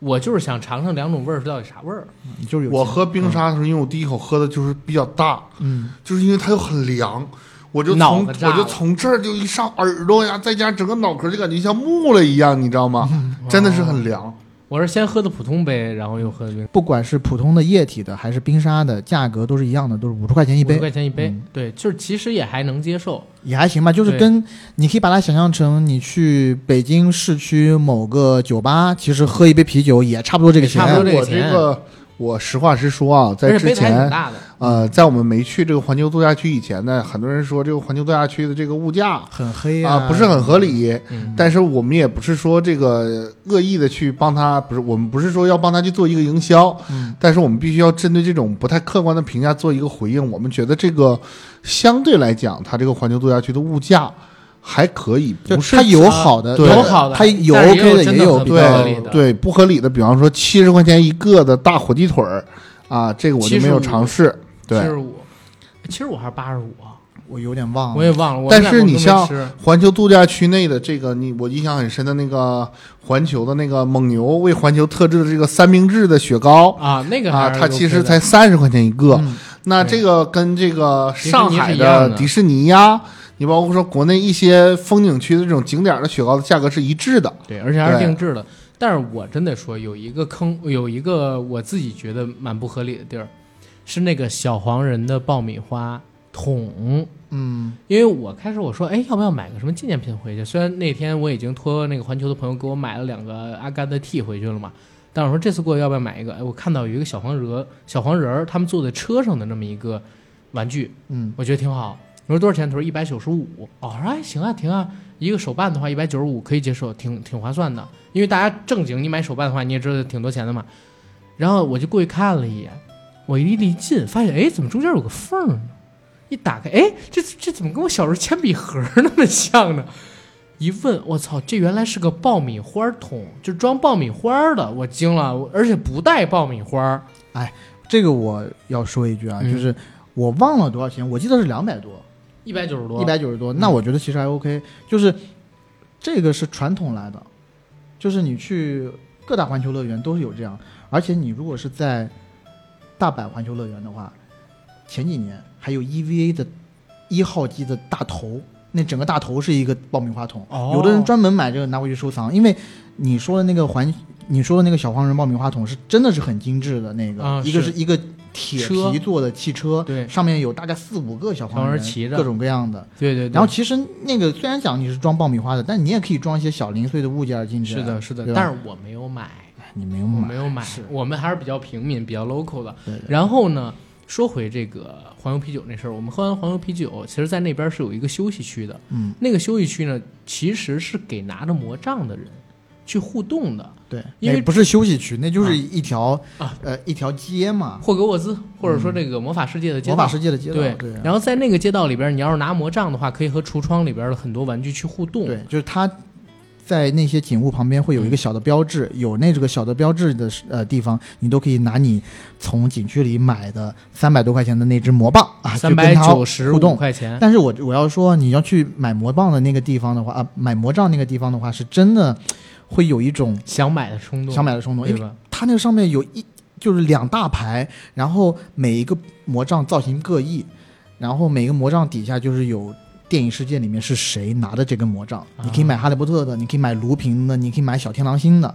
[SPEAKER 1] 我就是想尝尝两种味儿到底啥味儿。
[SPEAKER 2] 你就是有
[SPEAKER 3] 我
[SPEAKER 2] 钱
[SPEAKER 3] 喝冰沙的时候，因为我第一口喝的就是比较大，
[SPEAKER 2] 嗯，
[SPEAKER 3] 就是因为它又很凉，我就
[SPEAKER 1] 脑
[SPEAKER 3] 从
[SPEAKER 1] 子炸了
[SPEAKER 3] 我就从这儿就 一上耳朵呀，再加上整个脑壳就感觉像木了一样，你知道吗？真的是很凉。
[SPEAKER 1] 我是先喝的普通杯，然后又喝的冰
[SPEAKER 2] 不管是普通的液体的还是冰沙的，价格都是一样的，都是五十块钱一
[SPEAKER 1] 五
[SPEAKER 2] 杯
[SPEAKER 1] 十，块钱一杯，
[SPEAKER 2] 嗯
[SPEAKER 1] 对，就是其实也还能接受。
[SPEAKER 2] 也还行吧。就是
[SPEAKER 1] 对
[SPEAKER 2] 跟你可以把它想象成你去北京市区某个酒吧，其实喝一杯啤酒也差不多这个
[SPEAKER 1] 也差
[SPEAKER 2] 钱啊
[SPEAKER 1] 不。多这个
[SPEAKER 3] 我这
[SPEAKER 1] 钱
[SPEAKER 3] 个，我实话实说啊，在
[SPEAKER 1] 而且
[SPEAKER 3] 之
[SPEAKER 1] 杯子还挺
[SPEAKER 3] 前，
[SPEAKER 1] 大的，
[SPEAKER 3] 呃，在我们没去这个环球度假区以前呢，很多人说这个环球度假区的这个物价
[SPEAKER 2] 很
[SPEAKER 1] 哎
[SPEAKER 2] 黑
[SPEAKER 3] 啊不是很合理，
[SPEAKER 1] 嗯，
[SPEAKER 3] 但是我们也不是说这个恶意的去帮他，不是我们不是说要帮他去做一个营销，
[SPEAKER 2] 嗯
[SPEAKER 3] 但是我们必须要针对这种不太客观的评价做一个回应。我们觉得这个相对来讲，它这个环球度假区的物价还可以，
[SPEAKER 2] 就
[SPEAKER 3] 不是
[SPEAKER 2] 它有好的，
[SPEAKER 3] 对
[SPEAKER 1] 有好的
[SPEAKER 2] 它有
[SPEAKER 1] 但是也
[SPEAKER 2] OK
[SPEAKER 1] 有
[SPEAKER 2] 的，
[SPEAKER 1] 真
[SPEAKER 2] 也
[SPEAKER 1] 的
[SPEAKER 2] 有
[SPEAKER 1] 很
[SPEAKER 2] 比
[SPEAKER 1] 不合
[SPEAKER 2] 较
[SPEAKER 1] 理
[SPEAKER 3] 对
[SPEAKER 1] 的
[SPEAKER 3] 对不合理的，比方说七十块钱一个的大火鸡腿儿啊，这个我就没有尝试。
[SPEAKER 1] 七
[SPEAKER 3] 对
[SPEAKER 1] 十，五，七十五还是八十五？啊
[SPEAKER 2] 我有点忘
[SPEAKER 1] 我
[SPEAKER 2] 了。
[SPEAKER 1] 也忘了。我
[SPEAKER 3] 啊但
[SPEAKER 1] 们
[SPEAKER 3] 是
[SPEAKER 1] 两个
[SPEAKER 3] 你
[SPEAKER 1] 都没
[SPEAKER 3] 像
[SPEAKER 1] 吃
[SPEAKER 3] 环球度假区内的这个，你我印象很深的那个环球的那个蒙牛为环球特制的这个三明治的雪糕。
[SPEAKER 1] 啊，那个
[SPEAKER 3] 啊，
[SPEAKER 1] 还是
[SPEAKER 3] 它其
[SPEAKER 1] OK
[SPEAKER 3] 实
[SPEAKER 1] 的
[SPEAKER 3] 才三十块钱一个，
[SPEAKER 2] 嗯
[SPEAKER 3] 那
[SPEAKER 1] 对
[SPEAKER 3] 这个跟这个上海
[SPEAKER 1] 迪士尼是一样的
[SPEAKER 3] 迪士尼呀、你包括说国内一些风景区的这种景点的雪糕的价格是一致的。
[SPEAKER 1] 对，而且还是
[SPEAKER 3] 对
[SPEAKER 1] 定制的。但是我真得说，有一个坑，有一个我自己觉得蛮不合理的地儿，是那个小黄人的爆米花桶。
[SPEAKER 2] 嗯，
[SPEAKER 1] 因为我开始我说，哎，要不要买个什么纪念品回去？虽然那天我已经托那个环球的朋友给我买了两个阿甘的 T 回去了嘛，但我说这次过去要不要买一个？哎，我看到有一个小黄人，小黄人儿他们做的车上的那么一个玩具，
[SPEAKER 2] 嗯，
[SPEAKER 1] 我觉得挺好。你说多少钱？他说一百九十五。哦，我说哎，行啊，挺啊，一个手办的话一百九十五可以接受，挺挺划算的。因为大家正经，你买手办的话你也知道挺多钱的嘛。然后我就过去看了一眼，我一离近发现，哎，怎么中间有个缝儿呢？一打开，哎，这这怎么跟我小时候铅笔盒儿那么像呢？一问，我操，这原来是个爆米花桶，就装爆米花儿的，我惊了，我而且不带爆米花儿，
[SPEAKER 2] 这个我要说一句啊，
[SPEAKER 1] 嗯
[SPEAKER 2] 就是我忘了多少钱，我记得是两百多，
[SPEAKER 1] 一百九十多，嗯
[SPEAKER 2] 一百九十多，那我觉得其实还 OK，就是这个是传统来的，就是你去各大环球乐园都是有这样，而且你如果是在大阪环球乐园的话，前几年还有 EVA 的一号机的大头，那整个大头是一个爆米花桶，
[SPEAKER 1] 哦
[SPEAKER 2] 有的人专门买这个拿回去收藏，因为你说的那个环。你说的那个小黄人爆米花桶是真的是很精致的那个，
[SPEAKER 1] 啊
[SPEAKER 2] 一个
[SPEAKER 1] 是
[SPEAKER 2] 是一个铁
[SPEAKER 1] 车
[SPEAKER 2] 皮做的汽车，
[SPEAKER 1] 对
[SPEAKER 2] 上面有大概四五个小
[SPEAKER 1] 小
[SPEAKER 2] 黄
[SPEAKER 1] 黄
[SPEAKER 2] 人
[SPEAKER 1] 人骑着
[SPEAKER 2] 各种各样的，
[SPEAKER 1] 对对对，
[SPEAKER 2] 然后其实那个虽然讲你是装爆米花的，但你也可以装一些小零碎的物件儿进去。啊
[SPEAKER 1] 是的，是的
[SPEAKER 2] 对，吧
[SPEAKER 1] 但是我没有买，
[SPEAKER 2] 你没有
[SPEAKER 1] 我
[SPEAKER 2] 买，
[SPEAKER 1] 没有买
[SPEAKER 2] 是，
[SPEAKER 1] 我们还是比较平民、比较 local 的。
[SPEAKER 2] 对对
[SPEAKER 1] 然后呢，说回这个黄油啤酒那事儿，我们喝完黄油啤酒，其实在那边是有一个休息区的，
[SPEAKER 2] 嗯，
[SPEAKER 1] 那个休息区呢，其实是给拿着魔杖的人去互动的，
[SPEAKER 2] 对，哎
[SPEAKER 1] 因为
[SPEAKER 2] 那不是休息区，那就是一条、
[SPEAKER 1] 啊
[SPEAKER 2] 呃一条街嘛，
[SPEAKER 1] 霍格沃兹或者说这个魔法世界的街
[SPEAKER 2] 魔
[SPEAKER 1] 道。
[SPEAKER 2] 法世界的街道，
[SPEAKER 1] 对
[SPEAKER 2] 对，啊对
[SPEAKER 1] 然后在那个街道里边，你要是拿魔杖的话，可以和橱窗里边的很多玩具去互动。
[SPEAKER 2] 对，就是它在那些景物旁边会有一个小的标志，
[SPEAKER 1] 嗯
[SPEAKER 2] 有那这个小的标志的呃地方，你都可以拿你从景区里买的三百多块钱的那只魔棒啊，
[SPEAKER 1] 三
[SPEAKER 2] 去
[SPEAKER 1] 百
[SPEAKER 2] 跟它
[SPEAKER 1] 九十
[SPEAKER 2] 互
[SPEAKER 1] 五
[SPEAKER 2] 动。
[SPEAKER 1] 块钱，
[SPEAKER 2] 但是我我要说，你要去买魔棒的那个地方的话啊，买魔杖那个地方的话，是真的会有一种
[SPEAKER 1] 想买的冲动，
[SPEAKER 2] 想买的冲动，
[SPEAKER 1] 对
[SPEAKER 2] 因为
[SPEAKER 1] 吧？
[SPEAKER 2] 它那上面有一就是两大排，然后每一个魔杖造型各异，然后每个魔杖底下就是有电影世界里面是谁拿的这根魔杖，
[SPEAKER 1] 啊
[SPEAKER 2] 你可以买哈利波特的，你可以买卢平的，你可以买小天狼星的，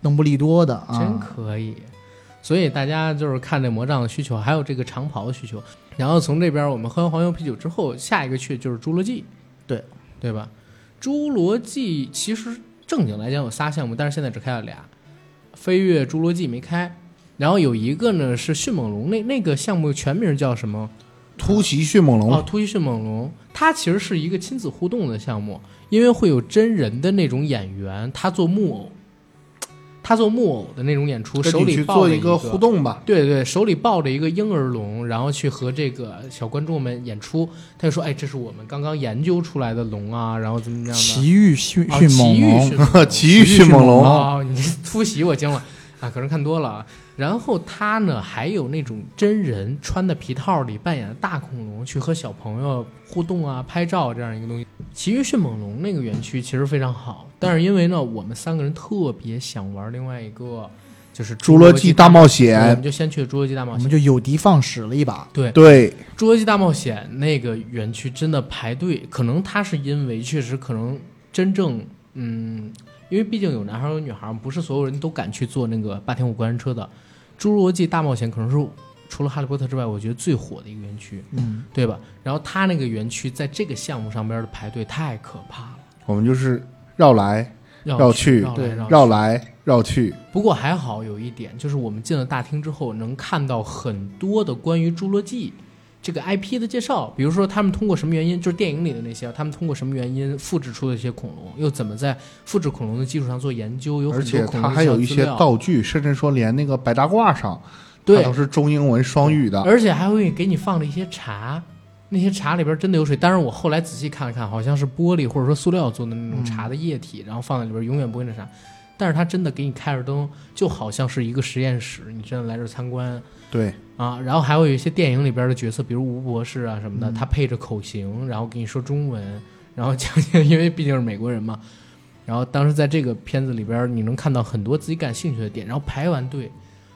[SPEAKER 2] 邓布利多的啊，
[SPEAKER 1] 真可以。所以大家就是看这魔杖的需求，还有这个长袍的需求。然后从这边我们喝完黄油啤酒之后，下一个去就是侏罗纪，
[SPEAKER 2] 对
[SPEAKER 1] 对吧？侏罗纪其实正经来讲有仨项目，但是现在只开了俩，飞跃侏罗纪没开，然后有一个呢是迅猛龙，那那个项目全名叫什么？
[SPEAKER 3] 突袭迅猛龙，
[SPEAKER 1] 哦，突袭迅猛龙，它其实是一个亲子互动的项目，因为会有真人的那种演员，他做木偶，他做木偶的那种演出，
[SPEAKER 3] 跟
[SPEAKER 1] 手
[SPEAKER 3] 你
[SPEAKER 1] 里
[SPEAKER 3] 去
[SPEAKER 1] 抱
[SPEAKER 3] 做
[SPEAKER 1] 着
[SPEAKER 3] 一
[SPEAKER 1] 一个
[SPEAKER 3] 互。动吧。
[SPEAKER 1] 对对，手里抱着一个婴儿龙，然后去和这个小观众们演出。他就说：“哎，这是我们刚刚研究出来的龙啊，然后怎么样的？”
[SPEAKER 2] 奇遇迅
[SPEAKER 1] 哦
[SPEAKER 2] 迅猛
[SPEAKER 1] 奇遇
[SPEAKER 2] 龙
[SPEAKER 1] 迅，猛 龙
[SPEAKER 3] 奇遇迅猛龙，
[SPEAKER 1] 嗯哦，你这突袭我惊了啊！可能看多了啊。然后他呢，还有那种真人穿的皮套里扮演的大恐龙，去和小朋友互动啊、拍照这样一个东西。奇遇迅猛龙那个园区其实非常好，但是因为呢，我们三个人特别想玩另外一个，就是
[SPEAKER 3] 侏罗纪
[SPEAKER 1] 纪
[SPEAKER 3] 大
[SPEAKER 1] 冒
[SPEAKER 3] 冒
[SPEAKER 1] 对我们
[SPEAKER 3] 险，
[SPEAKER 1] 就先去侏罗纪大
[SPEAKER 2] 我
[SPEAKER 1] 冒
[SPEAKER 2] 们
[SPEAKER 1] 险。
[SPEAKER 2] 就有的放矢了一把，
[SPEAKER 1] 对，
[SPEAKER 3] 对，
[SPEAKER 1] 侏罗纪大冒险那个园区真的排队，可能它是因为确实可能真正嗯，因因为毕竟有男孩儿有女孩儿，不是所有人都敢去坐那个霸天虎过山车的。《侏罗纪大冒险》可能是除了《哈利波特》之外，我觉得最火的一个园区，
[SPEAKER 2] 嗯，
[SPEAKER 1] 对吧？然后它那个园区在这个项目上边的排队太可怕了，
[SPEAKER 3] 我们就是绕来
[SPEAKER 1] 绕
[SPEAKER 3] 去
[SPEAKER 1] 绕来
[SPEAKER 2] 对
[SPEAKER 1] 绕去
[SPEAKER 3] 绕来绕去，
[SPEAKER 1] 不过还好有一点，就是我们进了大厅之后，能看到很多的关于《侏罗纪》这个 IP 的介绍，比如说他们通过什么原因，就是电影里的那些，他们通过什么原因复制出的一些恐龙，又怎么在复制恐龙的基础上做研究，有
[SPEAKER 3] 而
[SPEAKER 1] 很
[SPEAKER 3] 且
[SPEAKER 1] 多恐
[SPEAKER 3] 它
[SPEAKER 1] 龙的
[SPEAKER 3] 还有一
[SPEAKER 1] 资
[SPEAKER 3] 些
[SPEAKER 1] 料
[SPEAKER 3] 道具，啊甚至说连那个白大褂上，它
[SPEAKER 1] 对
[SPEAKER 3] 都，是中英文双语的。
[SPEAKER 1] 而且还会给你放了一些茶。那些茶里边真的有水，但是我后来仔细看了看，好像是玻璃或者说塑料做的那种茶的液体，然后放在里边永远不会那啥。但是它真的给你开着灯，就好像是一个实验室，你真的来这儿参观，
[SPEAKER 3] 对，
[SPEAKER 1] 啊，然后还有一些电影里边的角色，比如吴博士啊什么的，
[SPEAKER 2] 嗯
[SPEAKER 1] 他配着口型，然后给你说中文，然后讲解，因为毕竟是美国人嘛。然后当时在这个片子里边，你能看到很多自己感兴趣的点。然后排完队，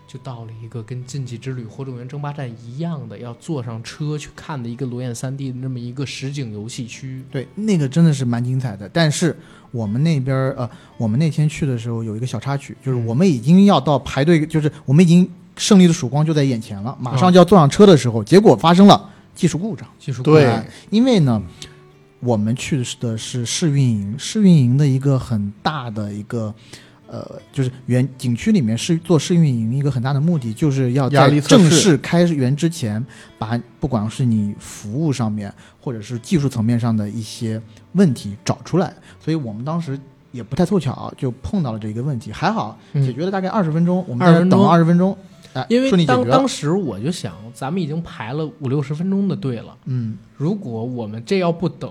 [SPEAKER 1] 就到了一个跟《禁忌之旅》《火种源争霸战》一样的，要坐上车去看的一个裸眼三 D 的那么一个实景游戏区。
[SPEAKER 2] 对，那个真的是蛮精彩的。但是我们那边儿呃，我们那天去的时候有一个小插曲，就是我们已经要到排队，就是我们已经胜利的曙光就在眼前了，马上就要坐上车的时候，结果发生了技术故障。
[SPEAKER 1] 技术
[SPEAKER 3] 对
[SPEAKER 1] 困
[SPEAKER 2] 呃因为呢，我们去的是试运营，试运营的一个很大的一个。呃，就是园景区里面是做试运营一个很大的目的，就是要
[SPEAKER 3] 压
[SPEAKER 2] 在
[SPEAKER 3] 力测
[SPEAKER 2] 正
[SPEAKER 3] 试
[SPEAKER 2] 式开园之前，把不管是你服务上面，或者是技术层面上的一些问题找出来。所以我们当时也不太凑巧，就碰到了这一个问题，还好
[SPEAKER 1] 嗯
[SPEAKER 2] 解决了大概二十分钟，我们
[SPEAKER 1] 20
[SPEAKER 2] 在
[SPEAKER 1] 分
[SPEAKER 2] 那
[SPEAKER 1] 钟
[SPEAKER 2] 等二十分钟，哎，
[SPEAKER 1] 因为
[SPEAKER 2] 顺利解
[SPEAKER 1] 当
[SPEAKER 2] 决了
[SPEAKER 1] 当。时我就想，咱们已经排了五六十分钟的队了，
[SPEAKER 2] 嗯，
[SPEAKER 1] 如果我们这要不等，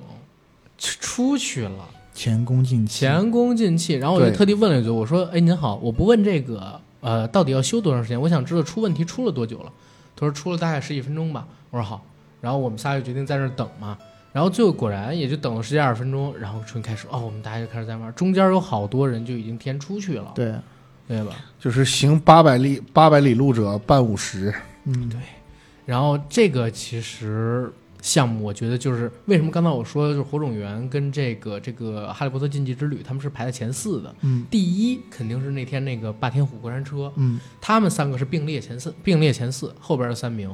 [SPEAKER 1] 出出去了。
[SPEAKER 2] 前功尽弃。
[SPEAKER 1] 前功尽弃。然后我就
[SPEAKER 3] 对
[SPEAKER 1] 特地问了一句，我说：“哎，您好，我不问这个，呃，到底要修多长时间？我想知道出问题出了多久了。”他说：“出了大概十几分钟吧。”我说：“好。”然后我们仨就决定在那儿等嘛。然后最后果然也就等了十几二十分钟，然后春开始哦，我们大家就开始在玩。中间有好多人就已经先出去了，
[SPEAKER 2] 对，
[SPEAKER 1] 对吧？
[SPEAKER 3] 就是行八百里八百里路者半五十。
[SPEAKER 2] 嗯，
[SPEAKER 1] 然后这个其实项目，我觉得就是为什么刚才我说就是火种源跟这个这个哈利波特禁忌之旅，他们是排在前四的。
[SPEAKER 2] 嗯，
[SPEAKER 1] 第一肯定是那天那个霸天虎过山车，
[SPEAKER 2] 嗯，
[SPEAKER 1] 他们三个是并列前四，并列前四，后边的三名，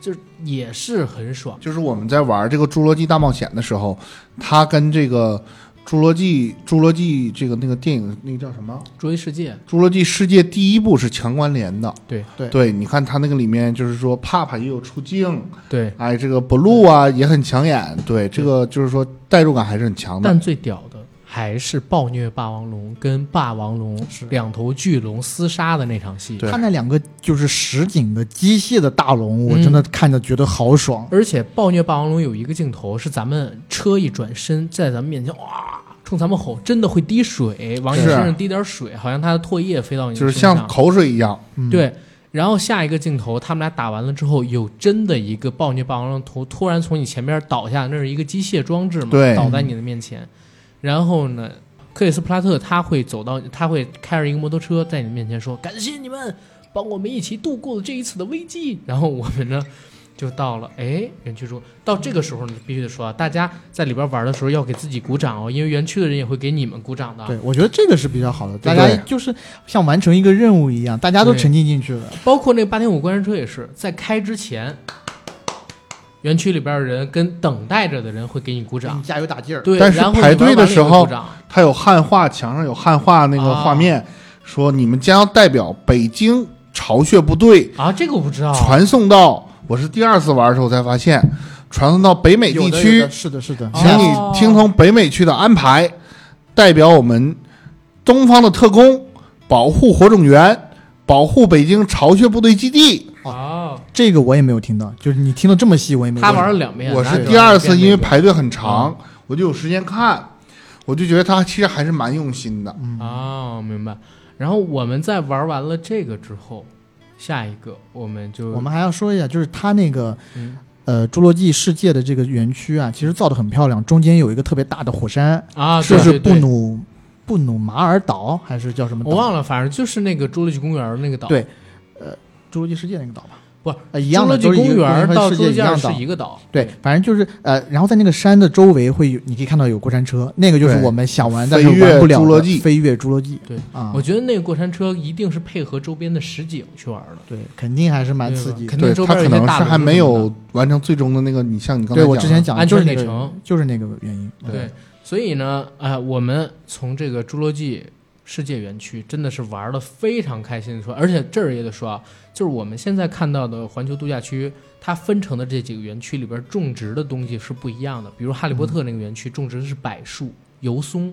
[SPEAKER 1] 就是也是很爽。
[SPEAKER 3] 就是我们在玩这个《侏罗纪大冒险》的时候，它跟这个《侏罗纪》《侏罗纪》这个那个电影那个叫什么
[SPEAKER 1] 《追世界》
[SPEAKER 3] 《侏罗纪世界》第一部是强关联的。
[SPEAKER 1] 对
[SPEAKER 2] 对
[SPEAKER 3] 对，你看它那个里面就是说，帕帕也有出镜，
[SPEAKER 1] 对，
[SPEAKER 3] 哎，这个 blue 啊也很抢眼。对，这个就是说代入感还是很强的
[SPEAKER 1] 但。最屌的还是暴虐霸王龙跟霸王龙两头巨龙厮杀的那场戏。
[SPEAKER 3] 对
[SPEAKER 2] 他那两个就是实景的机械的大龙，我真
[SPEAKER 1] 嗯
[SPEAKER 2] 的看着觉得好爽。
[SPEAKER 1] 而且暴虐霸王龙有一个镜头是咱们车一转身，在咱们面前哇冲咱们吼，真的会滴水，往你
[SPEAKER 3] 是
[SPEAKER 1] 身上滴点水，好像它的唾液飞到你
[SPEAKER 3] 就是
[SPEAKER 1] 身上，
[SPEAKER 3] 像口水一样，
[SPEAKER 2] 嗯，
[SPEAKER 1] 对。然后下一个镜头，他们俩打完了之后，有真的一个暴虐霸王龙头突然从你前边倒下，那是一个机械装置嘛，
[SPEAKER 3] 对
[SPEAKER 1] 倒在你的面前。然后呢，克里斯普拉特他会走到，他会开着一个摩托车在你面前说：“感谢你们帮我们一起度过了这一次的危机。”然后我们呢就到了哎园区中。到这个时候，你必须得说啊，大家在里边玩的时候要给自己鼓掌哦，因为园区的人也会给你们鼓掌的。啊
[SPEAKER 2] 对，我觉得这个是比较好的，大
[SPEAKER 3] 对
[SPEAKER 2] 家就是像完成一个任务一样，大家都沉浸进去了。
[SPEAKER 1] 包括那八天五过山车也是，在开之前，园区里边的人跟等待着的人会给你鼓
[SPEAKER 2] 给你
[SPEAKER 1] 掌。
[SPEAKER 2] 加油打劲儿，
[SPEAKER 1] 对，
[SPEAKER 3] 但是
[SPEAKER 1] 然后你
[SPEAKER 3] 排队
[SPEAKER 1] 玩完
[SPEAKER 3] 的
[SPEAKER 1] 了
[SPEAKER 3] 时
[SPEAKER 1] 也会
[SPEAKER 3] 候
[SPEAKER 1] 鼓掌
[SPEAKER 3] 它有汉化，墙上有汉化那个
[SPEAKER 1] 啊
[SPEAKER 3] 画面，说你们将要代表北京巢穴部队
[SPEAKER 1] 啊，这个我不知道。
[SPEAKER 3] 传送到我是第二次玩的时候才发现，传送到北美地
[SPEAKER 2] 有的
[SPEAKER 3] 区
[SPEAKER 2] 有的，是的，是的，
[SPEAKER 1] 哦
[SPEAKER 3] 请你听从北美区的安排，代表我们东方的特工保护火种源，保护北京巢穴部队基地。
[SPEAKER 1] 哦，
[SPEAKER 2] 这个我也没有听到，就是你听的这么细，我也没有。
[SPEAKER 1] 他玩了两遍，
[SPEAKER 3] 我
[SPEAKER 1] 哪
[SPEAKER 3] 是
[SPEAKER 1] 有
[SPEAKER 3] 第二次，
[SPEAKER 1] 两遍
[SPEAKER 3] 因
[SPEAKER 1] 那
[SPEAKER 3] 为
[SPEAKER 1] 个
[SPEAKER 3] 排队很
[SPEAKER 1] 啊
[SPEAKER 3] 长，我就有时间看，我就觉得他其实还是蛮用心的。
[SPEAKER 1] 哦，明白。然后我们在玩完了这个之后，下一个我们就
[SPEAKER 2] 我们还要说一下，就是它那个
[SPEAKER 1] 嗯
[SPEAKER 2] 呃《侏罗纪世界》的这个园区啊，其实造的很漂亮，中间有一个特别大的火山，
[SPEAKER 1] 啊，
[SPEAKER 2] 就
[SPEAKER 1] 对
[SPEAKER 2] 是
[SPEAKER 1] 对
[SPEAKER 2] 布
[SPEAKER 1] 对，
[SPEAKER 2] 努布努马尔岛还是叫什么岛？
[SPEAKER 1] 我忘了，反正就是那个侏罗纪公园那个岛，
[SPEAKER 2] 对侏罗纪世界》那个岛吧？
[SPEAKER 1] 不是
[SPEAKER 2] 呃一样的，
[SPEAKER 1] 侏
[SPEAKER 2] 都
[SPEAKER 1] 罗
[SPEAKER 2] 是
[SPEAKER 1] 纪
[SPEAKER 2] 一
[SPEAKER 1] 公
[SPEAKER 2] 个
[SPEAKER 1] 园到
[SPEAKER 2] 世
[SPEAKER 1] 度
[SPEAKER 2] 界一
[SPEAKER 1] 假
[SPEAKER 2] 样
[SPEAKER 1] 是
[SPEAKER 2] 的。
[SPEAKER 1] 一个岛，
[SPEAKER 2] 对，反正就是呃，然后在那个山的周围会有，你可以看到有过山车，那个就是
[SPEAKER 3] 对
[SPEAKER 2] 我们想玩但是
[SPEAKER 3] 飞跃
[SPEAKER 2] 玩不了的
[SPEAKER 3] 侏罗纪
[SPEAKER 2] 飞跃侏罗纪。
[SPEAKER 1] 对
[SPEAKER 2] 啊
[SPEAKER 1] 我，觉得那个过山车一定是配合周边的实景去玩的，
[SPEAKER 2] 对，肯定还是蛮刺
[SPEAKER 1] 对
[SPEAKER 2] 激
[SPEAKER 1] 吧肯
[SPEAKER 2] 的。
[SPEAKER 1] 定
[SPEAKER 3] 对
[SPEAKER 1] 周
[SPEAKER 3] 他
[SPEAKER 1] 边有
[SPEAKER 3] 可
[SPEAKER 1] 一些
[SPEAKER 3] 能
[SPEAKER 1] 大
[SPEAKER 3] 是
[SPEAKER 1] 楼
[SPEAKER 3] 还没
[SPEAKER 1] 什么
[SPEAKER 3] 有完成最终的那个，你像你刚才
[SPEAKER 2] 对我之前
[SPEAKER 3] 的
[SPEAKER 2] 讲的啊
[SPEAKER 1] 安
[SPEAKER 2] 就是
[SPEAKER 1] 全
[SPEAKER 2] 那
[SPEAKER 1] 里
[SPEAKER 2] 个
[SPEAKER 1] 程，
[SPEAKER 2] 就是那个原因。
[SPEAKER 1] 的。对，所以呢，呃，我们从这个侏罗纪世界园区真的是玩的非常开心，说，而且这儿也得说啊，就是我们现在看到的环球度假区，它分成的这几个园区里边种植的东西是不一样的，比如哈利波特那个园区种植的是柏树、油松。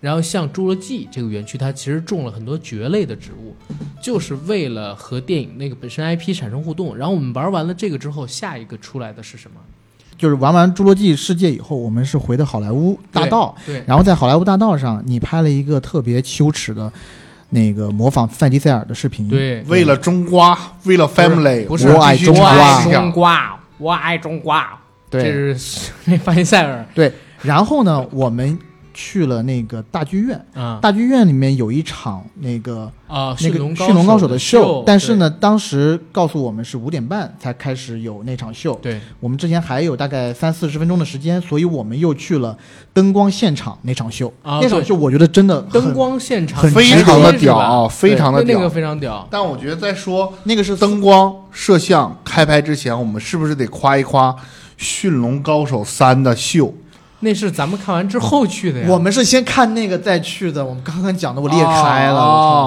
[SPEAKER 1] 然后像侏罗纪这个园区，它其实种了很多蕨类的植物，就是为了和电影那个本身 IP 产生互动。然后我们玩完了这个之后，下一个出来的是什么？
[SPEAKER 2] 就是玩完《侏罗纪世界》以后，我们是回的好莱坞大道，
[SPEAKER 1] 对，
[SPEAKER 2] 然后在好莱坞大道上，你拍了一个特别羞耻的那个模仿范迪塞尔的视频。，
[SPEAKER 1] 对，
[SPEAKER 3] 为了中瓜，为了 family，
[SPEAKER 1] 不是
[SPEAKER 2] 我爱
[SPEAKER 3] 必须
[SPEAKER 2] 中
[SPEAKER 1] 我
[SPEAKER 2] 瓜
[SPEAKER 3] 尝
[SPEAKER 1] 爱
[SPEAKER 3] 试一下
[SPEAKER 1] 中瓜，我爱中瓜。
[SPEAKER 2] 对
[SPEAKER 1] 这是 那范迪塞尔
[SPEAKER 2] 然后呢，我们去了那个大剧院，
[SPEAKER 1] 啊
[SPEAKER 2] 大剧院里面有一场那个
[SPEAKER 1] 啊，
[SPEAKER 2] 那
[SPEAKER 1] 驯
[SPEAKER 2] 个
[SPEAKER 1] 龙
[SPEAKER 2] 驯龙高手的
[SPEAKER 1] 秀
[SPEAKER 2] 秀，，但是呢，当时告诉我们是五点半才开始有那场秀，
[SPEAKER 1] 对，
[SPEAKER 2] 我们之前还有大概三四十分钟的时间，所以我们又去了灯光现场那场秀。
[SPEAKER 1] 啊
[SPEAKER 2] 那场秀我觉得真的很
[SPEAKER 1] 对灯，光现场
[SPEAKER 2] 很
[SPEAKER 3] 非常的
[SPEAKER 1] 直接是吧
[SPEAKER 3] 屌，
[SPEAKER 2] 啊
[SPEAKER 3] 非常的
[SPEAKER 1] 那那个
[SPEAKER 3] 屌。
[SPEAKER 1] 非常屌。
[SPEAKER 3] 但我觉得在说
[SPEAKER 2] 那个是
[SPEAKER 3] 灯光、摄像、开拍之前，我们是不是得夸一夸《驯龙高手三》的秀？
[SPEAKER 1] 那是咱们看完之后去的呀。
[SPEAKER 2] 我们是先看那个再去的，我们刚刚讲的我
[SPEAKER 3] 我
[SPEAKER 2] 裂开了，我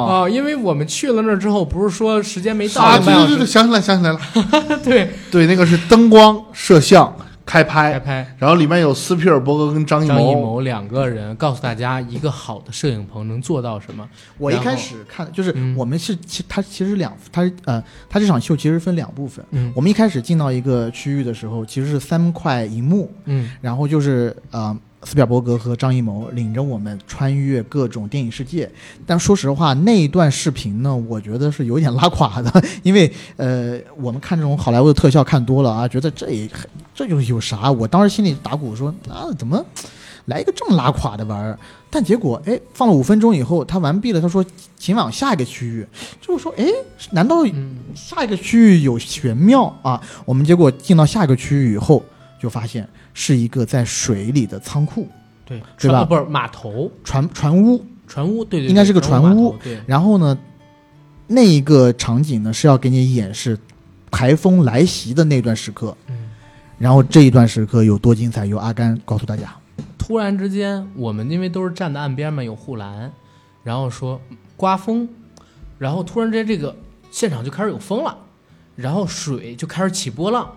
[SPEAKER 2] 操
[SPEAKER 1] 啊，因为我们去了那儿之后，不是说时间没到，
[SPEAKER 3] 啊，
[SPEAKER 1] 半
[SPEAKER 3] 对
[SPEAKER 1] 小时
[SPEAKER 3] 对对对，想起来想起来了，
[SPEAKER 1] 对，
[SPEAKER 3] 对，那个是灯光、摄像、开
[SPEAKER 1] 开
[SPEAKER 2] 哎
[SPEAKER 3] 拍，
[SPEAKER 1] 拍。
[SPEAKER 3] 然后里面有斯皮尔伯格跟张艺
[SPEAKER 1] 张艺
[SPEAKER 3] 谋，
[SPEAKER 1] 谋两个人告诉大家，一个好的摄影棚能做到什么？
[SPEAKER 2] 我一
[SPEAKER 1] 然后
[SPEAKER 2] 开始看就是
[SPEAKER 1] 嗯
[SPEAKER 2] 我们是其它其实两它是呃它这场秀其实分两部分。
[SPEAKER 1] 嗯
[SPEAKER 2] 我们一开始进到一个区域的时候，其实是三块银幕，
[SPEAKER 1] 嗯，
[SPEAKER 2] 然后就是呃，斯皮尔伯格和张艺谋领着我们穿越各种电影世界。但说实话，那一段视频呢，我觉得是有点拉垮的， 因为呃，我们看这种好莱坞的特效看多了啊，觉得这也这又有啥？我当时心里打鼓说，啊，怎么？来一个这么拉垮的玩意儿，但结果哎，放了五分钟以后，他完毕了。他说，请往下一个区域。就我说，哎，难道
[SPEAKER 1] 嗯
[SPEAKER 2] 下一个区域有玄妙啊。我们结果进到下一个区域以后，就发现是一个在水里的仓库
[SPEAKER 1] 对，
[SPEAKER 2] 对
[SPEAKER 1] 船
[SPEAKER 2] 吧
[SPEAKER 1] 哦不是码头，
[SPEAKER 2] 船船屋，
[SPEAKER 1] 船屋，对对，对
[SPEAKER 2] 应该是个船屋
[SPEAKER 1] 码头对，
[SPEAKER 2] 然后呢，那一个场景呢是要给你演示台风来袭的那段时刻。
[SPEAKER 1] 嗯。
[SPEAKER 2] 然后这一段时刻有多精彩，由阿甘告诉大家。
[SPEAKER 1] 突然之间，我们因为都是站在岸边嘛，有护栏，然后说刮风，然后突然之间这个现场就开始有风了，然后水就开始起波浪，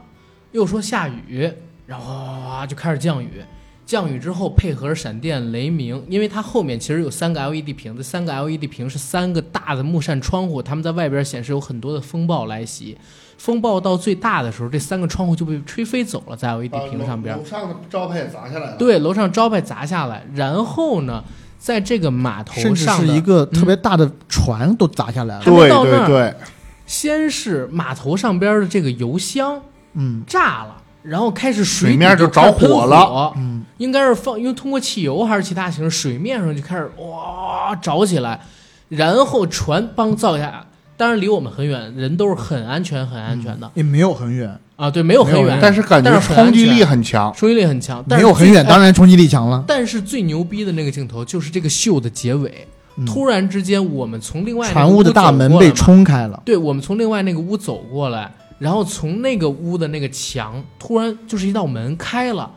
[SPEAKER 1] 又说下雨，然后哗哗哗就开始降雨。降雨之后，配合着闪电、雷鸣，因为它后面其实有三个 LED 屏，这三个 LED 屏是三个大的木扇窗户，它们在外边显示有很多的风暴来袭。风暴到最大的时候，这三个窗户就被吹飞走了，在 LED
[SPEAKER 3] 啊
[SPEAKER 1] 屏上边。
[SPEAKER 3] 楼上的招牌也砸下来了，
[SPEAKER 1] 对，楼上招牌砸下来，然后呢，在这个码
[SPEAKER 2] 甚
[SPEAKER 1] 头
[SPEAKER 2] 至
[SPEAKER 1] 上
[SPEAKER 2] 是
[SPEAKER 1] 的
[SPEAKER 2] 一个特别大的船都砸下来了。
[SPEAKER 1] 还没
[SPEAKER 3] 对
[SPEAKER 1] 到那儿
[SPEAKER 3] 对对，
[SPEAKER 1] 先是码头上边的这个油箱
[SPEAKER 2] 嗯
[SPEAKER 1] 炸了，然后开始水
[SPEAKER 3] 水
[SPEAKER 1] 底
[SPEAKER 3] 面
[SPEAKER 1] 就
[SPEAKER 3] 就着
[SPEAKER 1] 开始喷
[SPEAKER 3] 火了
[SPEAKER 1] 火
[SPEAKER 2] 嗯，
[SPEAKER 1] 应该是放，因为通过汽油还是其他形式，水面上就开始哇着起来，然后船帮造下，当然离我们很远，人都是很安全很安全的、
[SPEAKER 2] 也没有很远，
[SPEAKER 1] 啊，对，没有很
[SPEAKER 2] 嗯没有
[SPEAKER 1] 远，
[SPEAKER 3] 但是感觉
[SPEAKER 1] 但是很安
[SPEAKER 3] 冲击力
[SPEAKER 1] 全
[SPEAKER 3] 很强，
[SPEAKER 1] 冲击力很强，但
[SPEAKER 2] 没
[SPEAKER 1] 是
[SPEAKER 2] 有很
[SPEAKER 1] 最
[SPEAKER 2] 远，
[SPEAKER 1] 哎
[SPEAKER 2] 当然冲击力强了。
[SPEAKER 1] 但是最牛逼的那个镜头就是这个秀的结尾，
[SPEAKER 2] 嗯
[SPEAKER 1] 突然之间我们从另外那个
[SPEAKER 2] 船屋的大
[SPEAKER 1] 走
[SPEAKER 2] 门
[SPEAKER 1] 过来
[SPEAKER 2] 被
[SPEAKER 1] 嘛，
[SPEAKER 2] 冲开了，
[SPEAKER 1] 对，我们从另外那个屋走过来，然后从那个屋的那个墙突然就是一道门开了，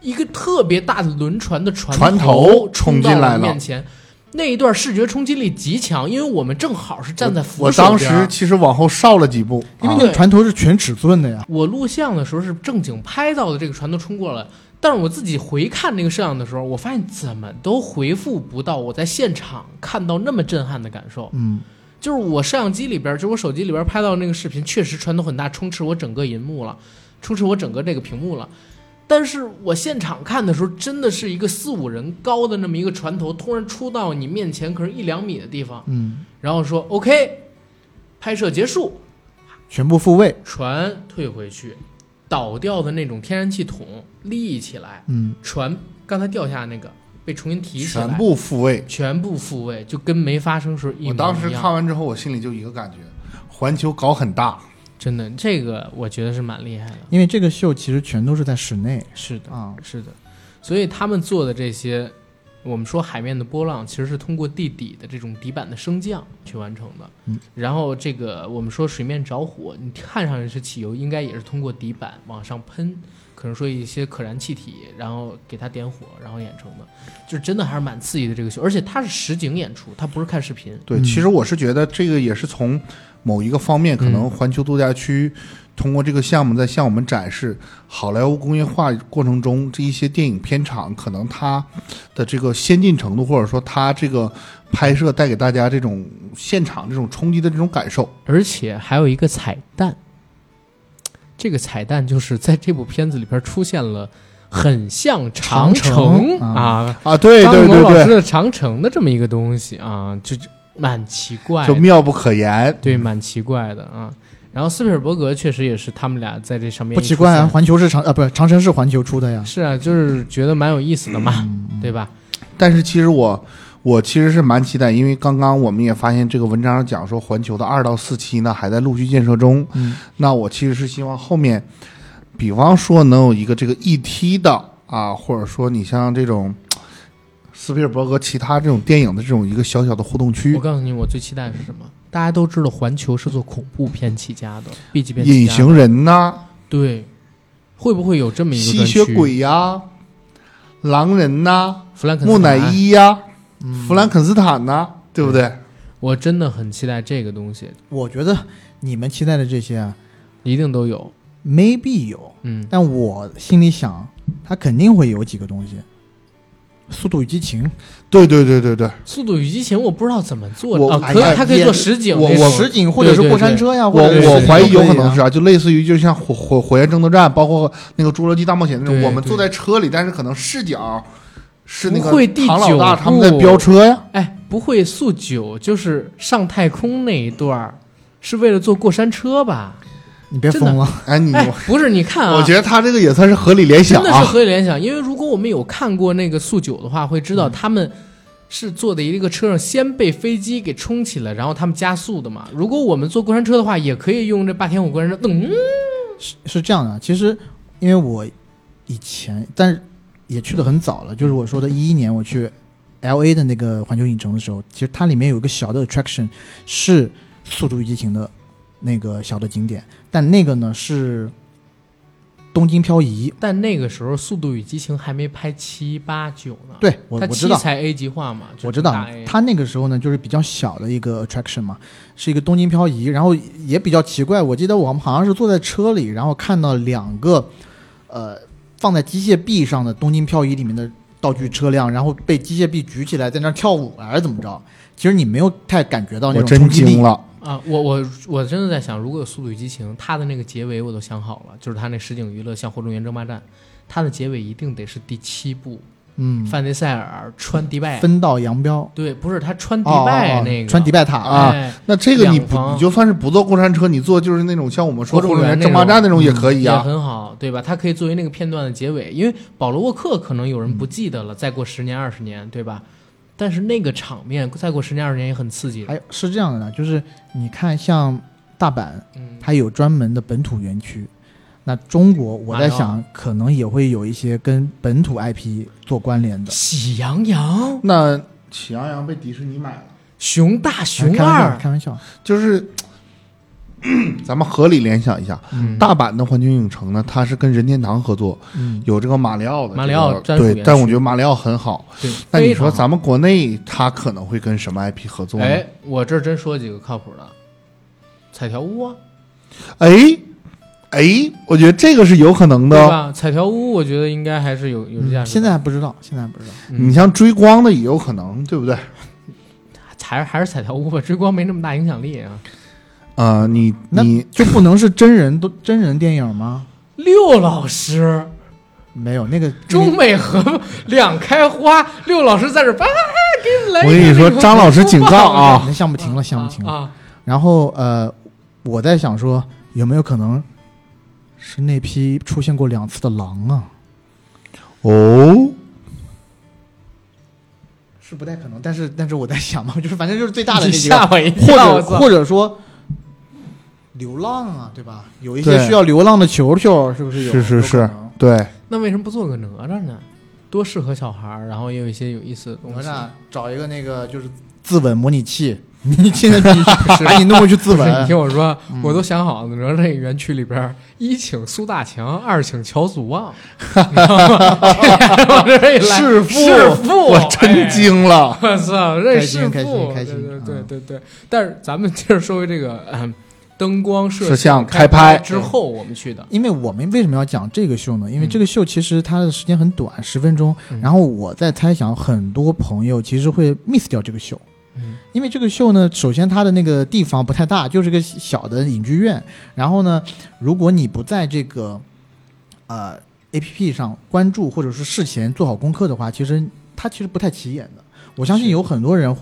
[SPEAKER 1] 一个特别大的轮船的船
[SPEAKER 3] 船
[SPEAKER 1] 头
[SPEAKER 3] 头
[SPEAKER 1] 冲
[SPEAKER 3] 冲
[SPEAKER 1] 到
[SPEAKER 3] 进
[SPEAKER 1] 我
[SPEAKER 3] 来
[SPEAKER 1] 们
[SPEAKER 3] 了
[SPEAKER 1] 面前。那一段视觉冲击力极强，因为我们正好是站在扶
[SPEAKER 3] 我
[SPEAKER 1] 手
[SPEAKER 3] 当
[SPEAKER 1] 边
[SPEAKER 3] 时
[SPEAKER 1] 儿
[SPEAKER 3] 其实往后稍了几步，
[SPEAKER 2] 因为
[SPEAKER 3] 啊
[SPEAKER 2] 那个船头是全尺寸的呀。
[SPEAKER 1] 我录像的时候是正经拍到的这个船都冲过来，但是我自己回看那个摄像的时候，我发现怎么都回复不到我在现场看到那么震撼的感受。
[SPEAKER 2] 嗯，
[SPEAKER 1] 就是我摄像机里边，就我手机里边拍到那个视频，确实船头很大，充斥我整个银幕了，充斥我整个这个屏幕了。但是我现场看的时候，真的是一个四五人高的那么一个船头，突然出到你面前，可能一两米的地方，
[SPEAKER 2] 嗯，
[SPEAKER 1] 然后说 OK，拍摄结束，
[SPEAKER 2] 全部复位。
[SPEAKER 1] 船退回去，倒掉的那种天然气桶立起来，
[SPEAKER 2] 嗯，
[SPEAKER 1] 船刚才掉下那个被重新提起来，
[SPEAKER 3] 全部复位。
[SPEAKER 1] 全部复位，就跟没发生时候一模一
[SPEAKER 3] 我
[SPEAKER 1] 样。
[SPEAKER 3] 当时看完之后，我心里就一个感觉，环球搞很大，
[SPEAKER 1] 真的，这个我觉得是蛮厉害的。
[SPEAKER 2] 因为这个秀其实全都是在室内
[SPEAKER 1] 是的，
[SPEAKER 2] 啊，
[SPEAKER 1] 是的，所以他们做的这些，我们说海面的波浪，其实是通过地底的这种底板的升降去完成的。
[SPEAKER 2] 嗯，
[SPEAKER 1] 然后这个我们说水面着火，你看上去是汽油，应该也是通过底板往上喷，可能说一些可燃气体，然后给它点火，然后演成的，就是真的还是蛮刺激的这个秀，而且它是实景演出，它不是看视频。
[SPEAKER 3] 对，其实我是觉得这个也是从某一个方面，可能环球度假区通过这个项目在向我们展示好莱坞工业化过程中这一些电影片场，可能它的这个先进程度，或者说它这个拍摄带给大家这种现场这种冲击的这种感受。
[SPEAKER 1] 而且还有一个彩蛋。这个彩蛋就是在这部片子里边出现了，很像长
[SPEAKER 2] 长城
[SPEAKER 1] 啊，
[SPEAKER 3] 啊，对
[SPEAKER 1] 张
[SPEAKER 3] 对
[SPEAKER 1] 艺谋
[SPEAKER 3] 对
[SPEAKER 1] 老师
[SPEAKER 3] 对，
[SPEAKER 1] 的长城的这么一个东西啊，就就蛮奇怪
[SPEAKER 3] 就嗯
[SPEAKER 1] 的，
[SPEAKER 3] 妙不可言。
[SPEAKER 1] 对，蛮奇怪的啊。然后斯皮尔伯格确实也是他们俩在这上面
[SPEAKER 2] 不
[SPEAKER 1] 一
[SPEAKER 2] 奇怪啊，
[SPEAKER 1] 出
[SPEAKER 2] 环球是长啊，不是长城是环球出的呀
[SPEAKER 1] 现，。是啊，就是觉得蛮有意思的嘛，
[SPEAKER 3] 嗯
[SPEAKER 1] 对吧？
[SPEAKER 3] 但是其实我我其实是蛮期待，因为刚刚我们也发现这个文章上讲说，环球的二到四期呢还在陆续建设中。
[SPEAKER 2] 嗯，
[SPEAKER 3] 那我其实是希望后面，比方说能有一个这个 E.T. 的啊，或者说你像这种斯皮尔伯格其他这种电影的这种一个小小的互动
[SPEAKER 1] 我
[SPEAKER 3] 区，
[SPEAKER 1] 告诉你，我最期待的是什么？大家都知道环球是做恐怖片起家的，B 级片起
[SPEAKER 3] 隐
[SPEAKER 1] 家的
[SPEAKER 3] 形人呐、
[SPEAKER 1] 对，会不会有这么一个
[SPEAKER 3] 吸
[SPEAKER 1] 专
[SPEAKER 3] 血
[SPEAKER 1] 区？
[SPEAKER 3] 鬼呀、狼人呐、
[SPEAKER 1] 弗兰肯斯嗯
[SPEAKER 3] 木乃
[SPEAKER 1] 坦
[SPEAKER 3] 伊呀、弗兰肯斯坦呐、对不对？
[SPEAKER 1] 我真的很期待这个东西，
[SPEAKER 2] 我觉得你们期待的这些啊
[SPEAKER 1] 一定都有。
[SPEAKER 2] ，maybe 有，
[SPEAKER 1] 嗯，
[SPEAKER 2] 但我心里想，它肯定会有几个东西，《速度与激情》
[SPEAKER 3] 对对对对对。
[SPEAKER 1] 《速度与激情》我不实怎么做
[SPEAKER 3] 我
[SPEAKER 1] 的啊，
[SPEAKER 3] 哎
[SPEAKER 1] 可
[SPEAKER 3] 呀
[SPEAKER 1] 以，它可以
[SPEAKER 2] 也
[SPEAKER 1] 做实景
[SPEAKER 3] 我
[SPEAKER 1] 那种，
[SPEAKER 2] 实景或者
[SPEAKER 1] 对
[SPEAKER 2] 是
[SPEAKER 1] 对
[SPEAKER 2] 过山
[SPEAKER 1] 对
[SPEAKER 2] 车呀，或
[SPEAKER 3] 我
[SPEAKER 2] 者
[SPEAKER 3] 我
[SPEAKER 2] 是
[SPEAKER 3] 怀疑有可
[SPEAKER 2] 都
[SPEAKER 3] 能
[SPEAKER 2] 以
[SPEAKER 3] 是
[SPEAKER 2] 啊。
[SPEAKER 3] 啊，就类似于就像火火火焰争夺战，包括那个侏罗纪大冒险那种，
[SPEAKER 1] 对
[SPEAKER 3] 我们坐
[SPEAKER 1] 对
[SPEAKER 3] 在车里，但是可能视角是那
[SPEAKER 1] 不会
[SPEAKER 3] 个
[SPEAKER 1] 第
[SPEAKER 3] 唐老
[SPEAKER 1] 九
[SPEAKER 3] 大他们在
[SPEAKER 1] 部
[SPEAKER 3] 飙 车呀。
[SPEAKER 1] 哎，不会速九就是上太空那一段儿，是为了坐过山车吧？
[SPEAKER 2] 你别
[SPEAKER 1] 真的
[SPEAKER 2] 疯了，
[SPEAKER 3] 哎，你、
[SPEAKER 1] 哎，不是，你看啊，
[SPEAKER 3] 我觉得他这个也算是合理联想
[SPEAKER 1] 真的是
[SPEAKER 3] 啊。
[SPEAKER 1] 合理联想，因为如果我们有看过那个速九的话，会知
[SPEAKER 3] 嗯
[SPEAKER 1] 道他们是坐的一个车上，先被飞机给冲起来，然后他们加速的嘛。如果我们坐过山车的话，也可以用这霸天虎过山车，嗯，
[SPEAKER 2] 是是这样的。啊其实，因为我以前，但是也去的很早了，就是我说的，一一年我去 L A 的那个环球影城的时候，其实它里面有一个小的 attraction 是《速度与激情》的那个小的景点，但那个呢是东京漂移。
[SPEAKER 1] 但那个时候《速度与激情》还没拍七八九呢，，
[SPEAKER 2] 对，我
[SPEAKER 1] 它
[SPEAKER 2] 我知
[SPEAKER 1] 七
[SPEAKER 2] 道，
[SPEAKER 1] 才 A 级化嘛，
[SPEAKER 2] 我知道
[SPEAKER 1] 就是大 A
[SPEAKER 2] 他那个时候呢，就是比较小的一个 attraction 嘛，是一个东京漂移，然后也比较奇怪。我记得我们好像是坐在车里，然后看到两个，呃，放在机械臂上的东京漂移里面的道具车辆，然后被机械臂举起来在那儿跳舞还是怎么着？其实你没有太感觉到那
[SPEAKER 3] 我
[SPEAKER 2] 种冲
[SPEAKER 3] 真
[SPEAKER 2] 击力
[SPEAKER 3] 惊。了，
[SPEAKER 1] 啊，我我我真的在想，如果有《速度与激情》，它的那个结尾我都想好了，就是它那实景娱乐，像《火种源争霸战》，它的结尾一定得是第七部，
[SPEAKER 2] 嗯，
[SPEAKER 1] 范迪塞尔穿迪拜，
[SPEAKER 2] 分道扬镳。
[SPEAKER 1] 对，不是他哎穿迪
[SPEAKER 2] 哦哦
[SPEAKER 1] 拜
[SPEAKER 2] 哦
[SPEAKER 1] 那个，
[SPEAKER 2] 穿迪拜塔
[SPEAKER 3] 啊
[SPEAKER 1] 哎
[SPEAKER 3] 那这个你
[SPEAKER 1] 两
[SPEAKER 3] 不
[SPEAKER 1] 方
[SPEAKER 3] 你就算是不坐过山车，你坐就是那种像我们说
[SPEAKER 1] 火
[SPEAKER 3] 《
[SPEAKER 1] 种
[SPEAKER 3] 火影
[SPEAKER 1] 人
[SPEAKER 3] 忍
[SPEAKER 1] 那
[SPEAKER 3] 争霸
[SPEAKER 1] 种
[SPEAKER 3] 战》那种也可
[SPEAKER 1] 嗯
[SPEAKER 3] 以
[SPEAKER 1] 也
[SPEAKER 3] 啊。
[SPEAKER 1] 很好，对吧？它可以作为那个片段的结尾，因为保罗沃克可能有人不记得了，再过十年二十年，对吧？但是那个场面再过十年二十年也很刺激的，
[SPEAKER 2] 还有是这样的呢，就是你看像大阪，
[SPEAKER 1] 嗯，
[SPEAKER 2] 它有专门的本土园区。那中国，我在
[SPEAKER 1] 马
[SPEAKER 2] 想，可能也会有一些跟本土 IP 做关联的。
[SPEAKER 1] 喜羊羊、
[SPEAKER 3] 那《喜羊羊》被迪士尼买了，
[SPEAKER 1] 熊大、熊
[SPEAKER 2] 开玩笑，
[SPEAKER 1] 二，
[SPEAKER 2] 开玩笑，
[SPEAKER 3] 就是咳咱们合理联想一下，
[SPEAKER 1] 嗯，
[SPEAKER 3] 大阪的环球影城呢，它是跟任天堂合作，
[SPEAKER 2] 嗯，
[SPEAKER 3] 有这个马里奥的这个、
[SPEAKER 1] 马里奥专属园
[SPEAKER 3] 对
[SPEAKER 1] 区，
[SPEAKER 3] 但我觉得马里奥很好。
[SPEAKER 1] 对，
[SPEAKER 3] 那你
[SPEAKER 1] 非常
[SPEAKER 3] 说
[SPEAKER 1] 好
[SPEAKER 3] 咱们国内它可能会跟什么 IP 合作呢？
[SPEAKER 1] 哎，我这儿真说几个靠谱的，彩条屋啊，
[SPEAKER 3] 哎哎，我觉得这个是有可能的
[SPEAKER 1] 对
[SPEAKER 3] 哦。
[SPEAKER 1] 吧？彩条屋我觉得应该还是有有
[SPEAKER 3] 嗯
[SPEAKER 1] 价值的。
[SPEAKER 2] 嗯现在还不知道，现在还不知道。
[SPEAKER 1] 嗯
[SPEAKER 3] 你像追光的也有可能，对不对？
[SPEAKER 1] 还是还是彩条屋吧，追光没那么大影响力啊。
[SPEAKER 3] 呃，你
[SPEAKER 2] 那
[SPEAKER 3] 你
[SPEAKER 2] 就不能是真人都真人电影吗？
[SPEAKER 1] 六老师，
[SPEAKER 2] 没有那个
[SPEAKER 1] 中美和两开花，六老师在这儿叭，哎给你来一个。
[SPEAKER 3] 我跟你说，张老师警告
[SPEAKER 2] 啊，
[SPEAKER 3] 啊，
[SPEAKER 2] 那项目停了，项目
[SPEAKER 1] 啊
[SPEAKER 2] 停了。
[SPEAKER 1] 啊，
[SPEAKER 2] 然后呃，我在想说，有没有可能是那批出现过两次的狼啊？
[SPEAKER 3] 哦，
[SPEAKER 2] 是不太可能，但是但是我在想嘛，就是反正就是最
[SPEAKER 1] 你吓我一
[SPEAKER 2] 或
[SPEAKER 1] 跳，
[SPEAKER 2] 者
[SPEAKER 1] 我操
[SPEAKER 2] 或者说，流浪啊，对吧？有一
[SPEAKER 3] 对
[SPEAKER 2] 些需要流浪的球球，是不是有？
[SPEAKER 3] 是是
[SPEAKER 2] 有
[SPEAKER 3] 是
[SPEAKER 2] 可能，
[SPEAKER 3] 对，
[SPEAKER 1] 那为什么不做个哪吒呢？多适合小孩儿，然后也有一些有意思的东
[SPEAKER 2] 哪
[SPEAKER 1] 西。
[SPEAKER 2] 吒找一个那个就是自刎模拟器，你现在
[SPEAKER 1] 是
[SPEAKER 2] 把你弄回去自
[SPEAKER 1] 不 是，你
[SPEAKER 2] 刎，
[SPEAKER 1] 听我说，
[SPEAKER 2] 嗯
[SPEAKER 1] 我都想好了，哪吒这个园区里边儿，一请苏大强，二请乔祖望，你知道吗？这往这儿一来，
[SPEAKER 3] 弑父
[SPEAKER 1] 弑父，
[SPEAKER 3] 我真
[SPEAKER 1] 惊。
[SPEAKER 3] 惊了。
[SPEAKER 1] 我操，这
[SPEAKER 2] 开心
[SPEAKER 1] 弑
[SPEAKER 2] 开心
[SPEAKER 1] 父，
[SPEAKER 2] 开心
[SPEAKER 1] 对对对
[SPEAKER 2] 嗯
[SPEAKER 1] 对对。但是咱们接着说回这个嗯灯光
[SPEAKER 3] 摄像
[SPEAKER 1] 开
[SPEAKER 3] 开拍
[SPEAKER 1] 之后，我们去的
[SPEAKER 2] 因为我们为什么要讲这个秀呢？因为
[SPEAKER 1] 嗯
[SPEAKER 2] 这个秀其实它的时间很短，十分钟。
[SPEAKER 1] 嗯
[SPEAKER 2] 然后我在猜想，很多朋友其实会 miss 掉这个秀
[SPEAKER 1] 嗯。
[SPEAKER 2] 因为这个秀呢，首先它的那个地方不太大，就是个小的影剧院。然后呢，如果你不在这个呃 A P P 上关注，或者是事前做好功课的话，其实呃它其实不太起眼的。我相信
[SPEAKER 1] 是
[SPEAKER 2] 有很多人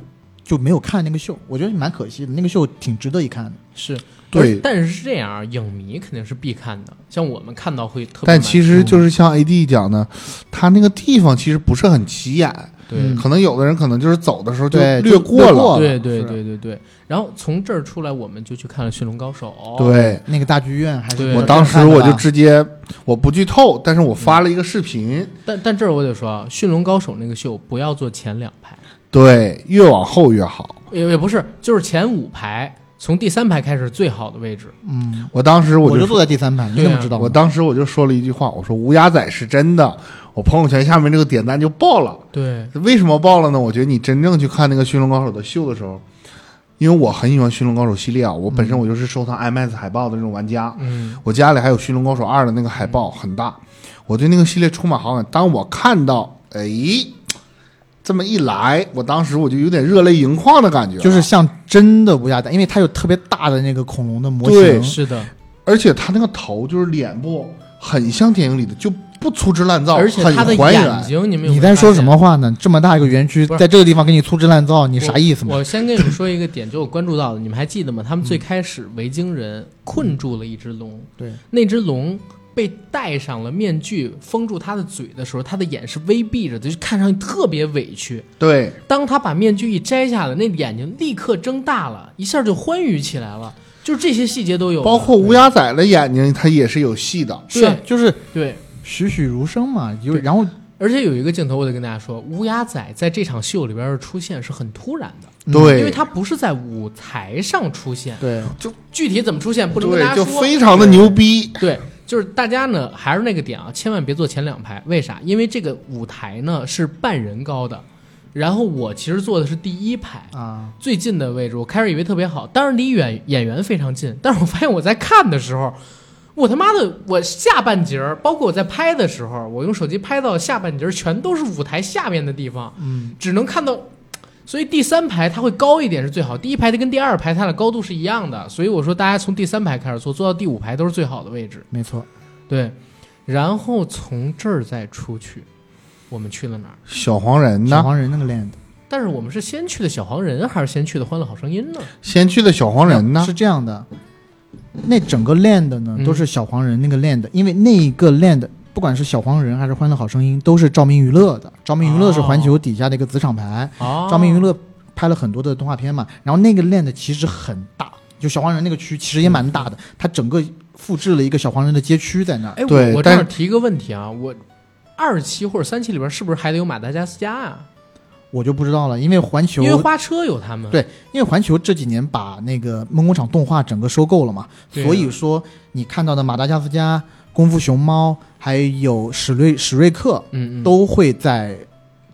[SPEAKER 2] 就没有看那个秀，我觉得蛮可惜的。那个秀挺值得一看的。
[SPEAKER 1] 是
[SPEAKER 3] 对
[SPEAKER 1] 但是是这样啊，影迷肯定是必看的，像我们看到会特别满
[SPEAKER 3] 但
[SPEAKER 1] 足，
[SPEAKER 3] 其实就是像 AD 讲的，他那个地方其实不是很起眼，
[SPEAKER 1] 对。
[SPEAKER 2] 嗯
[SPEAKER 3] 可能有的人可能就是走的时候就
[SPEAKER 2] 对
[SPEAKER 3] 略
[SPEAKER 2] 就
[SPEAKER 3] 过
[SPEAKER 2] 略过
[SPEAKER 3] 了。
[SPEAKER 2] 了
[SPEAKER 1] 对对
[SPEAKER 2] 是
[SPEAKER 1] 对对对，然后从这儿出来，我们就去看了《驯龙高手》。
[SPEAKER 3] 对，
[SPEAKER 2] 那个大剧院还是
[SPEAKER 1] 对
[SPEAKER 2] 比
[SPEAKER 3] 我
[SPEAKER 2] 较
[SPEAKER 3] 当时
[SPEAKER 2] 震撼的
[SPEAKER 3] 我就
[SPEAKER 2] 吧
[SPEAKER 3] 直接我不剧透，但是我发了一个视频。
[SPEAKER 1] 但但这儿我得说，啊，《驯龙高手》那个秀不要坐前两排，
[SPEAKER 3] 对，越往后越好。
[SPEAKER 1] 也也不是，就是前五排，从第三排开始最好的位置。
[SPEAKER 2] 嗯。
[SPEAKER 3] 我当时我
[SPEAKER 2] 我就
[SPEAKER 3] 就
[SPEAKER 2] 坐在第三排，你
[SPEAKER 1] 对
[SPEAKER 2] 怎
[SPEAKER 1] 啊
[SPEAKER 2] 么知道的？
[SPEAKER 3] 我当时我就说了一句话，我说乌鸦仔是真的，我朋友圈下面这个点赞就爆了。
[SPEAKER 1] 对，
[SPEAKER 3] 为什么爆了呢？我觉得你真正去看那个《驯龙高手》的秀的时候，因为我很喜欢《驯龙高手》系列啊，我本
[SPEAKER 2] 嗯
[SPEAKER 3] 身我就是收藏 IMAX 海报的那种玩家，
[SPEAKER 1] 嗯，
[SPEAKER 3] 我家里还有《驯龙高手二》的那个海报，很大，我对那个系列充满好感。当我看到，哎，这么一来，我当时我就有点热泪盈眶的感觉了，
[SPEAKER 2] 就是像真的乌鸦蛋，因为它有特别大的那个恐龙的模
[SPEAKER 3] 对
[SPEAKER 2] 型，
[SPEAKER 1] 是的，
[SPEAKER 3] 而且他那个头就是脸部很像电影里的，就不粗制滥造，
[SPEAKER 1] 而且
[SPEAKER 3] 很
[SPEAKER 1] 他的
[SPEAKER 3] 还
[SPEAKER 1] 眼
[SPEAKER 3] 原。
[SPEAKER 1] 睛，你们有没有
[SPEAKER 2] 你在说
[SPEAKER 1] 发现
[SPEAKER 2] 什？么话呢？这么大一个园区，
[SPEAKER 1] 不是
[SPEAKER 2] 在这个地方给你粗制滥造，你啥意思嘛？
[SPEAKER 1] 我先跟你们说一个点，就我关注到的，你们还记得吗？他们最开始维京人困住了一只龙，
[SPEAKER 2] 嗯对，
[SPEAKER 1] 那只龙被戴上了面具，封住它的嘴的时候，它的眼是微闭着的，就看上去特别委屈。
[SPEAKER 3] 对，
[SPEAKER 1] 当他把面具一摘下来，那眼睛立刻睁大了，一下就欢愉起来了。就是这些细节都有，
[SPEAKER 3] 包括乌鸦仔的眼睛，它也是有戏的。
[SPEAKER 1] 对
[SPEAKER 2] 是啊就是
[SPEAKER 1] 对。
[SPEAKER 2] 栩栩如生嘛，就
[SPEAKER 1] 对
[SPEAKER 2] 然后
[SPEAKER 1] 而且有一个镜头，我得跟大家说，乌鸦仔在这场秀里边的出现是很突然的，
[SPEAKER 3] 嗯对，
[SPEAKER 1] 因为他不是在舞台上出现，
[SPEAKER 2] 对
[SPEAKER 1] 具体怎么出现不能跟大
[SPEAKER 3] 对，
[SPEAKER 1] 家
[SPEAKER 3] 就
[SPEAKER 1] 说。
[SPEAKER 3] 非常的牛逼。
[SPEAKER 1] 对，就是大家呢，还是那个点啊，千万别坐前两排。为啥？因为这个舞台呢是半人高的，然后我其实坐的是第一排，
[SPEAKER 2] 啊，
[SPEAKER 1] 最近的位置。我开始以为特别好，当然离演演员非常近，但是我发现我在看的时候，我他妈的，我下半截儿，包括我在拍的时候，我用手机拍到下半截儿，全都是舞台下面的地方，
[SPEAKER 2] 嗯，
[SPEAKER 1] 只能看到。所以第三排它会高一点是最好，第一排它跟第二排它的高度是一样的，所以我说大家从第三排开始坐，坐到第五排都是最好的位置。
[SPEAKER 2] 没错，
[SPEAKER 1] 对，然后从这儿再出去，我们去了哪儿？
[SPEAKER 3] 小黄人
[SPEAKER 2] 小
[SPEAKER 3] 呢？
[SPEAKER 2] 黄人那个 land
[SPEAKER 1] 但是我们是先去的小黄人，还是先去的《欢乐好声音》呢？
[SPEAKER 3] 先去的小黄人呢
[SPEAKER 2] 是？这样的，那整个 land 呢
[SPEAKER 1] 嗯
[SPEAKER 2] 都是小黄人那个 land，因为那一个 land。不管是小黄人还是欢乐好声音，都是照明娱乐的。照明娱乐是环球底下的一个子厂牌，
[SPEAKER 1] 哦
[SPEAKER 2] 照明娱乐拍了很多的动画片嘛，然后那个 land 其实很大，就小黄人那个区其实也蛮大的，它整个复制了一个小黄人的街区在那儿。
[SPEAKER 1] 哎，
[SPEAKER 3] 对
[SPEAKER 1] 我我这
[SPEAKER 3] 但
[SPEAKER 1] 儿提一个问题啊，我二期或者三期里边是不是还得有马达加斯加啊？
[SPEAKER 2] 我就不知道了，因为环球
[SPEAKER 1] 因为花车有他们。
[SPEAKER 2] 对因为环球这几年把那个梦工厂动画整个收购了嘛，
[SPEAKER 1] 对啊
[SPEAKER 2] 所以说你看到的马达加斯加、功夫熊猫还有史瑞史瑞克
[SPEAKER 1] 嗯，嗯
[SPEAKER 2] 都会在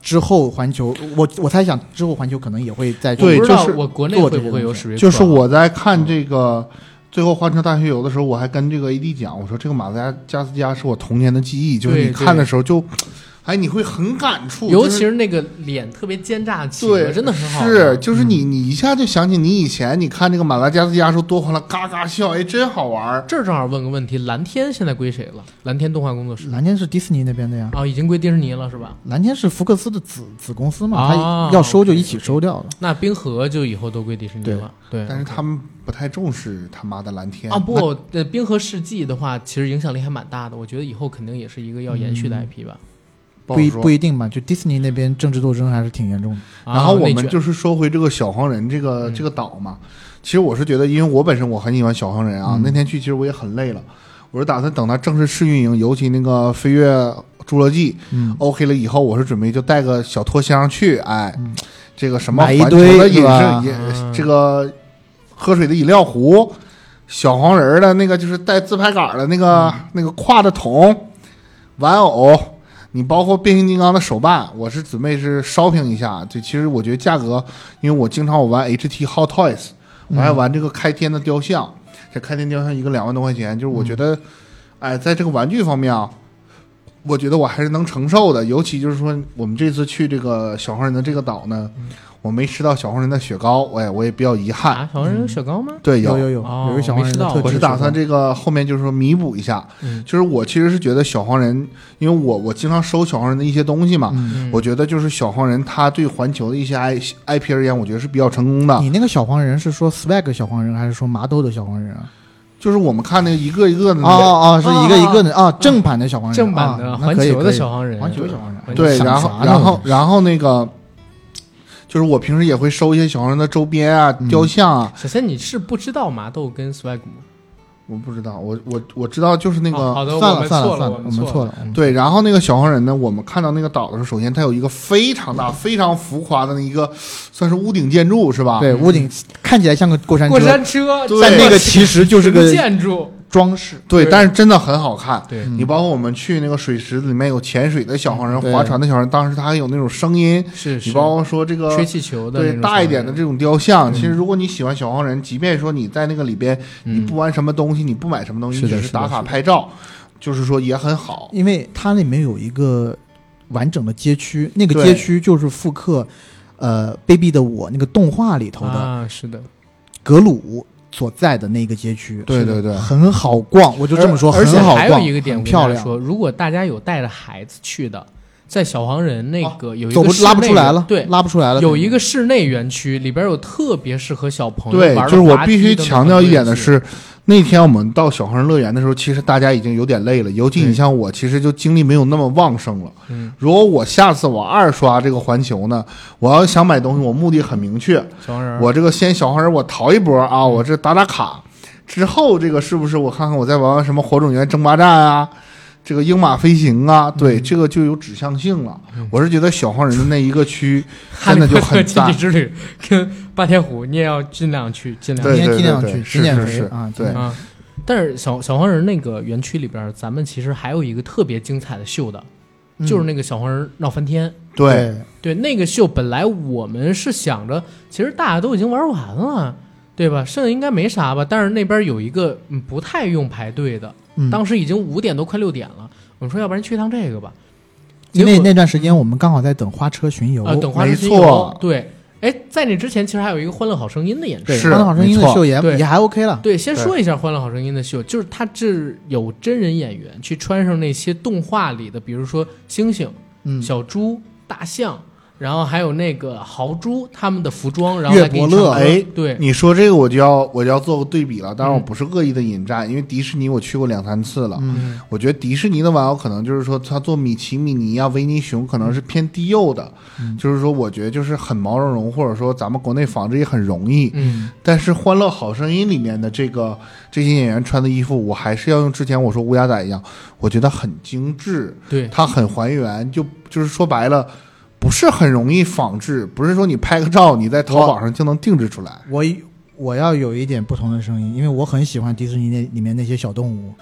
[SPEAKER 2] 之后环球，我我猜想之后环球可能也会在
[SPEAKER 1] 我
[SPEAKER 3] 对
[SPEAKER 1] 不知道
[SPEAKER 3] 就是
[SPEAKER 1] 我国内
[SPEAKER 2] 做
[SPEAKER 1] 会
[SPEAKER 2] 这
[SPEAKER 1] 不
[SPEAKER 2] 个
[SPEAKER 1] 会
[SPEAKER 2] 东
[SPEAKER 1] 有
[SPEAKER 2] 西
[SPEAKER 1] 史瑞克啊？
[SPEAKER 3] 就是我在
[SPEAKER 1] 嗯
[SPEAKER 3] 看这个《最后换成大学游》的时候，我还跟这个 AD 讲，我说这个马达加斯加是我童年的记忆，就是
[SPEAKER 1] 对
[SPEAKER 3] 你看的时候就，哎，你会很感触，
[SPEAKER 1] 尤
[SPEAKER 3] 就
[SPEAKER 1] 其是
[SPEAKER 3] 是
[SPEAKER 1] 那个脸特别奸诈的企鹅，
[SPEAKER 3] 对，
[SPEAKER 1] 真的很好看。嗯
[SPEAKER 3] 是，就是你你一下就想起你以前你看这个马达加斯加时候多欢乐，嘎嘎笑，哎，真好玩儿。
[SPEAKER 1] 这儿正好问个问题：蓝天现在归谁了？蓝天动画工作室
[SPEAKER 2] 蓝天是迪士尼那边的呀，
[SPEAKER 1] 哦，已经归迪士尼了是吧？
[SPEAKER 2] 蓝天是福克斯的子子公司嘛，
[SPEAKER 1] 啊
[SPEAKER 2] 它要收就一起收掉了。
[SPEAKER 1] 那冰河就以后都归迪士尼了。对，
[SPEAKER 3] 但是他们不太重视他妈的蓝天
[SPEAKER 1] 啊不，呃，
[SPEAKER 3] 嗯
[SPEAKER 1] 冰河世纪的话，其实影响力还蛮大的。我觉得以后肯定也是一个要延续的 IP 吧。
[SPEAKER 2] 不
[SPEAKER 3] 那不好
[SPEAKER 2] 一
[SPEAKER 3] 说
[SPEAKER 2] 不一定吧，就迪士尼那边政治斗争还是挺严重的。
[SPEAKER 1] 啊
[SPEAKER 3] 然后我
[SPEAKER 1] 内
[SPEAKER 3] 们
[SPEAKER 1] 卷
[SPEAKER 3] 就是说回这个小黄人这个、
[SPEAKER 1] 嗯
[SPEAKER 3] 这个岛嘛，其实我是觉得，因为我本身我很喜欢小黄人啊，
[SPEAKER 2] 嗯
[SPEAKER 3] 那天去其实我也很累了，我是打算等它正式试运营，尤其那个飞跃侏罗纪
[SPEAKER 2] 嗯，
[SPEAKER 3] OK 了以后，我是准备就带个小拖箱去，哎，
[SPEAKER 2] 嗯
[SPEAKER 3] 这个什么
[SPEAKER 2] 买
[SPEAKER 3] 环
[SPEAKER 2] 一
[SPEAKER 3] 球
[SPEAKER 2] 堆
[SPEAKER 3] 的饮
[SPEAKER 2] 是吧嗯
[SPEAKER 3] 食也、这个喝水的饮料壶，小黄人儿的那个就是带自拍杆儿的那个、
[SPEAKER 2] 嗯
[SPEAKER 3] 那个挎的桶，玩偶，你包括变形金刚的手办，我是准备是 shopping 一下。这其实我觉得价格，因为我经常我玩 HT Hot Toys，我
[SPEAKER 2] 嗯
[SPEAKER 3] 还玩这个开天的雕像，这开天雕像一个两万多块钱，就是我觉得，
[SPEAKER 2] 嗯
[SPEAKER 3] 哎，在这个玩具方面啊。我觉得我还是能承受的，尤其就是说，我们这次去这个小黄人的这个岛呢，
[SPEAKER 2] 嗯
[SPEAKER 3] 我没吃到小黄人的雪糕，哎，我也比较遗憾。
[SPEAKER 1] 啊，小黄人有雪糕吗？
[SPEAKER 3] 对，
[SPEAKER 2] 有有
[SPEAKER 3] 有，
[SPEAKER 2] 有
[SPEAKER 1] 哦
[SPEAKER 2] 有一个小黄人的
[SPEAKER 1] 没吃到
[SPEAKER 2] 特制
[SPEAKER 3] 我是打
[SPEAKER 2] 手
[SPEAKER 3] 算这个后面就是说弥补一下。
[SPEAKER 1] 嗯
[SPEAKER 3] 就是我其实是觉得小黄人，因为我我经常收小黄人的一些东西嘛，
[SPEAKER 2] 嗯
[SPEAKER 3] 我觉得就是小黄人他对环球的一些 I IP 而言，我觉得是比较成功
[SPEAKER 2] 办
[SPEAKER 3] 的。
[SPEAKER 2] 你那个小黄人是说 swag 小黄人还是说麻豆的小黄人啊？
[SPEAKER 3] 就是我们看那个一个一个的
[SPEAKER 2] 哦
[SPEAKER 3] 那个，
[SPEAKER 2] 哦，是一个一个的啊，正版的小黄人，
[SPEAKER 1] 正版
[SPEAKER 2] 啊
[SPEAKER 1] 的
[SPEAKER 2] 那
[SPEAKER 1] 环
[SPEAKER 2] 可以
[SPEAKER 1] 球
[SPEAKER 2] 可
[SPEAKER 1] 的
[SPEAKER 2] 以
[SPEAKER 1] 小黄人，
[SPEAKER 2] 环球小黄人，
[SPEAKER 3] 对，
[SPEAKER 2] 想
[SPEAKER 3] 然
[SPEAKER 2] 啥
[SPEAKER 3] 后
[SPEAKER 2] 呢
[SPEAKER 3] 然后
[SPEAKER 2] 我
[SPEAKER 3] 然后那个，就是我平时也会收一些小黄人的周边啊、
[SPEAKER 2] 嗯
[SPEAKER 3] 雕像啊，
[SPEAKER 1] 首先你是不知道麻豆跟 swag 吗？
[SPEAKER 3] 我不知道，我我我知道就是那个、
[SPEAKER 1] 哦好的，
[SPEAKER 2] 算
[SPEAKER 1] 我
[SPEAKER 2] 了
[SPEAKER 1] 们
[SPEAKER 2] 算
[SPEAKER 1] 错
[SPEAKER 2] 了算
[SPEAKER 1] 我
[SPEAKER 2] 了，
[SPEAKER 1] 们
[SPEAKER 2] 我们
[SPEAKER 1] 错
[SPEAKER 2] 错
[SPEAKER 1] 了。
[SPEAKER 2] 了，嗯
[SPEAKER 3] 对，然后那个小黄人呢，我们看到那个岛的时候，首先它有一个非常大、非常浮夸的那一个，算是屋顶建筑是吧？
[SPEAKER 2] 对，屋顶看起来像个过山车
[SPEAKER 1] 过，山车，
[SPEAKER 3] 对
[SPEAKER 2] 但那个
[SPEAKER 1] 其
[SPEAKER 2] 其实就
[SPEAKER 1] 就是
[SPEAKER 2] 个
[SPEAKER 1] 建筑，
[SPEAKER 2] 装饰。
[SPEAKER 3] 对
[SPEAKER 1] 对
[SPEAKER 3] 但是真的很好看。
[SPEAKER 1] 对
[SPEAKER 2] 嗯
[SPEAKER 3] 你包括我们去那个水池子里面有潜水的小黄人、
[SPEAKER 2] 对
[SPEAKER 3] 划船的小黄人，当时它还有那种声音。
[SPEAKER 1] 是
[SPEAKER 3] 你
[SPEAKER 1] 是，
[SPEAKER 3] 包括说这个
[SPEAKER 1] 吹气球的那
[SPEAKER 3] 对
[SPEAKER 1] 种
[SPEAKER 3] 大一点的这种雕像，
[SPEAKER 2] 嗯
[SPEAKER 3] 其实如果你喜欢小黄人，即便说你在那个里边你
[SPEAKER 1] 嗯
[SPEAKER 3] 不玩什么东西，你不买什么东西，
[SPEAKER 1] 是
[SPEAKER 3] 你
[SPEAKER 1] 的
[SPEAKER 3] 只
[SPEAKER 1] 是的
[SPEAKER 3] 打卡
[SPEAKER 1] 是的
[SPEAKER 3] 拍照，就是说也很好。
[SPEAKER 2] 因为它那里面有一个完整的街区，那个
[SPEAKER 3] 对
[SPEAKER 2] 街区就是复刻呃《卑鄙的我》那个动画里头的
[SPEAKER 1] 啊，是的，
[SPEAKER 2] 格鲁所在的那个街区。
[SPEAKER 3] 对
[SPEAKER 2] 是的
[SPEAKER 3] 对对
[SPEAKER 2] 很好逛，我就这么说，
[SPEAKER 1] 而
[SPEAKER 2] 很
[SPEAKER 1] 且
[SPEAKER 2] 好
[SPEAKER 1] 还有
[SPEAKER 2] 逛，
[SPEAKER 1] 一个点，我
[SPEAKER 2] 很
[SPEAKER 1] 跟大
[SPEAKER 2] 漂
[SPEAKER 1] 家
[SPEAKER 2] 亮。
[SPEAKER 1] 说，如果大家有带着孩子去的，在小黄人那个有一
[SPEAKER 2] 嗯走
[SPEAKER 1] 个
[SPEAKER 2] 不
[SPEAKER 1] 室
[SPEAKER 2] 拉不
[SPEAKER 1] 内
[SPEAKER 2] 出来
[SPEAKER 1] 的
[SPEAKER 2] 了，
[SPEAKER 1] 对，
[SPEAKER 2] 拉不出来了。
[SPEAKER 1] 有一个室内园区，里边有特别适合小朋友
[SPEAKER 3] 对，
[SPEAKER 1] 玩
[SPEAKER 3] 就
[SPEAKER 1] 的
[SPEAKER 3] 是我
[SPEAKER 1] 滑
[SPEAKER 3] 必须
[SPEAKER 1] 梯等等
[SPEAKER 3] 强调一点的
[SPEAKER 1] 东西，
[SPEAKER 3] 是，那天我们到小黄人乐园的时候，其实大家已经有点累了，尤其你
[SPEAKER 2] 对
[SPEAKER 3] 像我，其实就精力没有那么旺盛了。
[SPEAKER 1] 嗯，
[SPEAKER 3] 如果我下次我二刷这个环球呢，我要想买东西，我目的很明确，
[SPEAKER 1] 小黄人，
[SPEAKER 3] 我这个先小黄人我淘一波啊，我这打打卡，之后这个是不是我看看我再玩玩什么火种源争霸战啊，这个鹰马飞行啊，对，
[SPEAKER 2] 嗯
[SPEAKER 3] 这个就有指向性了。我是觉得小黄人的那一 个区
[SPEAKER 1] 哈
[SPEAKER 3] 真
[SPEAKER 1] 利
[SPEAKER 3] 的
[SPEAKER 1] 波
[SPEAKER 3] 就
[SPEAKER 1] 特
[SPEAKER 3] 很
[SPEAKER 1] 禁
[SPEAKER 3] 赞
[SPEAKER 1] 忌，之旅跟霸天虎，你也要尽量去，尽量
[SPEAKER 3] 对
[SPEAKER 2] 今
[SPEAKER 1] 去
[SPEAKER 2] 天尽量
[SPEAKER 3] 对
[SPEAKER 2] 去
[SPEAKER 3] 对
[SPEAKER 2] 减减
[SPEAKER 3] 是
[SPEAKER 2] 肥
[SPEAKER 3] 是
[SPEAKER 2] 啊
[SPEAKER 3] 对
[SPEAKER 2] 尽量
[SPEAKER 1] 啊。但是小小黄人那个园区里边，咱们其实还有一个特别精彩的秀的，
[SPEAKER 2] 嗯
[SPEAKER 1] 就是那个小黄人闹翻天。
[SPEAKER 3] 对。
[SPEAKER 1] 对，那个秀本来我们是想着，其实大家都已经玩完了，对吧？剩下应该没啥吧。但是那边有一个嗯不太用排队的，
[SPEAKER 2] 嗯
[SPEAKER 1] 当时已经五点多快六点了，我们说要不然去趟这个吧。结
[SPEAKER 2] 因
[SPEAKER 1] 果
[SPEAKER 2] 为那段时间我们刚好在等啊花车巡游，
[SPEAKER 1] 呃等花
[SPEAKER 3] 没
[SPEAKER 1] 式巡
[SPEAKER 3] 错
[SPEAKER 1] 游，对，哎，在那之前其实还有一个《欢乐好声音》的演出
[SPEAKER 2] 对，
[SPEAKER 3] 是
[SPEAKER 2] 欢乐好声音
[SPEAKER 3] 没
[SPEAKER 2] 的
[SPEAKER 3] 错
[SPEAKER 2] 秀也
[SPEAKER 1] 对
[SPEAKER 2] 也还 OK 了。
[SPEAKER 1] 对，先说一下《欢乐好声音》的秀，就是它这有真人演员去穿上那些动画里的，比如说猩猩、
[SPEAKER 2] 嗯，
[SPEAKER 1] 小猪、大象，然后还有那个豪猪他们的服装，然后
[SPEAKER 2] 岳
[SPEAKER 1] 来给你
[SPEAKER 2] 伯乐
[SPEAKER 1] 唱歌
[SPEAKER 3] 哎
[SPEAKER 1] 对，
[SPEAKER 3] 你说这个我就要我就要做个对比了，当然我不是恶意的引战，因为迪士尼我去过两三次了。
[SPEAKER 2] 嗯，
[SPEAKER 3] 我觉得迪士尼的玩偶可能就是说，它做米奇、米妮啊、维尼熊可能是偏低幼的，
[SPEAKER 2] 嗯
[SPEAKER 3] 就是说我觉得就是很毛茸茸，或者说咱们国内仿制也很容易。
[SPEAKER 1] 嗯，
[SPEAKER 3] 但是《欢乐好声音》里面的这个这些演员穿的衣服，我还是要用之前我说乌鸦仔一样，我觉得很精致，
[SPEAKER 1] 对，
[SPEAKER 3] 它很还原，就就是说白了，不是很容易仿制，不是说你拍个照你在淘宝上就能定制出来。
[SPEAKER 2] 我我要有一点不同的声音，因为我很喜欢迪士尼那里面那些小动物，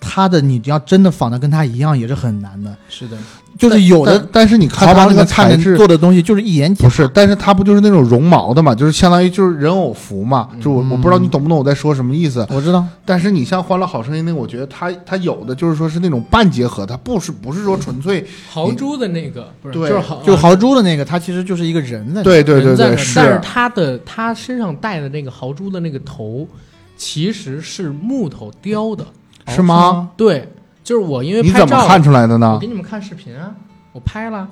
[SPEAKER 2] 它的你要真的仿的跟它一样也是很难的，
[SPEAKER 1] 是的，
[SPEAKER 2] 就是有
[SPEAKER 3] 但
[SPEAKER 2] 的
[SPEAKER 3] 但但是你
[SPEAKER 2] 淘
[SPEAKER 3] 看它
[SPEAKER 2] 宝
[SPEAKER 3] 那
[SPEAKER 2] 里
[SPEAKER 3] 个
[SPEAKER 2] 面看
[SPEAKER 3] 材
[SPEAKER 2] 的
[SPEAKER 3] 质
[SPEAKER 2] 做的东西就是一言
[SPEAKER 3] 不
[SPEAKER 2] 假，
[SPEAKER 3] 是，但是它不就是那种绒毛的嘛，就是相当于就是人偶服嘛，就我我不知道你懂不懂我在说什么意思。
[SPEAKER 2] 我知道，
[SPEAKER 3] 但是你像《欢乐好声音》那个，我觉得它它有的就是说是那种半结合，它不是不是说纯粹
[SPEAKER 1] 豪猪的那个不是
[SPEAKER 3] 对
[SPEAKER 1] 就是豪
[SPEAKER 2] 就豪猪的那个，它其实就是一个人的，，
[SPEAKER 3] 对对对
[SPEAKER 1] 人在那
[SPEAKER 3] 对
[SPEAKER 1] 儿但是
[SPEAKER 3] 是
[SPEAKER 1] 他的他身上戴的那个豪猪的那个头，其实是木头雕的，
[SPEAKER 3] 是吗？
[SPEAKER 1] 对，就是我因为
[SPEAKER 3] 你
[SPEAKER 1] 拍
[SPEAKER 3] 怎
[SPEAKER 1] 照
[SPEAKER 3] 么看出来的
[SPEAKER 1] 我
[SPEAKER 3] 呢
[SPEAKER 1] 给？你们看视频啊，我拍了。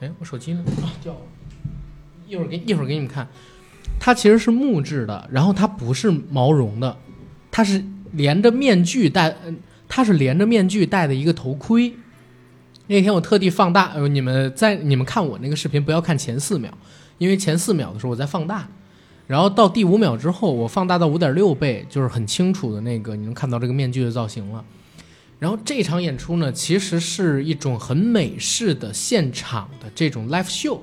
[SPEAKER 1] 哎，我手机呢？啊，掉了。一会儿给一会儿给你们看，它其实是木质的，然后它不是毛绒的，它是连着面具戴，呃它是连着面具戴的一个头盔，那天我特地放大，呃，你们在你们看我那个视频不要看前四秒，因为前四秒的时候我在放大，然后到第五秒之后我放大到五点六倍，就是很清楚的那个你能看到这个面具的造型了。然后这场演出呢，其实是一种很美式的现场的这种 live show，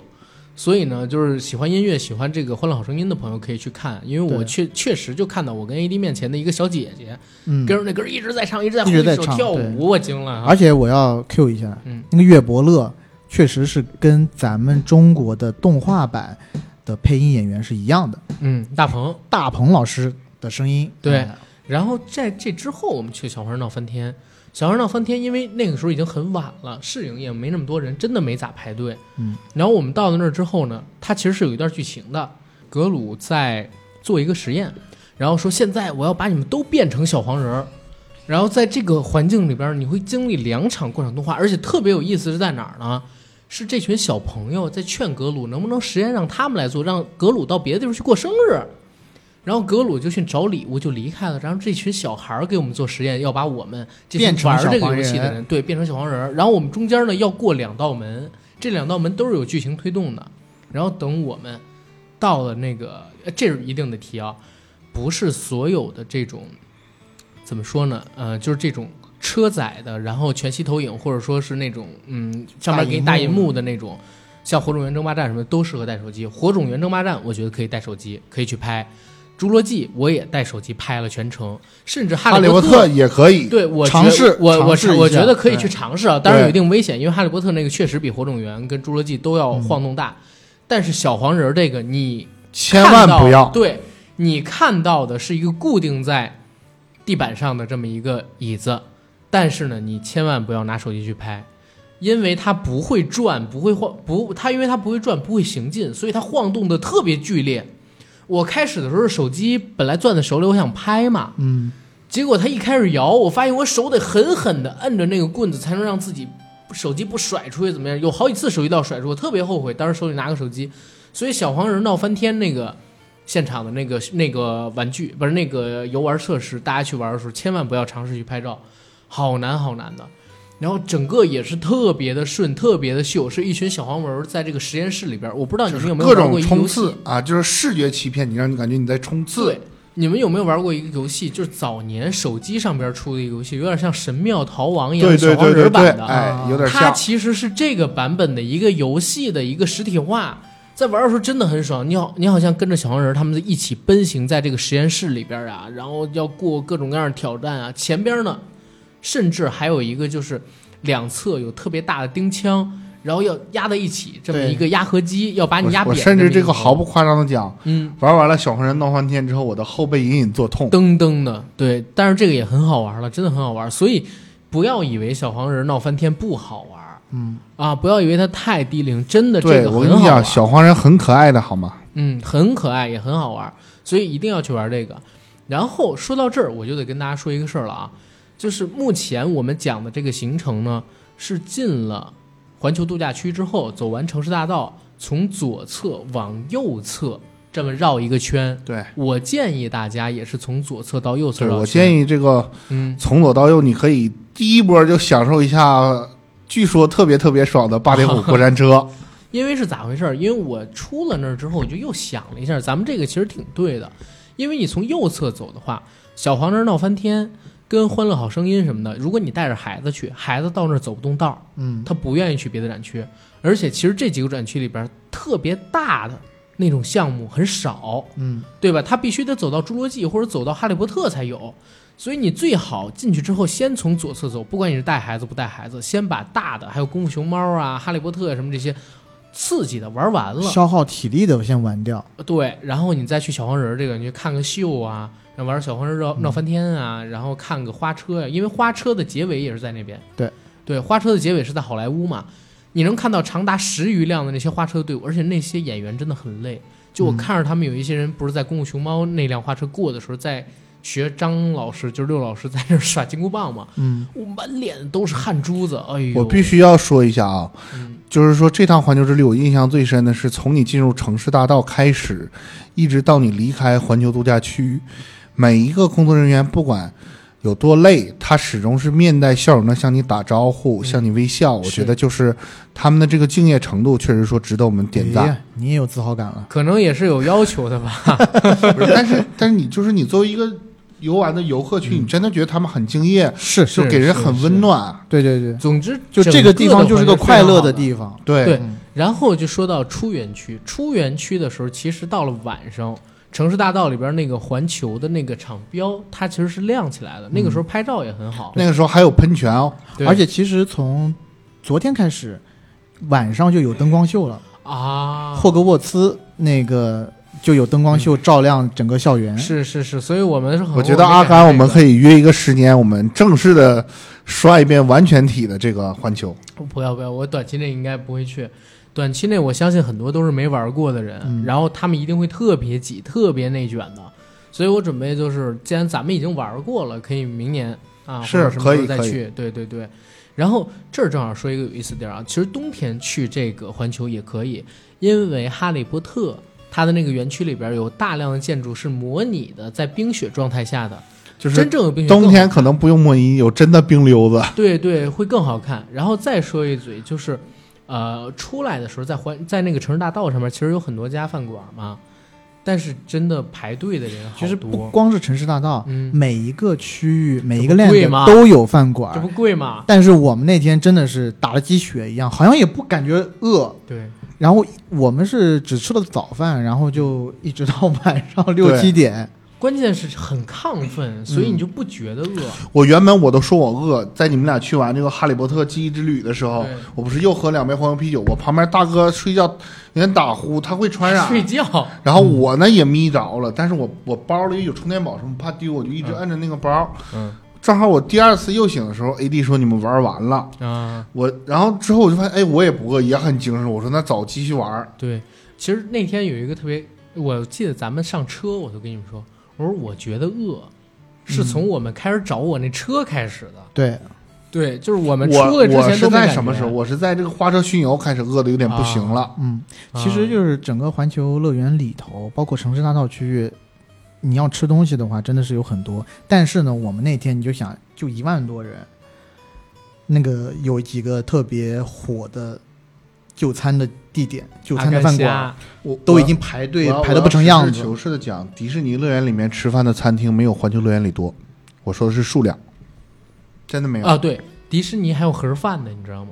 [SPEAKER 1] 所以呢，就是喜欢音乐、喜欢这个《欢乐好声音》的朋友可以去看，因为我
[SPEAKER 2] 对
[SPEAKER 1] 确确实就看到我跟 AD 面前的一个小姐姐，
[SPEAKER 2] 嗯，
[SPEAKER 1] 跟着那歌一直在唱，一直在
[SPEAKER 2] 一
[SPEAKER 1] 挥
[SPEAKER 2] 直在
[SPEAKER 1] 手
[SPEAKER 2] 唱
[SPEAKER 1] 跳
[SPEAKER 2] 对
[SPEAKER 1] 舞，我惊了啊！
[SPEAKER 2] 而且我要 Q 一下，
[SPEAKER 1] 嗯，
[SPEAKER 2] 那个岳伯乐确实是跟咱们中国的动画版的配音演员是一样的，
[SPEAKER 1] 嗯，大鹏。
[SPEAKER 2] 大鹏老师的声音。
[SPEAKER 1] 对
[SPEAKER 2] 哎
[SPEAKER 1] 然后在这之后，我们去小花闹翻天。小花闹翻天，因为那个时候已经很晚了，试营业没那么多人，真的没咋排队。
[SPEAKER 2] 嗯，
[SPEAKER 1] 然后我们到了那儿之后呢，它其实是有一段剧情的。格鲁在做一个实验，然后说现在我要把你们都变成小黄人儿。然后在这个环境里边儿，你会经历两场过场动画，而且特别有意思是在哪儿呢？是这群小朋友在劝格鲁能不能实验让他们来做，让格鲁到别的地方去过生日。然后格鲁就去找礼物，就离开了。然后这群小孩儿给我们做实验，要把我们这些
[SPEAKER 2] 变成
[SPEAKER 1] 玩
[SPEAKER 2] 小
[SPEAKER 1] 这个
[SPEAKER 2] 黄
[SPEAKER 1] 游戏的
[SPEAKER 2] 人
[SPEAKER 1] 人，对，变成小黄人儿。然后我们中间呢要过两道门，这两道门都是有剧情推动的。然后等我们到了那个，呃这是一定的提啊，不是所有的这种怎么说呢？呃，就是这种车载的，然后全息投影，或者说是那种嗯上面给你大
[SPEAKER 2] 大
[SPEAKER 1] 银
[SPEAKER 2] 荧幕
[SPEAKER 1] 幕的那种，像《火种源争霸战》什么的都适合带手机。《火种源争霸战》我觉得可以带手机，可以去拍。《侏罗纪》我也带手机拍了全程，甚至《哈
[SPEAKER 3] 哈利
[SPEAKER 1] 利
[SPEAKER 3] 波
[SPEAKER 1] 特
[SPEAKER 3] 特》也可以，
[SPEAKER 1] 对我觉
[SPEAKER 3] 尝试
[SPEAKER 1] 我我
[SPEAKER 3] 尝试一下
[SPEAKER 1] 我觉得可以
[SPEAKER 3] 对
[SPEAKER 1] 去尝试啊，当然
[SPEAKER 3] 对嗯
[SPEAKER 1] 有一定危险，因为《哈利波特》那个确实比《火种源》跟《侏罗纪》都要晃动大，但是小黄人儿这个你
[SPEAKER 3] 千
[SPEAKER 1] 看
[SPEAKER 3] 万
[SPEAKER 1] 到
[SPEAKER 3] 不要。
[SPEAKER 1] 对你看到的是一个固定在地板上的这么一个椅子，但是呢，你千万不要拿手机去拍，因为它不会转，不会晃，不，它因为它不会转，不会行进，所以它晃动的特别剧烈。我开始的时候，手机本来攥在手里，我想拍嘛，
[SPEAKER 2] 嗯，
[SPEAKER 1] 结果它一开始摇，我发现我手得狠狠地摁着那个棍子，才能让自己手机不甩出去，怎么样？有好几次手机都要甩出，我特别后悔，当时手里拿个手机。所以小黄人闹翻天那个现场的那个那个玩具不是那个游玩设施，大家去玩的时候千万不要尝试去拍照，好难好难的。然后整个也是特别的顺，特别的秀，是一群小黄人儿在这个实验室里边儿。我不知道你们有没有
[SPEAKER 3] 各
[SPEAKER 1] 玩
[SPEAKER 3] 种
[SPEAKER 1] 过一个
[SPEAKER 3] 冲
[SPEAKER 1] 游戏
[SPEAKER 3] 刺啊，就是视觉欺骗你，让你感觉你在冲刺
[SPEAKER 1] 对。，你们有没有玩过一个游戏？就是早年手机上边出的一个游戏，有点像《神庙逃亡》一样的
[SPEAKER 3] 对对
[SPEAKER 1] 小黄
[SPEAKER 3] 对对
[SPEAKER 1] 人
[SPEAKER 3] 对，
[SPEAKER 1] 版的。啊
[SPEAKER 3] 哎，有点
[SPEAKER 1] 它
[SPEAKER 3] 像。
[SPEAKER 1] 其实是这个版本的一个游戏的一个实体化，在玩的时候真的很爽。你好，你好像跟着小黄人他们一起奔行在这个实验室里边啊，然后要过各种各样的挑战啊。前边呢，甚至还有一个就是两侧有特别大的钉枪，然后要压在一起这么
[SPEAKER 2] 对
[SPEAKER 1] 一个压合机，要把你压扁
[SPEAKER 3] 我我
[SPEAKER 1] 么一。
[SPEAKER 3] 甚至这个毫不夸张的讲，
[SPEAKER 1] 嗯。
[SPEAKER 3] 玩完了小黄人闹翻天之后，我的后背隐隐作痛。
[SPEAKER 1] 噔噔的，对，但是这个也很好玩了，真的很好玩，所以不要以为小黄人闹翻天不好玩，
[SPEAKER 2] 嗯
[SPEAKER 1] 啊，不要以为它太低龄，真的这
[SPEAKER 3] 对
[SPEAKER 1] 个
[SPEAKER 3] 我跟
[SPEAKER 1] 很
[SPEAKER 3] 你
[SPEAKER 1] 好啊
[SPEAKER 3] 讲，
[SPEAKER 1] 玩，
[SPEAKER 3] 小黄人很可爱的，好吗？
[SPEAKER 1] 嗯，很可爱，也很好玩，所以一定要去玩这个。然后说到这儿，我就得跟大家说一个事儿了啊，就是目前我们讲的这个行程呢，是进了环球度假区之后，走完城市大道，从左侧往右侧这么绕一个圈。
[SPEAKER 3] 对，
[SPEAKER 1] 我建议大家也是从左侧到右侧
[SPEAKER 3] 对
[SPEAKER 1] 绕圈。
[SPEAKER 3] 我建
[SPEAKER 1] 议，
[SPEAKER 3] 议这个
[SPEAKER 1] 嗯，
[SPEAKER 3] 从左到右，你可以第一波就享受一下，据说特别特别爽的八点 五过山车。
[SPEAKER 1] 因为是咋回事儿？因为我出了那儿之后，我就又想了一下，咱们这个其实挺对的，因为你从右侧走的话，小黄人闹翻天跟欢乐好声音什么的，如果你带着孩子去，孩子到那儿走不动道儿，
[SPEAKER 2] 嗯，
[SPEAKER 1] 他不愿意去别的展区，而且其实这几个展区里边儿特别大的那种项目很少，
[SPEAKER 2] 嗯，
[SPEAKER 1] 对吧？他必须得走到侏罗纪或者走到哈利波特才有，所以你最好进去之后先从左侧走，不管你是带孩子不带孩子，先把大的还有功夫熊猫啊、哈利波特啊什么这些刺激的玩完了，
[SPEAKER 2] 消耗体力的我先玩掉。
[SPEAKER 1] 对，然后你再去小黄人儿这个，你去看个秀啊，然后玩小黄人儿
[SPEAKER 2] 嗯
[SPEAKER 1] 绕闹翻天啊，然后看个花车呀、因为花车的结尾也是在那边。
[SPEAKER 2] 对
[SPEAKER 1] 对，花车的结尾是在好莱坞嘛，你能看到长达十余辆的那些花车队伍，而且那些演员真的很累。就我
[SPEAKER 2] 嗯
[SPEAKER 1] 看着他们有一些人不是在功夫熊猫那辆花车过的时候，在学张老师就是六老师在那儿耍金箍棒嘛，
[SPEAKER 2] 嗯，
[SPEAKER 1] 我满脸都是汗珠子，哎呦！
[SPEAKER 3] 我必须要说一下啊，
[SPEAKER 1] 嗯
[SPEAKER 3] 就是说这趟环球之旅，我印象最深的是从你进入城市大道开始，一直到你离开环球度假区，每一个工作人员不管有多累，他始终是面带笑容的向你打招呼，向你微笑。我
[SPEAKER 2] 嗯是
[SPEAKER 3] 觉得就是他们的这个敬业程度，确实说值得我们点
[SPEAKER 2] 哎
[SPEAKER 3] 赞。
[SPEAKER 2] 呀，你也有自豪感了。
[SPEAKER 1] 可能也是有要求的 吧。
[SPEAKER 3] 不是但是但是你就是你作为一个游玩的游客去，你真的觉得他们很敬业，
[SPEAKER 2] 嗯是
[SPEAKER 3] 就给人很温暖。
[SPEAKER 2] 对对对，
[SPEAKER 1] 总之，
[SPEAKER 2] 就这个地方就是
[SPEAKER 1] 个
[SPEAKER 2] 个快乐的地方。
[SPEAKER 3] 对
[SPEAKER 1] 对
[SPEAKER 2] 嗯，
[SPEAKER 1] 然后就说到出园区，出园区的时候，其实到了晚上，城市大道里边那个环球的那个场标，它其实是亮起来的。那个时候拍照也很好，
[SPEAKER 3] 嗯那个时候还有喷泉哦，
[SPEAKER 1] 对
[SPEAKER 2] 而且其实从昨天开始，晚上就有灯光秀了。
[SPEAKER 1] 啊，嗯
[SPEAKER 2] 霍格沃茨那个就有灯光秀照亮整个校园。
[SPEAKER 1] 是是是，所以我们是很
[SPEAKER 3] 我觉得阿甘，我们可
[SPEAKER 1] 以
[SPEAKER 3] 以约一个十年，我们正式的刷一遍完全体的这个环球。
[SPEAKER 1] 不要不要，我短期内应该不会去。短期内，我相信很多都是没玩过的人，
[SPEAKER 3] 嗯
[SPEAKER 1] 然后他们一定会特别挤、特别内卷的。所以我准备就是，既然咱们已经玩过了，可以明年啊，
[SPEAKER 3] 是
[SPEAKER 1] 或者什么时
[SPEAKER 3] 可
[SPEAKER 1] 候
[SPEAKER 3] 以
[SPEAKER 1] 再
[SPEAKER 3] 可以
[SPEAKER 1] 去。对对对。然后这儿正好说一个有意思的地儿啊，其实冬天去这个环球也可以，因为哈利波特它的那个园区里边有大量的建筑是模拟的，在冰雪状态下的，
[SPEAKER 3] 就是
[SPEAKER 1] 真正有冰雪更好
[SPEAKER 3] 冬天
[SPEAKER 1] 看
[SPEAKER 3] 可能不用莫衣，有真的冰溜子。
[SPEAKER 1] 对对，会更好看。然后再说一嘴，就是，呃，出来的时候在环在那个城市大道上面，其实有很多家饭馆嘛，但是真的排队的人好
[SPEAKER 2] 其实不
[SPEAKER 1] 多，
[SPEAKER 2] 光是城市大道，
[SPEAKER 1] 嗯，
[SPEAKER 2] 每一个区域、每
[SPEAKER 1] 这
[SPEAKER 2] 一个
[SPEAKER 1] 不
[SPEAKER 2] land
[SPEAKER 1] 贵吗
[SPEAKER 2] 都有饭
[SPEAKER 1] 这不
[SPEAKER 2] 馆。
[SPEAKER 1] 贵吗？
[SPEAKER 2] 但是我们那天真的是打了鸡血一样，好像也不感觉饿。
[SPEAKER 1] 对，
[SPEAKER 2] 然后我们是只吃了早饭，然后就一直到晚上六
[SPEAKER 3] 对
[SPEAKER 2] 七点。
[SPEAKER 1] 关键是很亢奋，所以你就不觉得饿。
[SPEAKER 3] 我原本我都说我饿，在你们俩去玩这个《哈利波特：记忆之旅》的时候
[SPEAKER 1] 对，
[SPEAKER 3] 我不是又喝两杯黄油啤酒，我旁边大哥睡觉有点打呼，他会传染。
[SPEAKER 1] 睡觉，
[SPEAKER 3] 然后我呢也眯着了，但是我我包里有充电宝什么，怕丢，我就一直摁着那个包。
[SPEAKER 1] 嗯
[SPEAKER 3] 正好我第二次又醒的时候，AD 说你们玩完了，
[SPEAKER 1] 啊，
[SPEAKER 3] 我然后之后我就发现，哎，我也不饿，也很精神。我说那走，继续玩儿。
[SPEAKER 1] 对。其实那天有一个特别，我记得咱们上车，我就跟你们说，我说我觉得饿，是从我们开始找我那车开始的。
[SPEAKER 2] 对，
[SPEAKER 1] 对，就是我
[SPEAKER 3] 我
[SPEAKER 1] 们出来之
[SPEAKER 3] 我
[SPEAKER 1] 前
[SPEAKER 3] 是
[SPEAKER 1] 都没
[SPEAKER 3] 在
[SPEAKER 1] 感
[SPEAKER 3] 什么
[SPEAKER 1] 觉
[SPEAKER 3] 时候？我是在这个花车巡游开始饿的有点不行了。
[SPEAKER 2] 嗯，
[SPEAKER 1] 啊
[SPEAKER 2] 其实就是整个环球乐园里
[SPEAKER 3] 嗯
[SPEAKER 2] 头，包括城市大道区域，你要吃东西的话，真的是有很多。但是呢，我们那天你就想，就一万多人，那个有几个特别火的就餐的地点、就餐的饭馆，
[SPEAKER 1] 阿甘虾啊
[SPEAKER 3] 我
[SPEAKER 2] 都已经排队
[SPEAKER 3] 我要
[SPEAKER 2] 排的不成样
[SPEAKER 3] 我要实
[SPEAKER 2] 子
[SPEAKER 3] 事。求是的讲，迪士尼乐园里面吃饭的餐厅没有环球乐园里多。我说的是数量，真的没有。
[SPEAKER 1] 啊，对，迪士尼还有盒饭呢，你知道吗？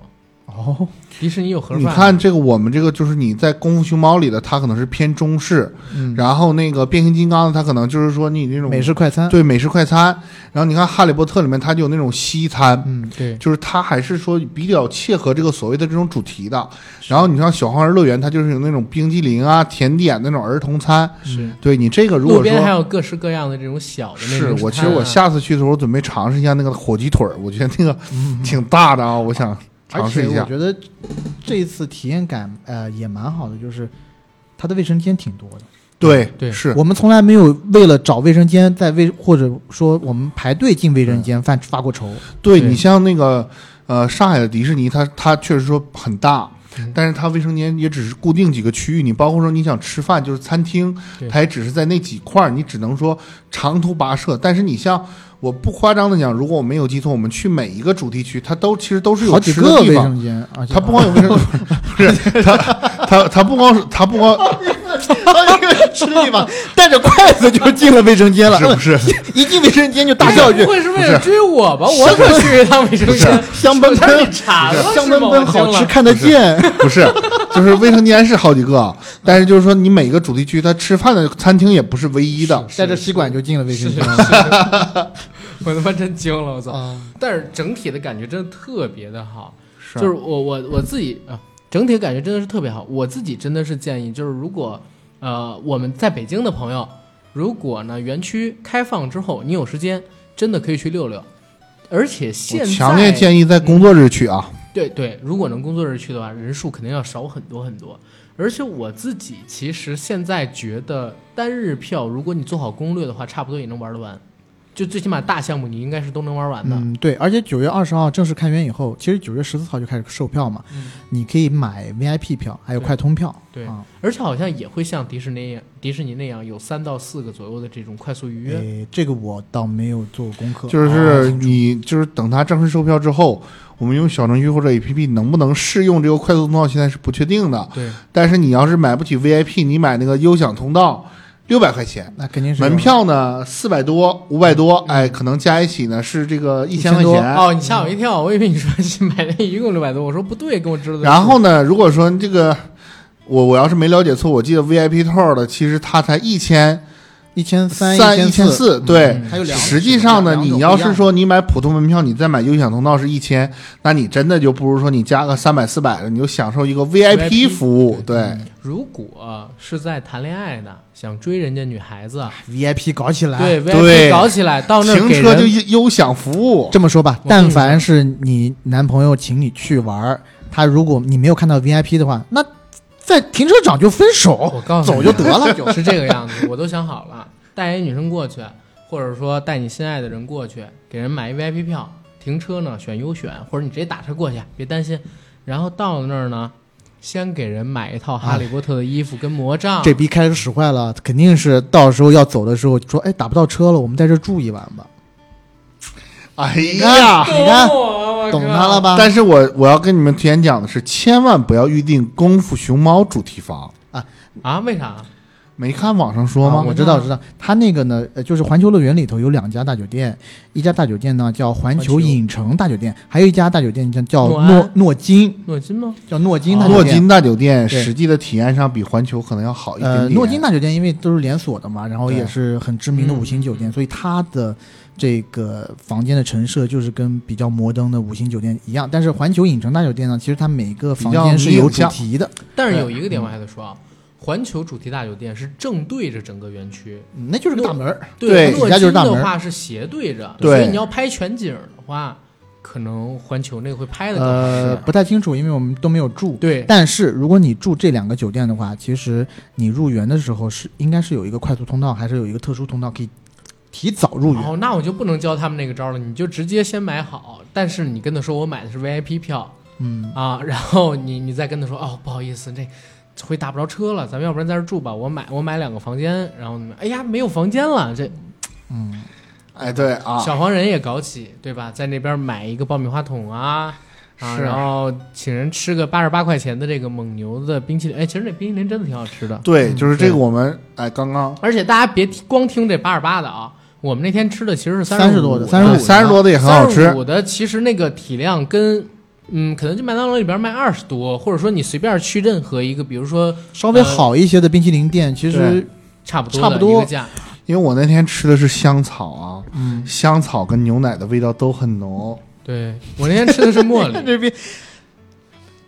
[SPEAKER 2] 哦，
[SPEAKER 1] 迪士尼有盒饭，
[SPEAKER 3] 你看这个，我们这个就是你在《功夫熊猫》里的，它可能是偏中式，
[SPEAKER 2] 嗯，
[SPEAKER 3] 然后那个《变形金刚》的，它可能就是说你那种
[SPEAKER 2] 美式快餐，
[SPEAKER 3] 对美式快餐，然后你看《哈利波特》里面它就有那种西餐，
[SPEAKER 2] 嗯，
[SPEAKER 1] 对，
[SPEAKER 3] 就是它还是说比较切合这个所谓的这种主题的。然后你像小黄人乐园，它就是有那种冰激凌啊、甜点那种儿童餐。
[SPEAKER 1] 是
[SPEAKER 3] 对你这个
[SPEAKER 1] 嗯
[SPEAKER 3] 如
[SPEAKER 1] 路
[SPEAKER 3] 果
[SPEAKER 1] 边还
[SPEAKER 3] 说
[SPEAKER 1] 有各式各样的这种小的那
[SPEAKER 3] 是
[SPEAKER 1] 种、啊
[SPEAKER 3] 我，其实我下次去的时候，我准备尝试一下那个火鸡腿儿，我觉得 那个挺大的啊，我想
[SPEAKER 2] 而
[SPEAKER 3] 尝
[SPEAKER 2] 且
[SPEAKER 3] 试一
[SPEAKER 2] 我
[SPEAKER 3] 下。
[SPEAKER 2] 觉得这一次体验感呃也蛮好的，就是它的卫生间挺多的。
[SPEAKER 3] 对
[SPEAKER 1] 对
[SPEAKER 3] 是
[SPEAKER 2] 我们从来没有为了找卫生间在卫，或者说我们排队进卫生间犯发过愁。
[SPEAKER 3] 对
[SPEAKER 1] 对
[SPEAKER 3] 你像那个呃上海的迪士尼，它它确实说很大
[SPEAKER 1] 嗯。
[SPEAKER 3] 但是它卫生间也只是固定几个区域，你包括说你想吃饭就是餐厅
[SPEAKER 1] 对，
[SPEAKER 3] 它也只是在那几块儿，你只能说长途跋涉。但是你像我不夸张的讲，如果我没有记错，我们去每一个主题区，它都其实都是有
[SPEAKER 2] 好几
[SPEAKER 3] 吃
[SPEAKER 2] 个
[SPEAKER 3] 的
[SPEAKER 2] 卫
[SPEAKER 3] 地方。
[SPEAKER 2] 生间，啊而且
[SPEAKER 3] 它不光有卫生，不是它它它不光是它不光
[SPEAKER 2] 吃地方， 带着筷子就进了卫生间了，
[SPEAKER 3] 是不是？
[SPEAKER 2] 一进卫生间就大
[SPEAKER 1] 大
[SPEAKER 2] 叫
[SPEAKER 1] 哎不
[SPEAKER 2] 一句
[SPEAKER 1] 会是为了追我吧？我可去一趟卫生间，
[SPEAKER 2] 香喷
[SPEAKER 1] 我让
[SPEAKER 2] 喷
[SPEAKER 1] 你馋了，
[SPEAKER 2] 香
[SPEAKER 1] 是
[SPEAKER 2] 喷
[SPEAKER 1] 吗
[SPEAKER 2] 喷，好吃，看得见。
[SPEAKER 3] 不是，就是卫生间是好几个，但是就是说你每个主题区它吃饭的餐厅也不是唯一的。
[SPEAKER 2] 带着吸管就进了卫 生间
[SPEAKER 1] 我他妈真惊了，我操！
[SPEAKER 2] 啊！
[SPEAKER 1] 但是整体的感觉真的特别的好，
[SPEAKER 3] 是啊
[SPEAKER 1] 就是我我我自己啊，整体感觉真的是特别好。我自己真的是建议，就是如果呃我们在北京的朋友，如果呢园区开放之后你有时间，真的可以去溜溜。而且现
[SPEAKER 3] 我
[SPEAKER 1] 在
[SPEAKER 3] 强烈建议在工作日去啊。
[SPEAKER 1] 对对，如果能工作日去的话，人数肯定要少很多很多。而且我自己其实现在觉得单日票，如果你做好攻略的话，差不多也能玩得完。就最起码大项目你应该是都能玩完的。
[SPEAKER 2] 嗯，对，而且九月二十号正式开园以后，其实九月十四号就开始售票嘛，
[SPEAKER 1] 嗯
[SPEAKER 2] 你可以买 VIP 票，还有
[SPEAKER 1] 对
[SPEAKER 2] 快通票。
[SPEAKER 1] 对
[SPEAKER 2] 啊，
[SPEAKER 1] 而且好像也会像迪士尼迪士尼那样有三到四个左右的这种快速预
[SPEAKER 3] 哎
[SPEAKER 1] 约。
[SPEAKER 2] 诶，这个我倒没有做功课，
[SPEAKER 3] 就是
[SPEAKER 2] 啊
[SPEAKER 3] 你就是等它正式售票之后，我们用小程序或者 APP 能不能试用这个快速通道，现在是不确定的。
[SPEAKER 1] 对，
[SPEAKER 3] 但是你要是买不起 VIP，你买那个优享通道，六百块钱。
[SPEAKER 2] 那肯定是有
[SPEAKER 3] 门票呢，四百多、五百多，哎，可能加一起呢是这个一千块
[SPEAKER 2] 1000多
[SPEAKER 3] 钱。
[SPEAKER 1] 哦，你吓我一跳，我以为你说是买那一共六百多，我说不对，跟我知道的。
[SPEAKER 3] 然后呢，如果说这个我我要是没了解错，我记得 VIP 套的其实它才一千
[SPEAKER 2] 一千三、
[SPEAKER 3] 三、一千
[SPEAKER 2] 四，
[SPEAKER 3] 四，对。
[SPEAKER 1] 嗯
[SPEAKER 2] 还有两。
[SPEAKER 3] 实际上呢，
[SPEAKER 2] 两种
[SPEAKER 3] 你要
[SPEAKER 2] 不一
[SPEAKER 3] 是
[SPEAKER 2] 样
[SPEAKER 3] 说你买普通门票，你再买优享通道是一千，那你真的就不如说你加个三百、四百的，你就享受一个
[SPEAKER 1] VIP
[SPEAKER 3] VIP 服务。对，
[SPEAKER 1] 如果是在谈恋爱的，想追人家女孩子，
[SPEAKER 2] VIP 搞起来，
[SPEAKER 1] 对 VIP
[SPEAKER 3] 对
[SPEAKER 1] 搞起来，到那儿
[SPEAKER 3] 停
[SPEAKER 1] 给
[SPEAKER 3] 车就
[SPEAKER 1] 人
[SPEAKER 3] 优享服务。
[SPEAKER 2] 这么说吧，
[SPEAKER 1] 我跟你
[SPEAKER 2] 但
[SPEAKER 1] 说
[SPEAKER 2] 凡是你男朋友请你去玩儿，他如果你没有看到 VIP 的话，那在停车场就分手，
[SPEAKER 1] 我告诉
[SPEAKER 2] 哦走
[SPEAKER 1] 你，
[SPEAKER 2] 就得 了，就是
[SPEAKER 1] 这个样子，我都想好了，带一女生过去，或者说带你心爱的人过去，给人买一 VIP 票，停车呢选优选，或者你直接打车过去，别担心。然后到了那儿呢，先给人买一套哈利波特的衣服跟魔杖，
[SPEAKER 2] 这逼开始使坏了，肯定是到时候要走的时候说，哎，打不到车了，我们在这住一晚吧。
[SPEAKER 3] 哎
[SPEAKER 2] 你
[SPEAKER 3] 呀
[SPEAKER 2] 看，，你看，懂
[SPEAKER 1] 懂
[SPEAKER 2] 他了？吧？
[SPEAKER 3] 但是我我要跟你们提前讲的是，千万不要预定功夫熊猫主题房。
[SPEAKER 1] 啊？为啥？
[SPEAKER 3] 没看网上说吗
[SPEAKER 2] 啊？我知道，知道。他那个呢，呃，就是环球乐园里头有两家大酒店，一家大酒店呢叫环球
[SPEAKER 1] 环球
[SPEAKER 2] 影城大酒店，还有一家大酒店叫叫
[SPEAKER 1] 诺
[SPEAKER 2] 诺
[SPEAKER 1] 安
[SPEAKER 2] 诺金，
[SPEAKER 1] 诺金吗？
[SPEAKER 2] 叫诺金大酒
[SPEAKER 3] 诺
[SPEAKER 2] 店。
[SPEAKER 3] 金大酒店
[SPEAKER 2] 对
[SPEAKER 3] 实际的体验上比环球可能要好一点
[SPEAKER 2] 呃，
[SPEAKER 3] 点。
[SPEAKER 2] 诺金大酒店因为都是连锁的嘛，然后
[SPEAKER 3] 对嗯
[SPEAKER 2] 也是很知名的五星酒店，所以它的这个房间的陈设就是跟比较摩登的五星酒店一样。但是环球影城大酒店呢，其实它每个房间是有主题的，
[SPEAKER 1] 但是
[SPEAKER 2] 哎
[SPEAKER 1] 有一个
[SPEAKER 2] 嗯
[SPEAKER 1] 点我还得说啊，环球主题大酒店是正对着整个园区，
[SPEAKER 2] 嗯那就是个大门儿。
[SPEAKER 3] 对
[SPEAKER 1] 诺
[SPEAKER 2] 底下就
[SPEAKER 1] 金
[SPEAKER 2] 是大门
[SPEAKER 1] 的话是斜对着，
[SPEAKER 3] 对
[SPEAKER 1] 所以你要拍全景的话，可能环球那个会拍的更好。
[SPEAKER 2] 呃，不太清楚，因为我们都没有住。
[SPEAKER 1] 对，
[SPEAKER 2] 但是如果你住这两个酒店的话，其实你入园的时候是应该是有一个快速通道，还是有一个特殊通道可以提早入园。
[SPEAKER 1] 哦，那我就不能教他们那个招了，你就直接先买好，但是你跟他说我买的是 VIP 票
[SPEAKER 2] 嗯，
[SPEAKER 1] 啊，然后你你再跟他说哦，不好意思，这回打不着车了，咱们要不然在这儿住吧，我买我买两个房间，然后你们哎呀没有房间了，这
[SPEAKER 3] 哎，对啊，
[SPEAKER 1] 小黄人也搞起，对吧？在那边买一个爆米花桶啊，啊，
[SPEAKER 3] 是
[SPEAKER 1] 然后请人吃个八十八块钱的这个蒙牛的冰淇淋。哎，其实那冰淇淋真的挺好吃的，
[SPEAKER 3] 对，就是这个
[SPEAKER 1] 对
[SPEAKER 3] 我们哎刚刚
[SPEAKER 1] 而且大家别听光听这八十八的啊，我们那天吃的其实是
[SPEAKER 2] 三
[SPEAKER 1] 十
[SPEAKER 2] 十多的，
[SPEAKER 1] 三
[SPEAKER 2] 三十五，
[SPEAKER 3] 三十多的也很好吃。
[SPEAKER 1] 五的其实那个体量跟。嗯，可能就麦当劳里边卖二十多，或者说你随便去任何一个，比如说
[SPEAKER 2] 稍微好一些的冰淇淋店，其实
[SPEAKER 3] 呃对
[SPEAKER 1] 差不多
[SPEAKER 2] 差
[SPEAKER 1] 的
[SPEAKER 2] 不
[SPEAKER 1] 一
[SPEAKER 2] 多
[SPEAKER 1] 个价，
[SPEAKER 3] 因为我那天吃的是香草啊，
[SPEAKER 2] 嗯，
[SPEAKER 3] 香草跟牛奶的味道都很浓。
[SPEAKER 1] 对我那天吃的是茉莉
[SPEAKER 2] 看， 这边，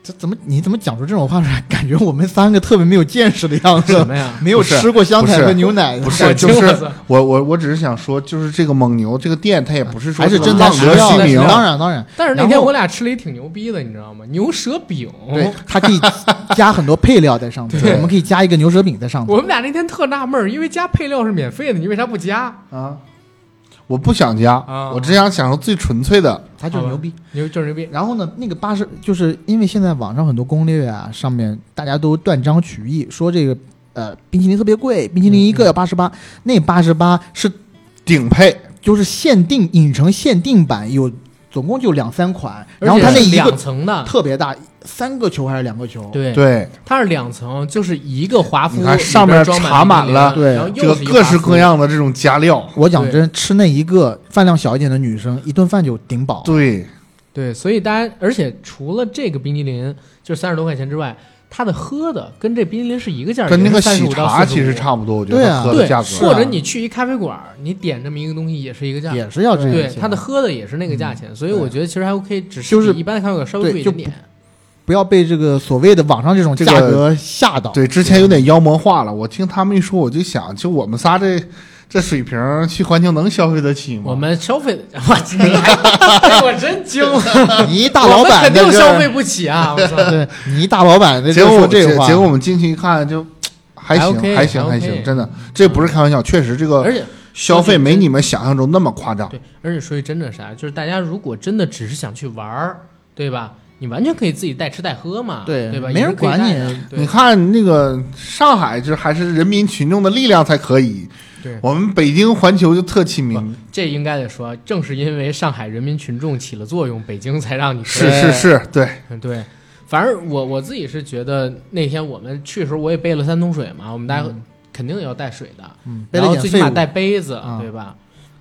[SPEAKER 2] 这怎么你怎么讲出这种话来？感觉我们三个特别没有见识的样
[SPEAKER 1] 什
[SPEAKER 2] 子，
[SPEAKER 1] 么呀？
[SPEAKER 2] 没有
[SPEAKER 3] 不是
[SPEAKER 2] 吃过香菜
[SPEAKER 3] 不
[SPEAKER 2] 和
[SPEAKER 3] 是
[SPEAKER 2] 牛奶的，
[SPEAKER 3] 不
[SPEAKER 1] 我
[SPEAKER 3] 是，就
[SPEAKER 1] 听我
[SPEAKER 3] 是
[SPEAKER 1] 操
[SPEAKER 3] 我我我只是想说，就是这个蒙牛这个店，它也不是说
[SPEAKER 2] 还是真材
[SPEAKER 3] 浪
[SPEAKER 2] 实
[SPEAKER 3] 得
[SPEAKER 2] 料
[SPEAKER 3] 虚
[SPEAKER 2] 的。
[SPEAKER 3] 名，
[SPEAKER 2] 当然当然，
[SPEAKER 1] 但是那
[SPEAKER 2] 然
[SPEAKER 1] 天
[SPEAKER 2] 后
[SPEAKER 1] 我俩吃了一挺牛逼的，你知道吗？牛舌饼。
[SPEAKER 2] 对，它可以加很多配料在上面，
[SPEAKER 3] 对
[SPEAKER 2] 我们可以加一个牛舌饼在上
[SPEAKER 1] 我
[SPEAKER 2] 面。
[SPEAKER 1] 们俩那天特纳闷儿，因为加配料是免费的，你为啥不加？
[SPEAKER 3] 啊。我不想加，
[SPEAKER 1] 啊
[SPEAKER 3] 我只想享受最纯粹的。
[SPEAKER 2] 它就是牛逼，
[SPEAKER 1] 牛就是牛逼。
[SPEAKER 2] 然后呢，那个八十就是因为现在网上很多攻略啊，上面大家都断章取义，说这个呃冰淇淋特别贵，冰淇淋一
[SPEAKER 3] 嗯
[SPEAKER 2] 个要八十八，那八十八是
[SPEAKER 3] 顶配，
[SPEAKER 2] 就是限定影城限定版，有总共就两三款，
[SPEAKER 1] 而且
[SPEAKER 2] 然后它那
[SPEAKER 1] 是
[SPEAKER 2] 一
[SPEAKER 1] 两
[SPEAKER 2] 个
[SPEAKER 1] 层的，
[SPEAKER 2] 特别大，三个球还是两个球？
[SPEAKER 1] 对，
[SPEAKER 3] 对，
[SPEAKER 1] 它是两层，就是一个华夫，
[SPEAKER 3] 你看上面
[SPEAKER 1] 面装
[SPEAKER 3] 插满
[SPEAKER 1] 满冰
[SPEAKER 3] 了
[SPEAKER 1] 淇淋然后
[SPEAKER 3] 这个
[SPEAKER 1] 又是一
[SPEAKER 3] 各式
[SPEAKER 1] 华夫
[SPEAKER 3] 各。样的这种加料，
[SPEAKER 2] 我讲真，吃那一个饭量小一点的女生，一顿饭就顶饱。
[SPEAKER 3] 对，
[SPEAKER 1] 对，所以大家，而且除了这个冰激凌就是三十多块钱之外，它的喝的跟这冰激凌是一个价儿，
[SPEAKER 3] 跟那
[SPEAKER 1] 也
[SPEAKER 3] 个
[SPEAKER 1] 是三十
[SPEAKER 3] 喜
[SPEAKER 1] 五到
[SPEAKER 3] 茶
[SPEAKER 1] 四十
[SPEAKER 3] 其实差不多，我觉
[SPEAKER 2] 对
[SPEAKER 3] 得
[SPEAKER 2] 啊
[SPEAKER 3] 喝的
[SPEAKER 1] 对
[SPEAKER 3] 价，格
[SPEAKER 2] 是
[SPEAKER 1] 或者你去一咖啡馆儿，你点这么一个东西也是一个价儿。
[SPEAKER 2] 也是要这
[SPEAKER 1] 对
[SPEAKER 2] 个，
[SPEAKER 1] 它的喝的也是那个价
[SPEAKER 3] 嗯
[SPEAKER 1] 钱，所以我觉得其实还 OK，只
[SPEAKER 2] 就是
[SPEAKER 1] 比一般的咖啡馆稍微
[SPEAKER 2] 对
[SPEAKER 1] 贵一
[SPEAKER 2] 就
[SPEAKER 1] 点点。
[SPEAKER 2] 不要被这个所谓的网上这种
[SPEAKER 3] 这个
[SPEAKER 2] 价格吓到。
[SPEAKER 3] 对，之前有点妖魔化了。我听他们一说，我就想，就我们仨这这水平，去环球能消费得起吗？
[SPEAKER 1] 我们消费， 我你还， 哎我真惊了，
[SPEAKER 2] 你一大老
[SPEAKER 1] 我们
[SPEAKER 2] 板
[SPEAKER 1] 肯
[SPEAKER 2] 在
[SPEAKER 1] 定
[SPEAKER 2] 这
[SPEAKER 1] 消
[SPEAKER 2] 儿
[SPEAKER 1] 费不起 啊！我操，
[SPEAKER 2] 对你一大老板在这
[SPEAKER 3] 结果
[SPEAKER 2] 说
[SPEAKER 3] 我
[SPEAKER 2] 这
[SPEAKER 3] 结
[SPEAKER 2] 话，
[SPEAKER 3] 结果我们进去一看就，还
[SPEAKER 1] 还
[SPEAKER 3] 行，
[SPEAKER 1] OK，
[SPEAKER 3] 还行，
[SPEAKER 1] 还
[SPEAKER 3] 还
[SPEAKER 1] OK
[SPEAKER 3] 行，真的，这不是开玩笑，确实这个
[SPEAKER 1] 而且
[SPEAKER 3] 消费没你们想象中那么夸张。
[SPEAKER 1] 对，而且说句真的啥，就是大家如果真的只是想去玩儿，对吧？你完全可以自己带吃带喝嘛，对
[SPEAKER 2] 对
[SPEAKER 1] 吧？
[SPEAKER 2] 没人管
[SPEAKER 1] 也
[SPEAKER 2] 你啊
[SPEAKER 1] 是可以带的对
[SPEAKER 3] 你看那个上海，这还是人民群众的力量才可以。
[SPEAKER 1] 对
[SPEAKER 3] 我们北京环球就特亲
[SPEAKER 1] 不
[SPEAKER 3] 民，
[SPEAKER 1] 这应该得说，正是因为上海人民群众起了作用，北京才让你
[SPEAKER 3] 是是是，对，
[SPEAKER 1] 嗯，对，反正我我自己是觉得那天我们去的时候，我也背了三桶水嘛，我们大家肯定也要带水的，
[SPEAKER 2] 嗯，背
[SPEAKER 1] 然
[SPEAKER 2] 了
[SPEAKER 1] 后
[SPEAKER 2] 点
[SPEAKER 1] 最
[SPEAKER 2] 废
[SPEAKER 1] 起码
[SPEAKER 2] 物。
[SPEAKER 1] 带杯子，
[SPEAKER 2] 啊
[SPEAKER 1] 对吧？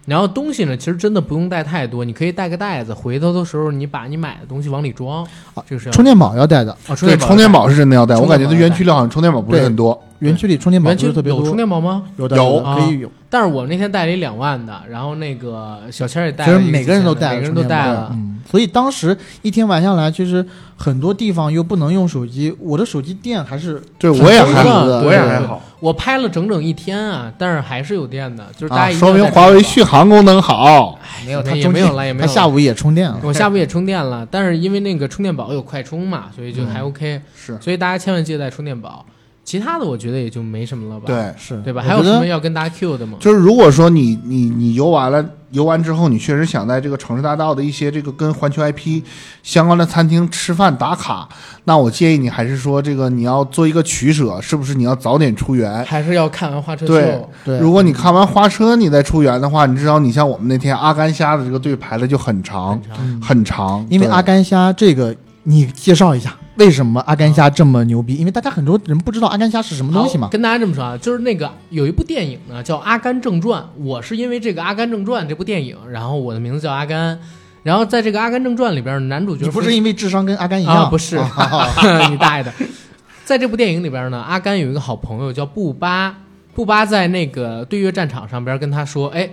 [SPEAKER 1] 然后东西呢，其实真的不用带太多，你可以带个袋子，回头的时候你把你买的东西往里装，这个是要
[SPEAKER 2] 啊充电宝要带的，
[SPEAKER 1] 哦，
[SPEAKER 3] 对，充电宝是真的要带。我感觉在
[SPEAKER 1] 充电宝要带
[SPEAKER 3] 园区里好像充电宝不是很多。
[SPEAKER 2] 园区里充电宝
[SPEAKER 1] 园
[SPEAKER 2] 不
[SPEAKER 1] 区
[SPEAKER 2] 是特别
[SPEAKER 1] 有
[SPEAKER 2] 多
[SPEAKER 1] 充，电宝吗？
[SPEAKER 2] 有的
[SPEAKER 3] 有
[SPEAKER 2] 有的
[SPEAKER 1] 啊
[SPEAKER 2] 可以有。
[SPEAKER 1] 但是我那天带了一两万的，然后那个小千儿也带
[SPEAKER 2] 其
[SPEAKER 1] 了
[SPEAKER 2] 实
[SPEAKER 1] 一个几千的，
[SPEAKER 2] 每个人都带了
[SPEAKER 1] 每个人都
[SPEAKER 2] 充电
[SPEAKER 1] 带
[SPEAKER 2] 宝
[SPEAKER 1] 了，
[SPEAKER 2] 嗯，所以当时一天玩下来，其实很多地方又不能用手机，我的手机电还是
[SPEAKER 3] 对，我也
[SPEAKER 1] 很
[SPEAKER 3] 还
[SPEAKER 1] 多
[SPEAKER 3] 好，
[SPEAKER 1] 的
[SPEAKER 3] 我也
[SPEAKER 1] 对
[SPEAKER 3] 还
[SPEAKER 1] 对
[SPEAKER 3] 好
[SPEAKER 1] 我拍了整整一天啊，但是还是有电的，就是大家
[SPEAKER 3] 啊，
[SPEAKER 1] 一定
[SPEAKER 3] 说
[SPEAKER 1] 要
[SPEAKER 3] 明
[SPEAKER 1] 带
[SPEAKER 3] 华
[SPEAKER 1] 充
[SPEAKER 3] 为
[SPEAKER 1] 电宝哎
[SPEAKER 3] 续航功能好。
[SPEAKER 1] 没有，
[SPEAKER 2] 它
[SPEAKER 1] 也
[SPEAKER 2] 中
[SPEAKER 1] 没
[SPEAKER 2] 间
[SPEAKER 1] 有了，也没
[SPEAKER 2] 它
[SPEAKER 1] 有了。
[SPEAKER 2] 下午也充电了。
[SPEAKER 1] 我下午也充电了，但是因为那个充电宝有快充嘛，所
[SPEAKER 2] 嗯
[SPEAKER 1] 以就还 OK、
[SPEAKER 3] 是
[SPEAKER 1] 所以大家千万记得带充电宝，其他的我觉得也就没什么了吧，
[SPEAKER 3] 对，
[SPEAKER 2] 是
[SPEAKER 1] 对吧？
[SPEAKER 2] 我
[SPEAKER 1] 还有
[SPEAKER 2] 觉
[SPEAKER 1] 什
[SPEAKER 2] 得
[SPEAKER 1] 么要跟大家 Q 的吗？
[SPEAKER 3] 就是如果说你你你游完了，游完之后，你确实想在这个城市大道的一些这个跟环球 IP 相关的餐厅吃饭打卡，那我建议你还是说这个你要做一个取舍，是不是你要早点出园？
[SPEAKER 1] 还是要看完花车
[SPEAKER 3] 对
[SPEAKER 1] 秀，
[SPEAKER 2] 对，
[SPEAKER 3] 如果你看完花车你再出园的话，你至少你像我们那天阿甘虾的这个队排的就很长
[SPEAKER 1] 很长
[SPEAKER 3] 很长，
[SPEAKER 2] 因为
[SPEAKER 3] 对
[SPEAKER 2] 阿甘虾这个，你介绍一下为什么阿甘虾这么牛逼？因为大家很多人不知道阿甘虾是什么东西
[SPEAKER 1] 好
[SPEAKER 2] 嘛。
[SPEAKER 1] 跟大家这么说啊，就是那个有一部电影呢叫《阿甘正传》，我是因为这个《阿甘正传》这部电影，然后我的名字叫阿甘，然后在这个《阿甘正传》里边，男主角
[SPEAKER 2] 你不
[SPEAKER 1] 冯
[SPEAKER 2] 是因为智商跟阿甘一
[SPEAKER 1] 啊，
[SPEAKER 2] 样？哦
[SPEAKER 1] 不是， 你大爷的！在这部电影里边呢，阿甘有一个好朋友叫布巴，布巴在那个对越战场上边跟他说：“哎，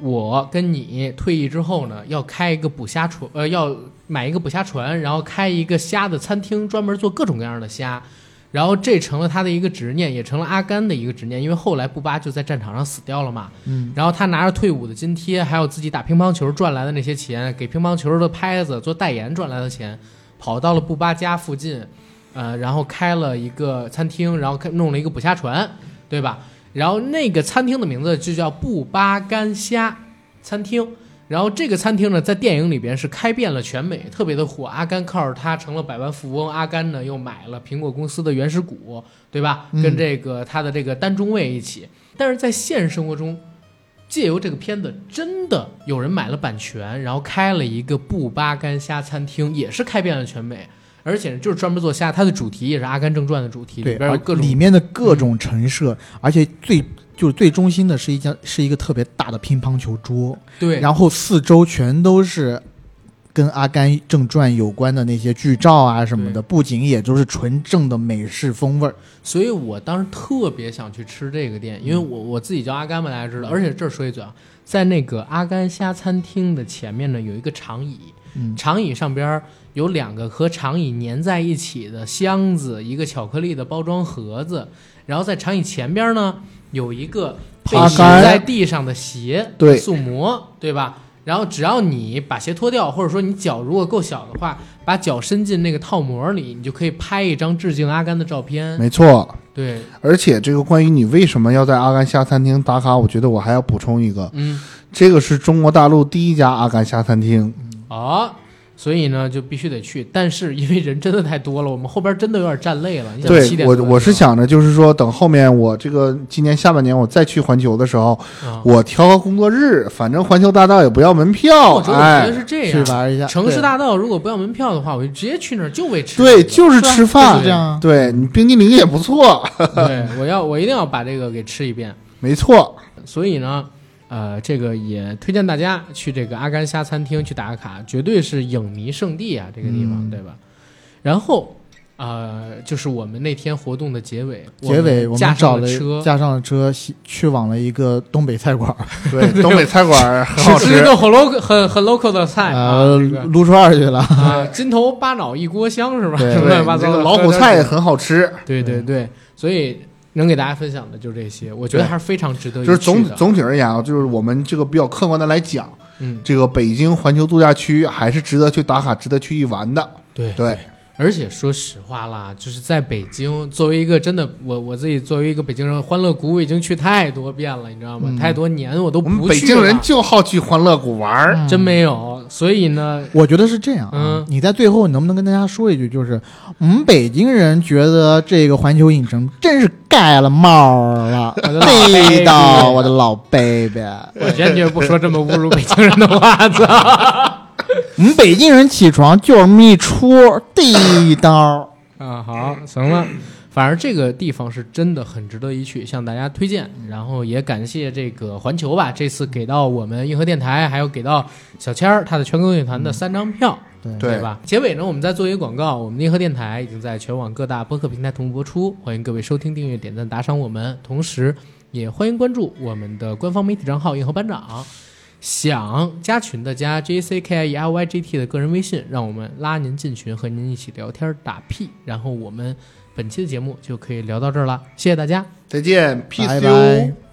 [SPEAKER 1] 我跟你退役之后呢，要开一个捕虾船，呃，要买一个捕虾船，然后开一个虾的餐厅，专门做各种各样的虾。”然后这成了他的一个执念，也成了阿甘的一个执念，因为后来布巴就在战场上死掉了嘛。
[SPEAKER 2] 嗯，
[SPEAKER 1] 然后他拿着退伍的津贴，还有自己打乒乓球赚来的那些钱，给乒乓球的拍子做代言赚来的钱，跑到了布巴家附近，呃，然后开了一个餐厅，然后开弄了一个捕虾船，对吧？然后那个餐厅的名字就叫布巴干虾餐厅。然后这个餐厅呢，在电影里边是开遍了全美，特别的火。阿甘靠着它成了百万富翁，阿甘呢又买了苹果公司的原始股，对吧？
[SPEAKER 2] 嗯
[SPEAKER 1] 跟这个他的这个单中尉一起。但是在现实生活中，借由这个片子，真的有人买了版权，然后开了一个布巴干虾餐厅，也是开遍了全美，而且就是专门做虾，它的主题也是《阿甘正传》的主题，
[SPEAKER 2] 对，
[SPEAKER 1] 里边有
[SPEAKER 2] 而
[SPEAKER 1] 各种嗯
[SPEAKER 2] 里面的各种陈设，而且最就是最中心的是一家是一个特别大的乒乓球桌，
[SPEAKER 1] 对，
[SPEAKER 2] 然后四周全都是。跟《阿甘正传》有关的那些剧照啊什么的，布景也就是纯正的美式风味儿。
[SPEAKER 1] 所以我当时特别想去吃这个店，因为我我自己叫阿甘嘛，大家知道。而且这儿说一嘴啊，在那个阿甘虾餐厅的前面呢，有一个长椅，
[SPEAKER 2] 嗯
[SPEAKER 1] 长椅上边儿有两个和长椅粘在一起的箱子，一个巧克力的包装盒子，然后在长椅前边呢有一个被
[SPEAKER 3] 阿
[SPEAKER 1] 洗
[SPEAKER 3] 甘
[SPEAKER 1] 在地上的鞋，
[SPEAKER 3] 对
[SPEAKER 1] 塑模，对吧？然后只要你把鞋脱掉，或者说你脚如果够小的话，把脚伸进那个套膜里，你就可以拍一张致敬阿甘的照片。
[SPEAKER 3] 没错。
[SPEAKER 1] 对，
[SPEAKER 3] 而且这个关于你为什么要在阿甘虾餐厅打卡，我觉得我还要补充一个，
[SPEAKER 1] 嗯，
[SPEAKER 3] 这个是中国大陆第一家阿甘虾餐厅，
[SPEAKER 1] 啊，所以呢就必须得去，但是因为人真的太多了，我们后边真的有点站累了。你想
[SPEAKER 3] 对
[SPEAKER 1] 七点
[SPEAKER 3] 我，
[SPEAKER 1] 多
[SPEAKER 3] 我是
[SPEAKER 1] 吧
[SPEAKER 3] 想着就是说，等后面我这个今年下半年我再去环球的时候，
[SPEAKER 1] 啊，
[SPEAKER 3] 我挑个工作日，反正环球大道也不要门票
[SPEAKER 1] 我，觉得我觉
[SPEAKER 3] 哎
[SPEAKER 1] 得，是这
[SPEAKER 2] 去
[SPEAKER 1] 样，
[SPEAKER 2] 玩一下
[SPEAKER 1] 城市
[SPEAKER 2] 对
[SPEAKER 1] 大道如果不要门票的话，我就直接去那儿就为吃这个。
[SPEAKER 3] 对，就是吃
[SPEAKER 2] 就
[SPEAKER 3] 饭
[SPEAKER 2] 是这，样啊。
[SPEAKER 3] 对你冰激凌也不错，
[SPEAKER 1] 对，我要我一定要把这个给吃一遍。
[SPEAKER 3] 没错，
[SPEAKER 1] 所以呢，呃，这个也推荐大家去这个阿甘虾餐厅去打个卡，绝对是影迷圣地啊，这个地
[SPEAKER 3] 嗯
[SPEAKER 1] 方、对吧？然后。呃，就是我们那天活动的结尾，
[SPEAKER 2] 结尾
[SPEAKER 1] 我们
[SPEAKER 2] 我
[SPEAKER 1] 架
[SPEAKER 2] 们找
[SPEAKER 1] 上
[SPEAKER 2] 了
[SPEAKER 1] 车，
[SPEAKER 2] 架上了车，西去往了一个东北菜馆儿，
[SPEAKER 3] 对，东北菜馆很好
[SPEAKER 1] 吃
[SPEAKER 3] 吃，
[SPEAKER 1] 个很 local 很很 local 的菜啊，
[SPEAKER 2] 呃，
[SPEAKER 1] 这个
[SPEAKER 2] 撸串儿去了。
[SPEAKER 1] 啊，筋头巴脑一锅香是吧？
[SPEAKER 2] 对
[SPEAKER 1] 什么 乱七八
[SPEAKER 3] 对，这
[SPEAKER 1] 糟
[SPEAKER 3] 个
[SPEAKER 1] 的
[SPEAKER 3] 老虎菜也，很好吃，
[SPEAKER 1] 对对对，所以能给大家分享的就是这些，我觉得还是非常值得一
[SPEAKER 3] 就是
[SPEAKER 1] 去
[SPEAKER 3] 总
[SPEAKER 1] 的
[SPEAKER 3] 总体而言啊，就是我们这个比较客观的来讲，
[SPEAKER 1] 嗯，
[SPEAKER 3] 这个北京环球度假区还是值得去打卡、值得去一玩的。
[SPEAKER 1] 对
[SPEAKER 3] 对，
[SPEAKER 1] 而且说实话啦，就是在北京，作为一个真的我我自己作为一个北京人，欢乐谷我已经去太多遍了，你知道吗？太多年我都
[SPEAKER 3] 嗯
[SPEAKER 1] 不去了。
[SPEAKER 3] 我们北京人就好去欢乐谷玩儿，
[SPEAKER 1] 真没有，所以呢，
[SPEAKER 2] 我觉得是这样啊
[SPEAKER 1] 嗯，
[SPEAKER 2] 你在最后能不能跟大家说一句，就是我们北京人觉得这个环球影城真是盖了帽儿 了，地道，我的老 baby。
[SPEAKER 1] 我坚决不说这么侮辱北京人的话。操！
[SPEAKER 2] 我们嗯北京人起床就是蜜出地道，
[SPEAKER 1] 啊，好，行了，反正这个地方是真的很值得一去，向大家推荐。然后也感谢这个环球吧，这次给到我们硬核电台，还有给到小谦儿他的全国乐团的三张票。
[SPEAKER 2] 对
[SPEAKER 3] 对
[SPEAKER 1] 对吧？结尾呢，我们再做一个广告，我们硬核电台已经在全网各大播客平台同步播出，欢迎各位收听、订阅、点赞、打赏我们，同时也欢迎关注我们的官方媒体账号“硬核班长”。想加群的加 J C K I E L Y G T 的个人微信，让我们拉您进群，和您一起聊天打屁。然后我们本期的节目就可以聊到这儿了，谢谢大家。
[SPEAKER 3] 再见，peace
[SPEAKER 2] 拜
[SPEAKER 3] you。
[SPEAKER 2] 拜。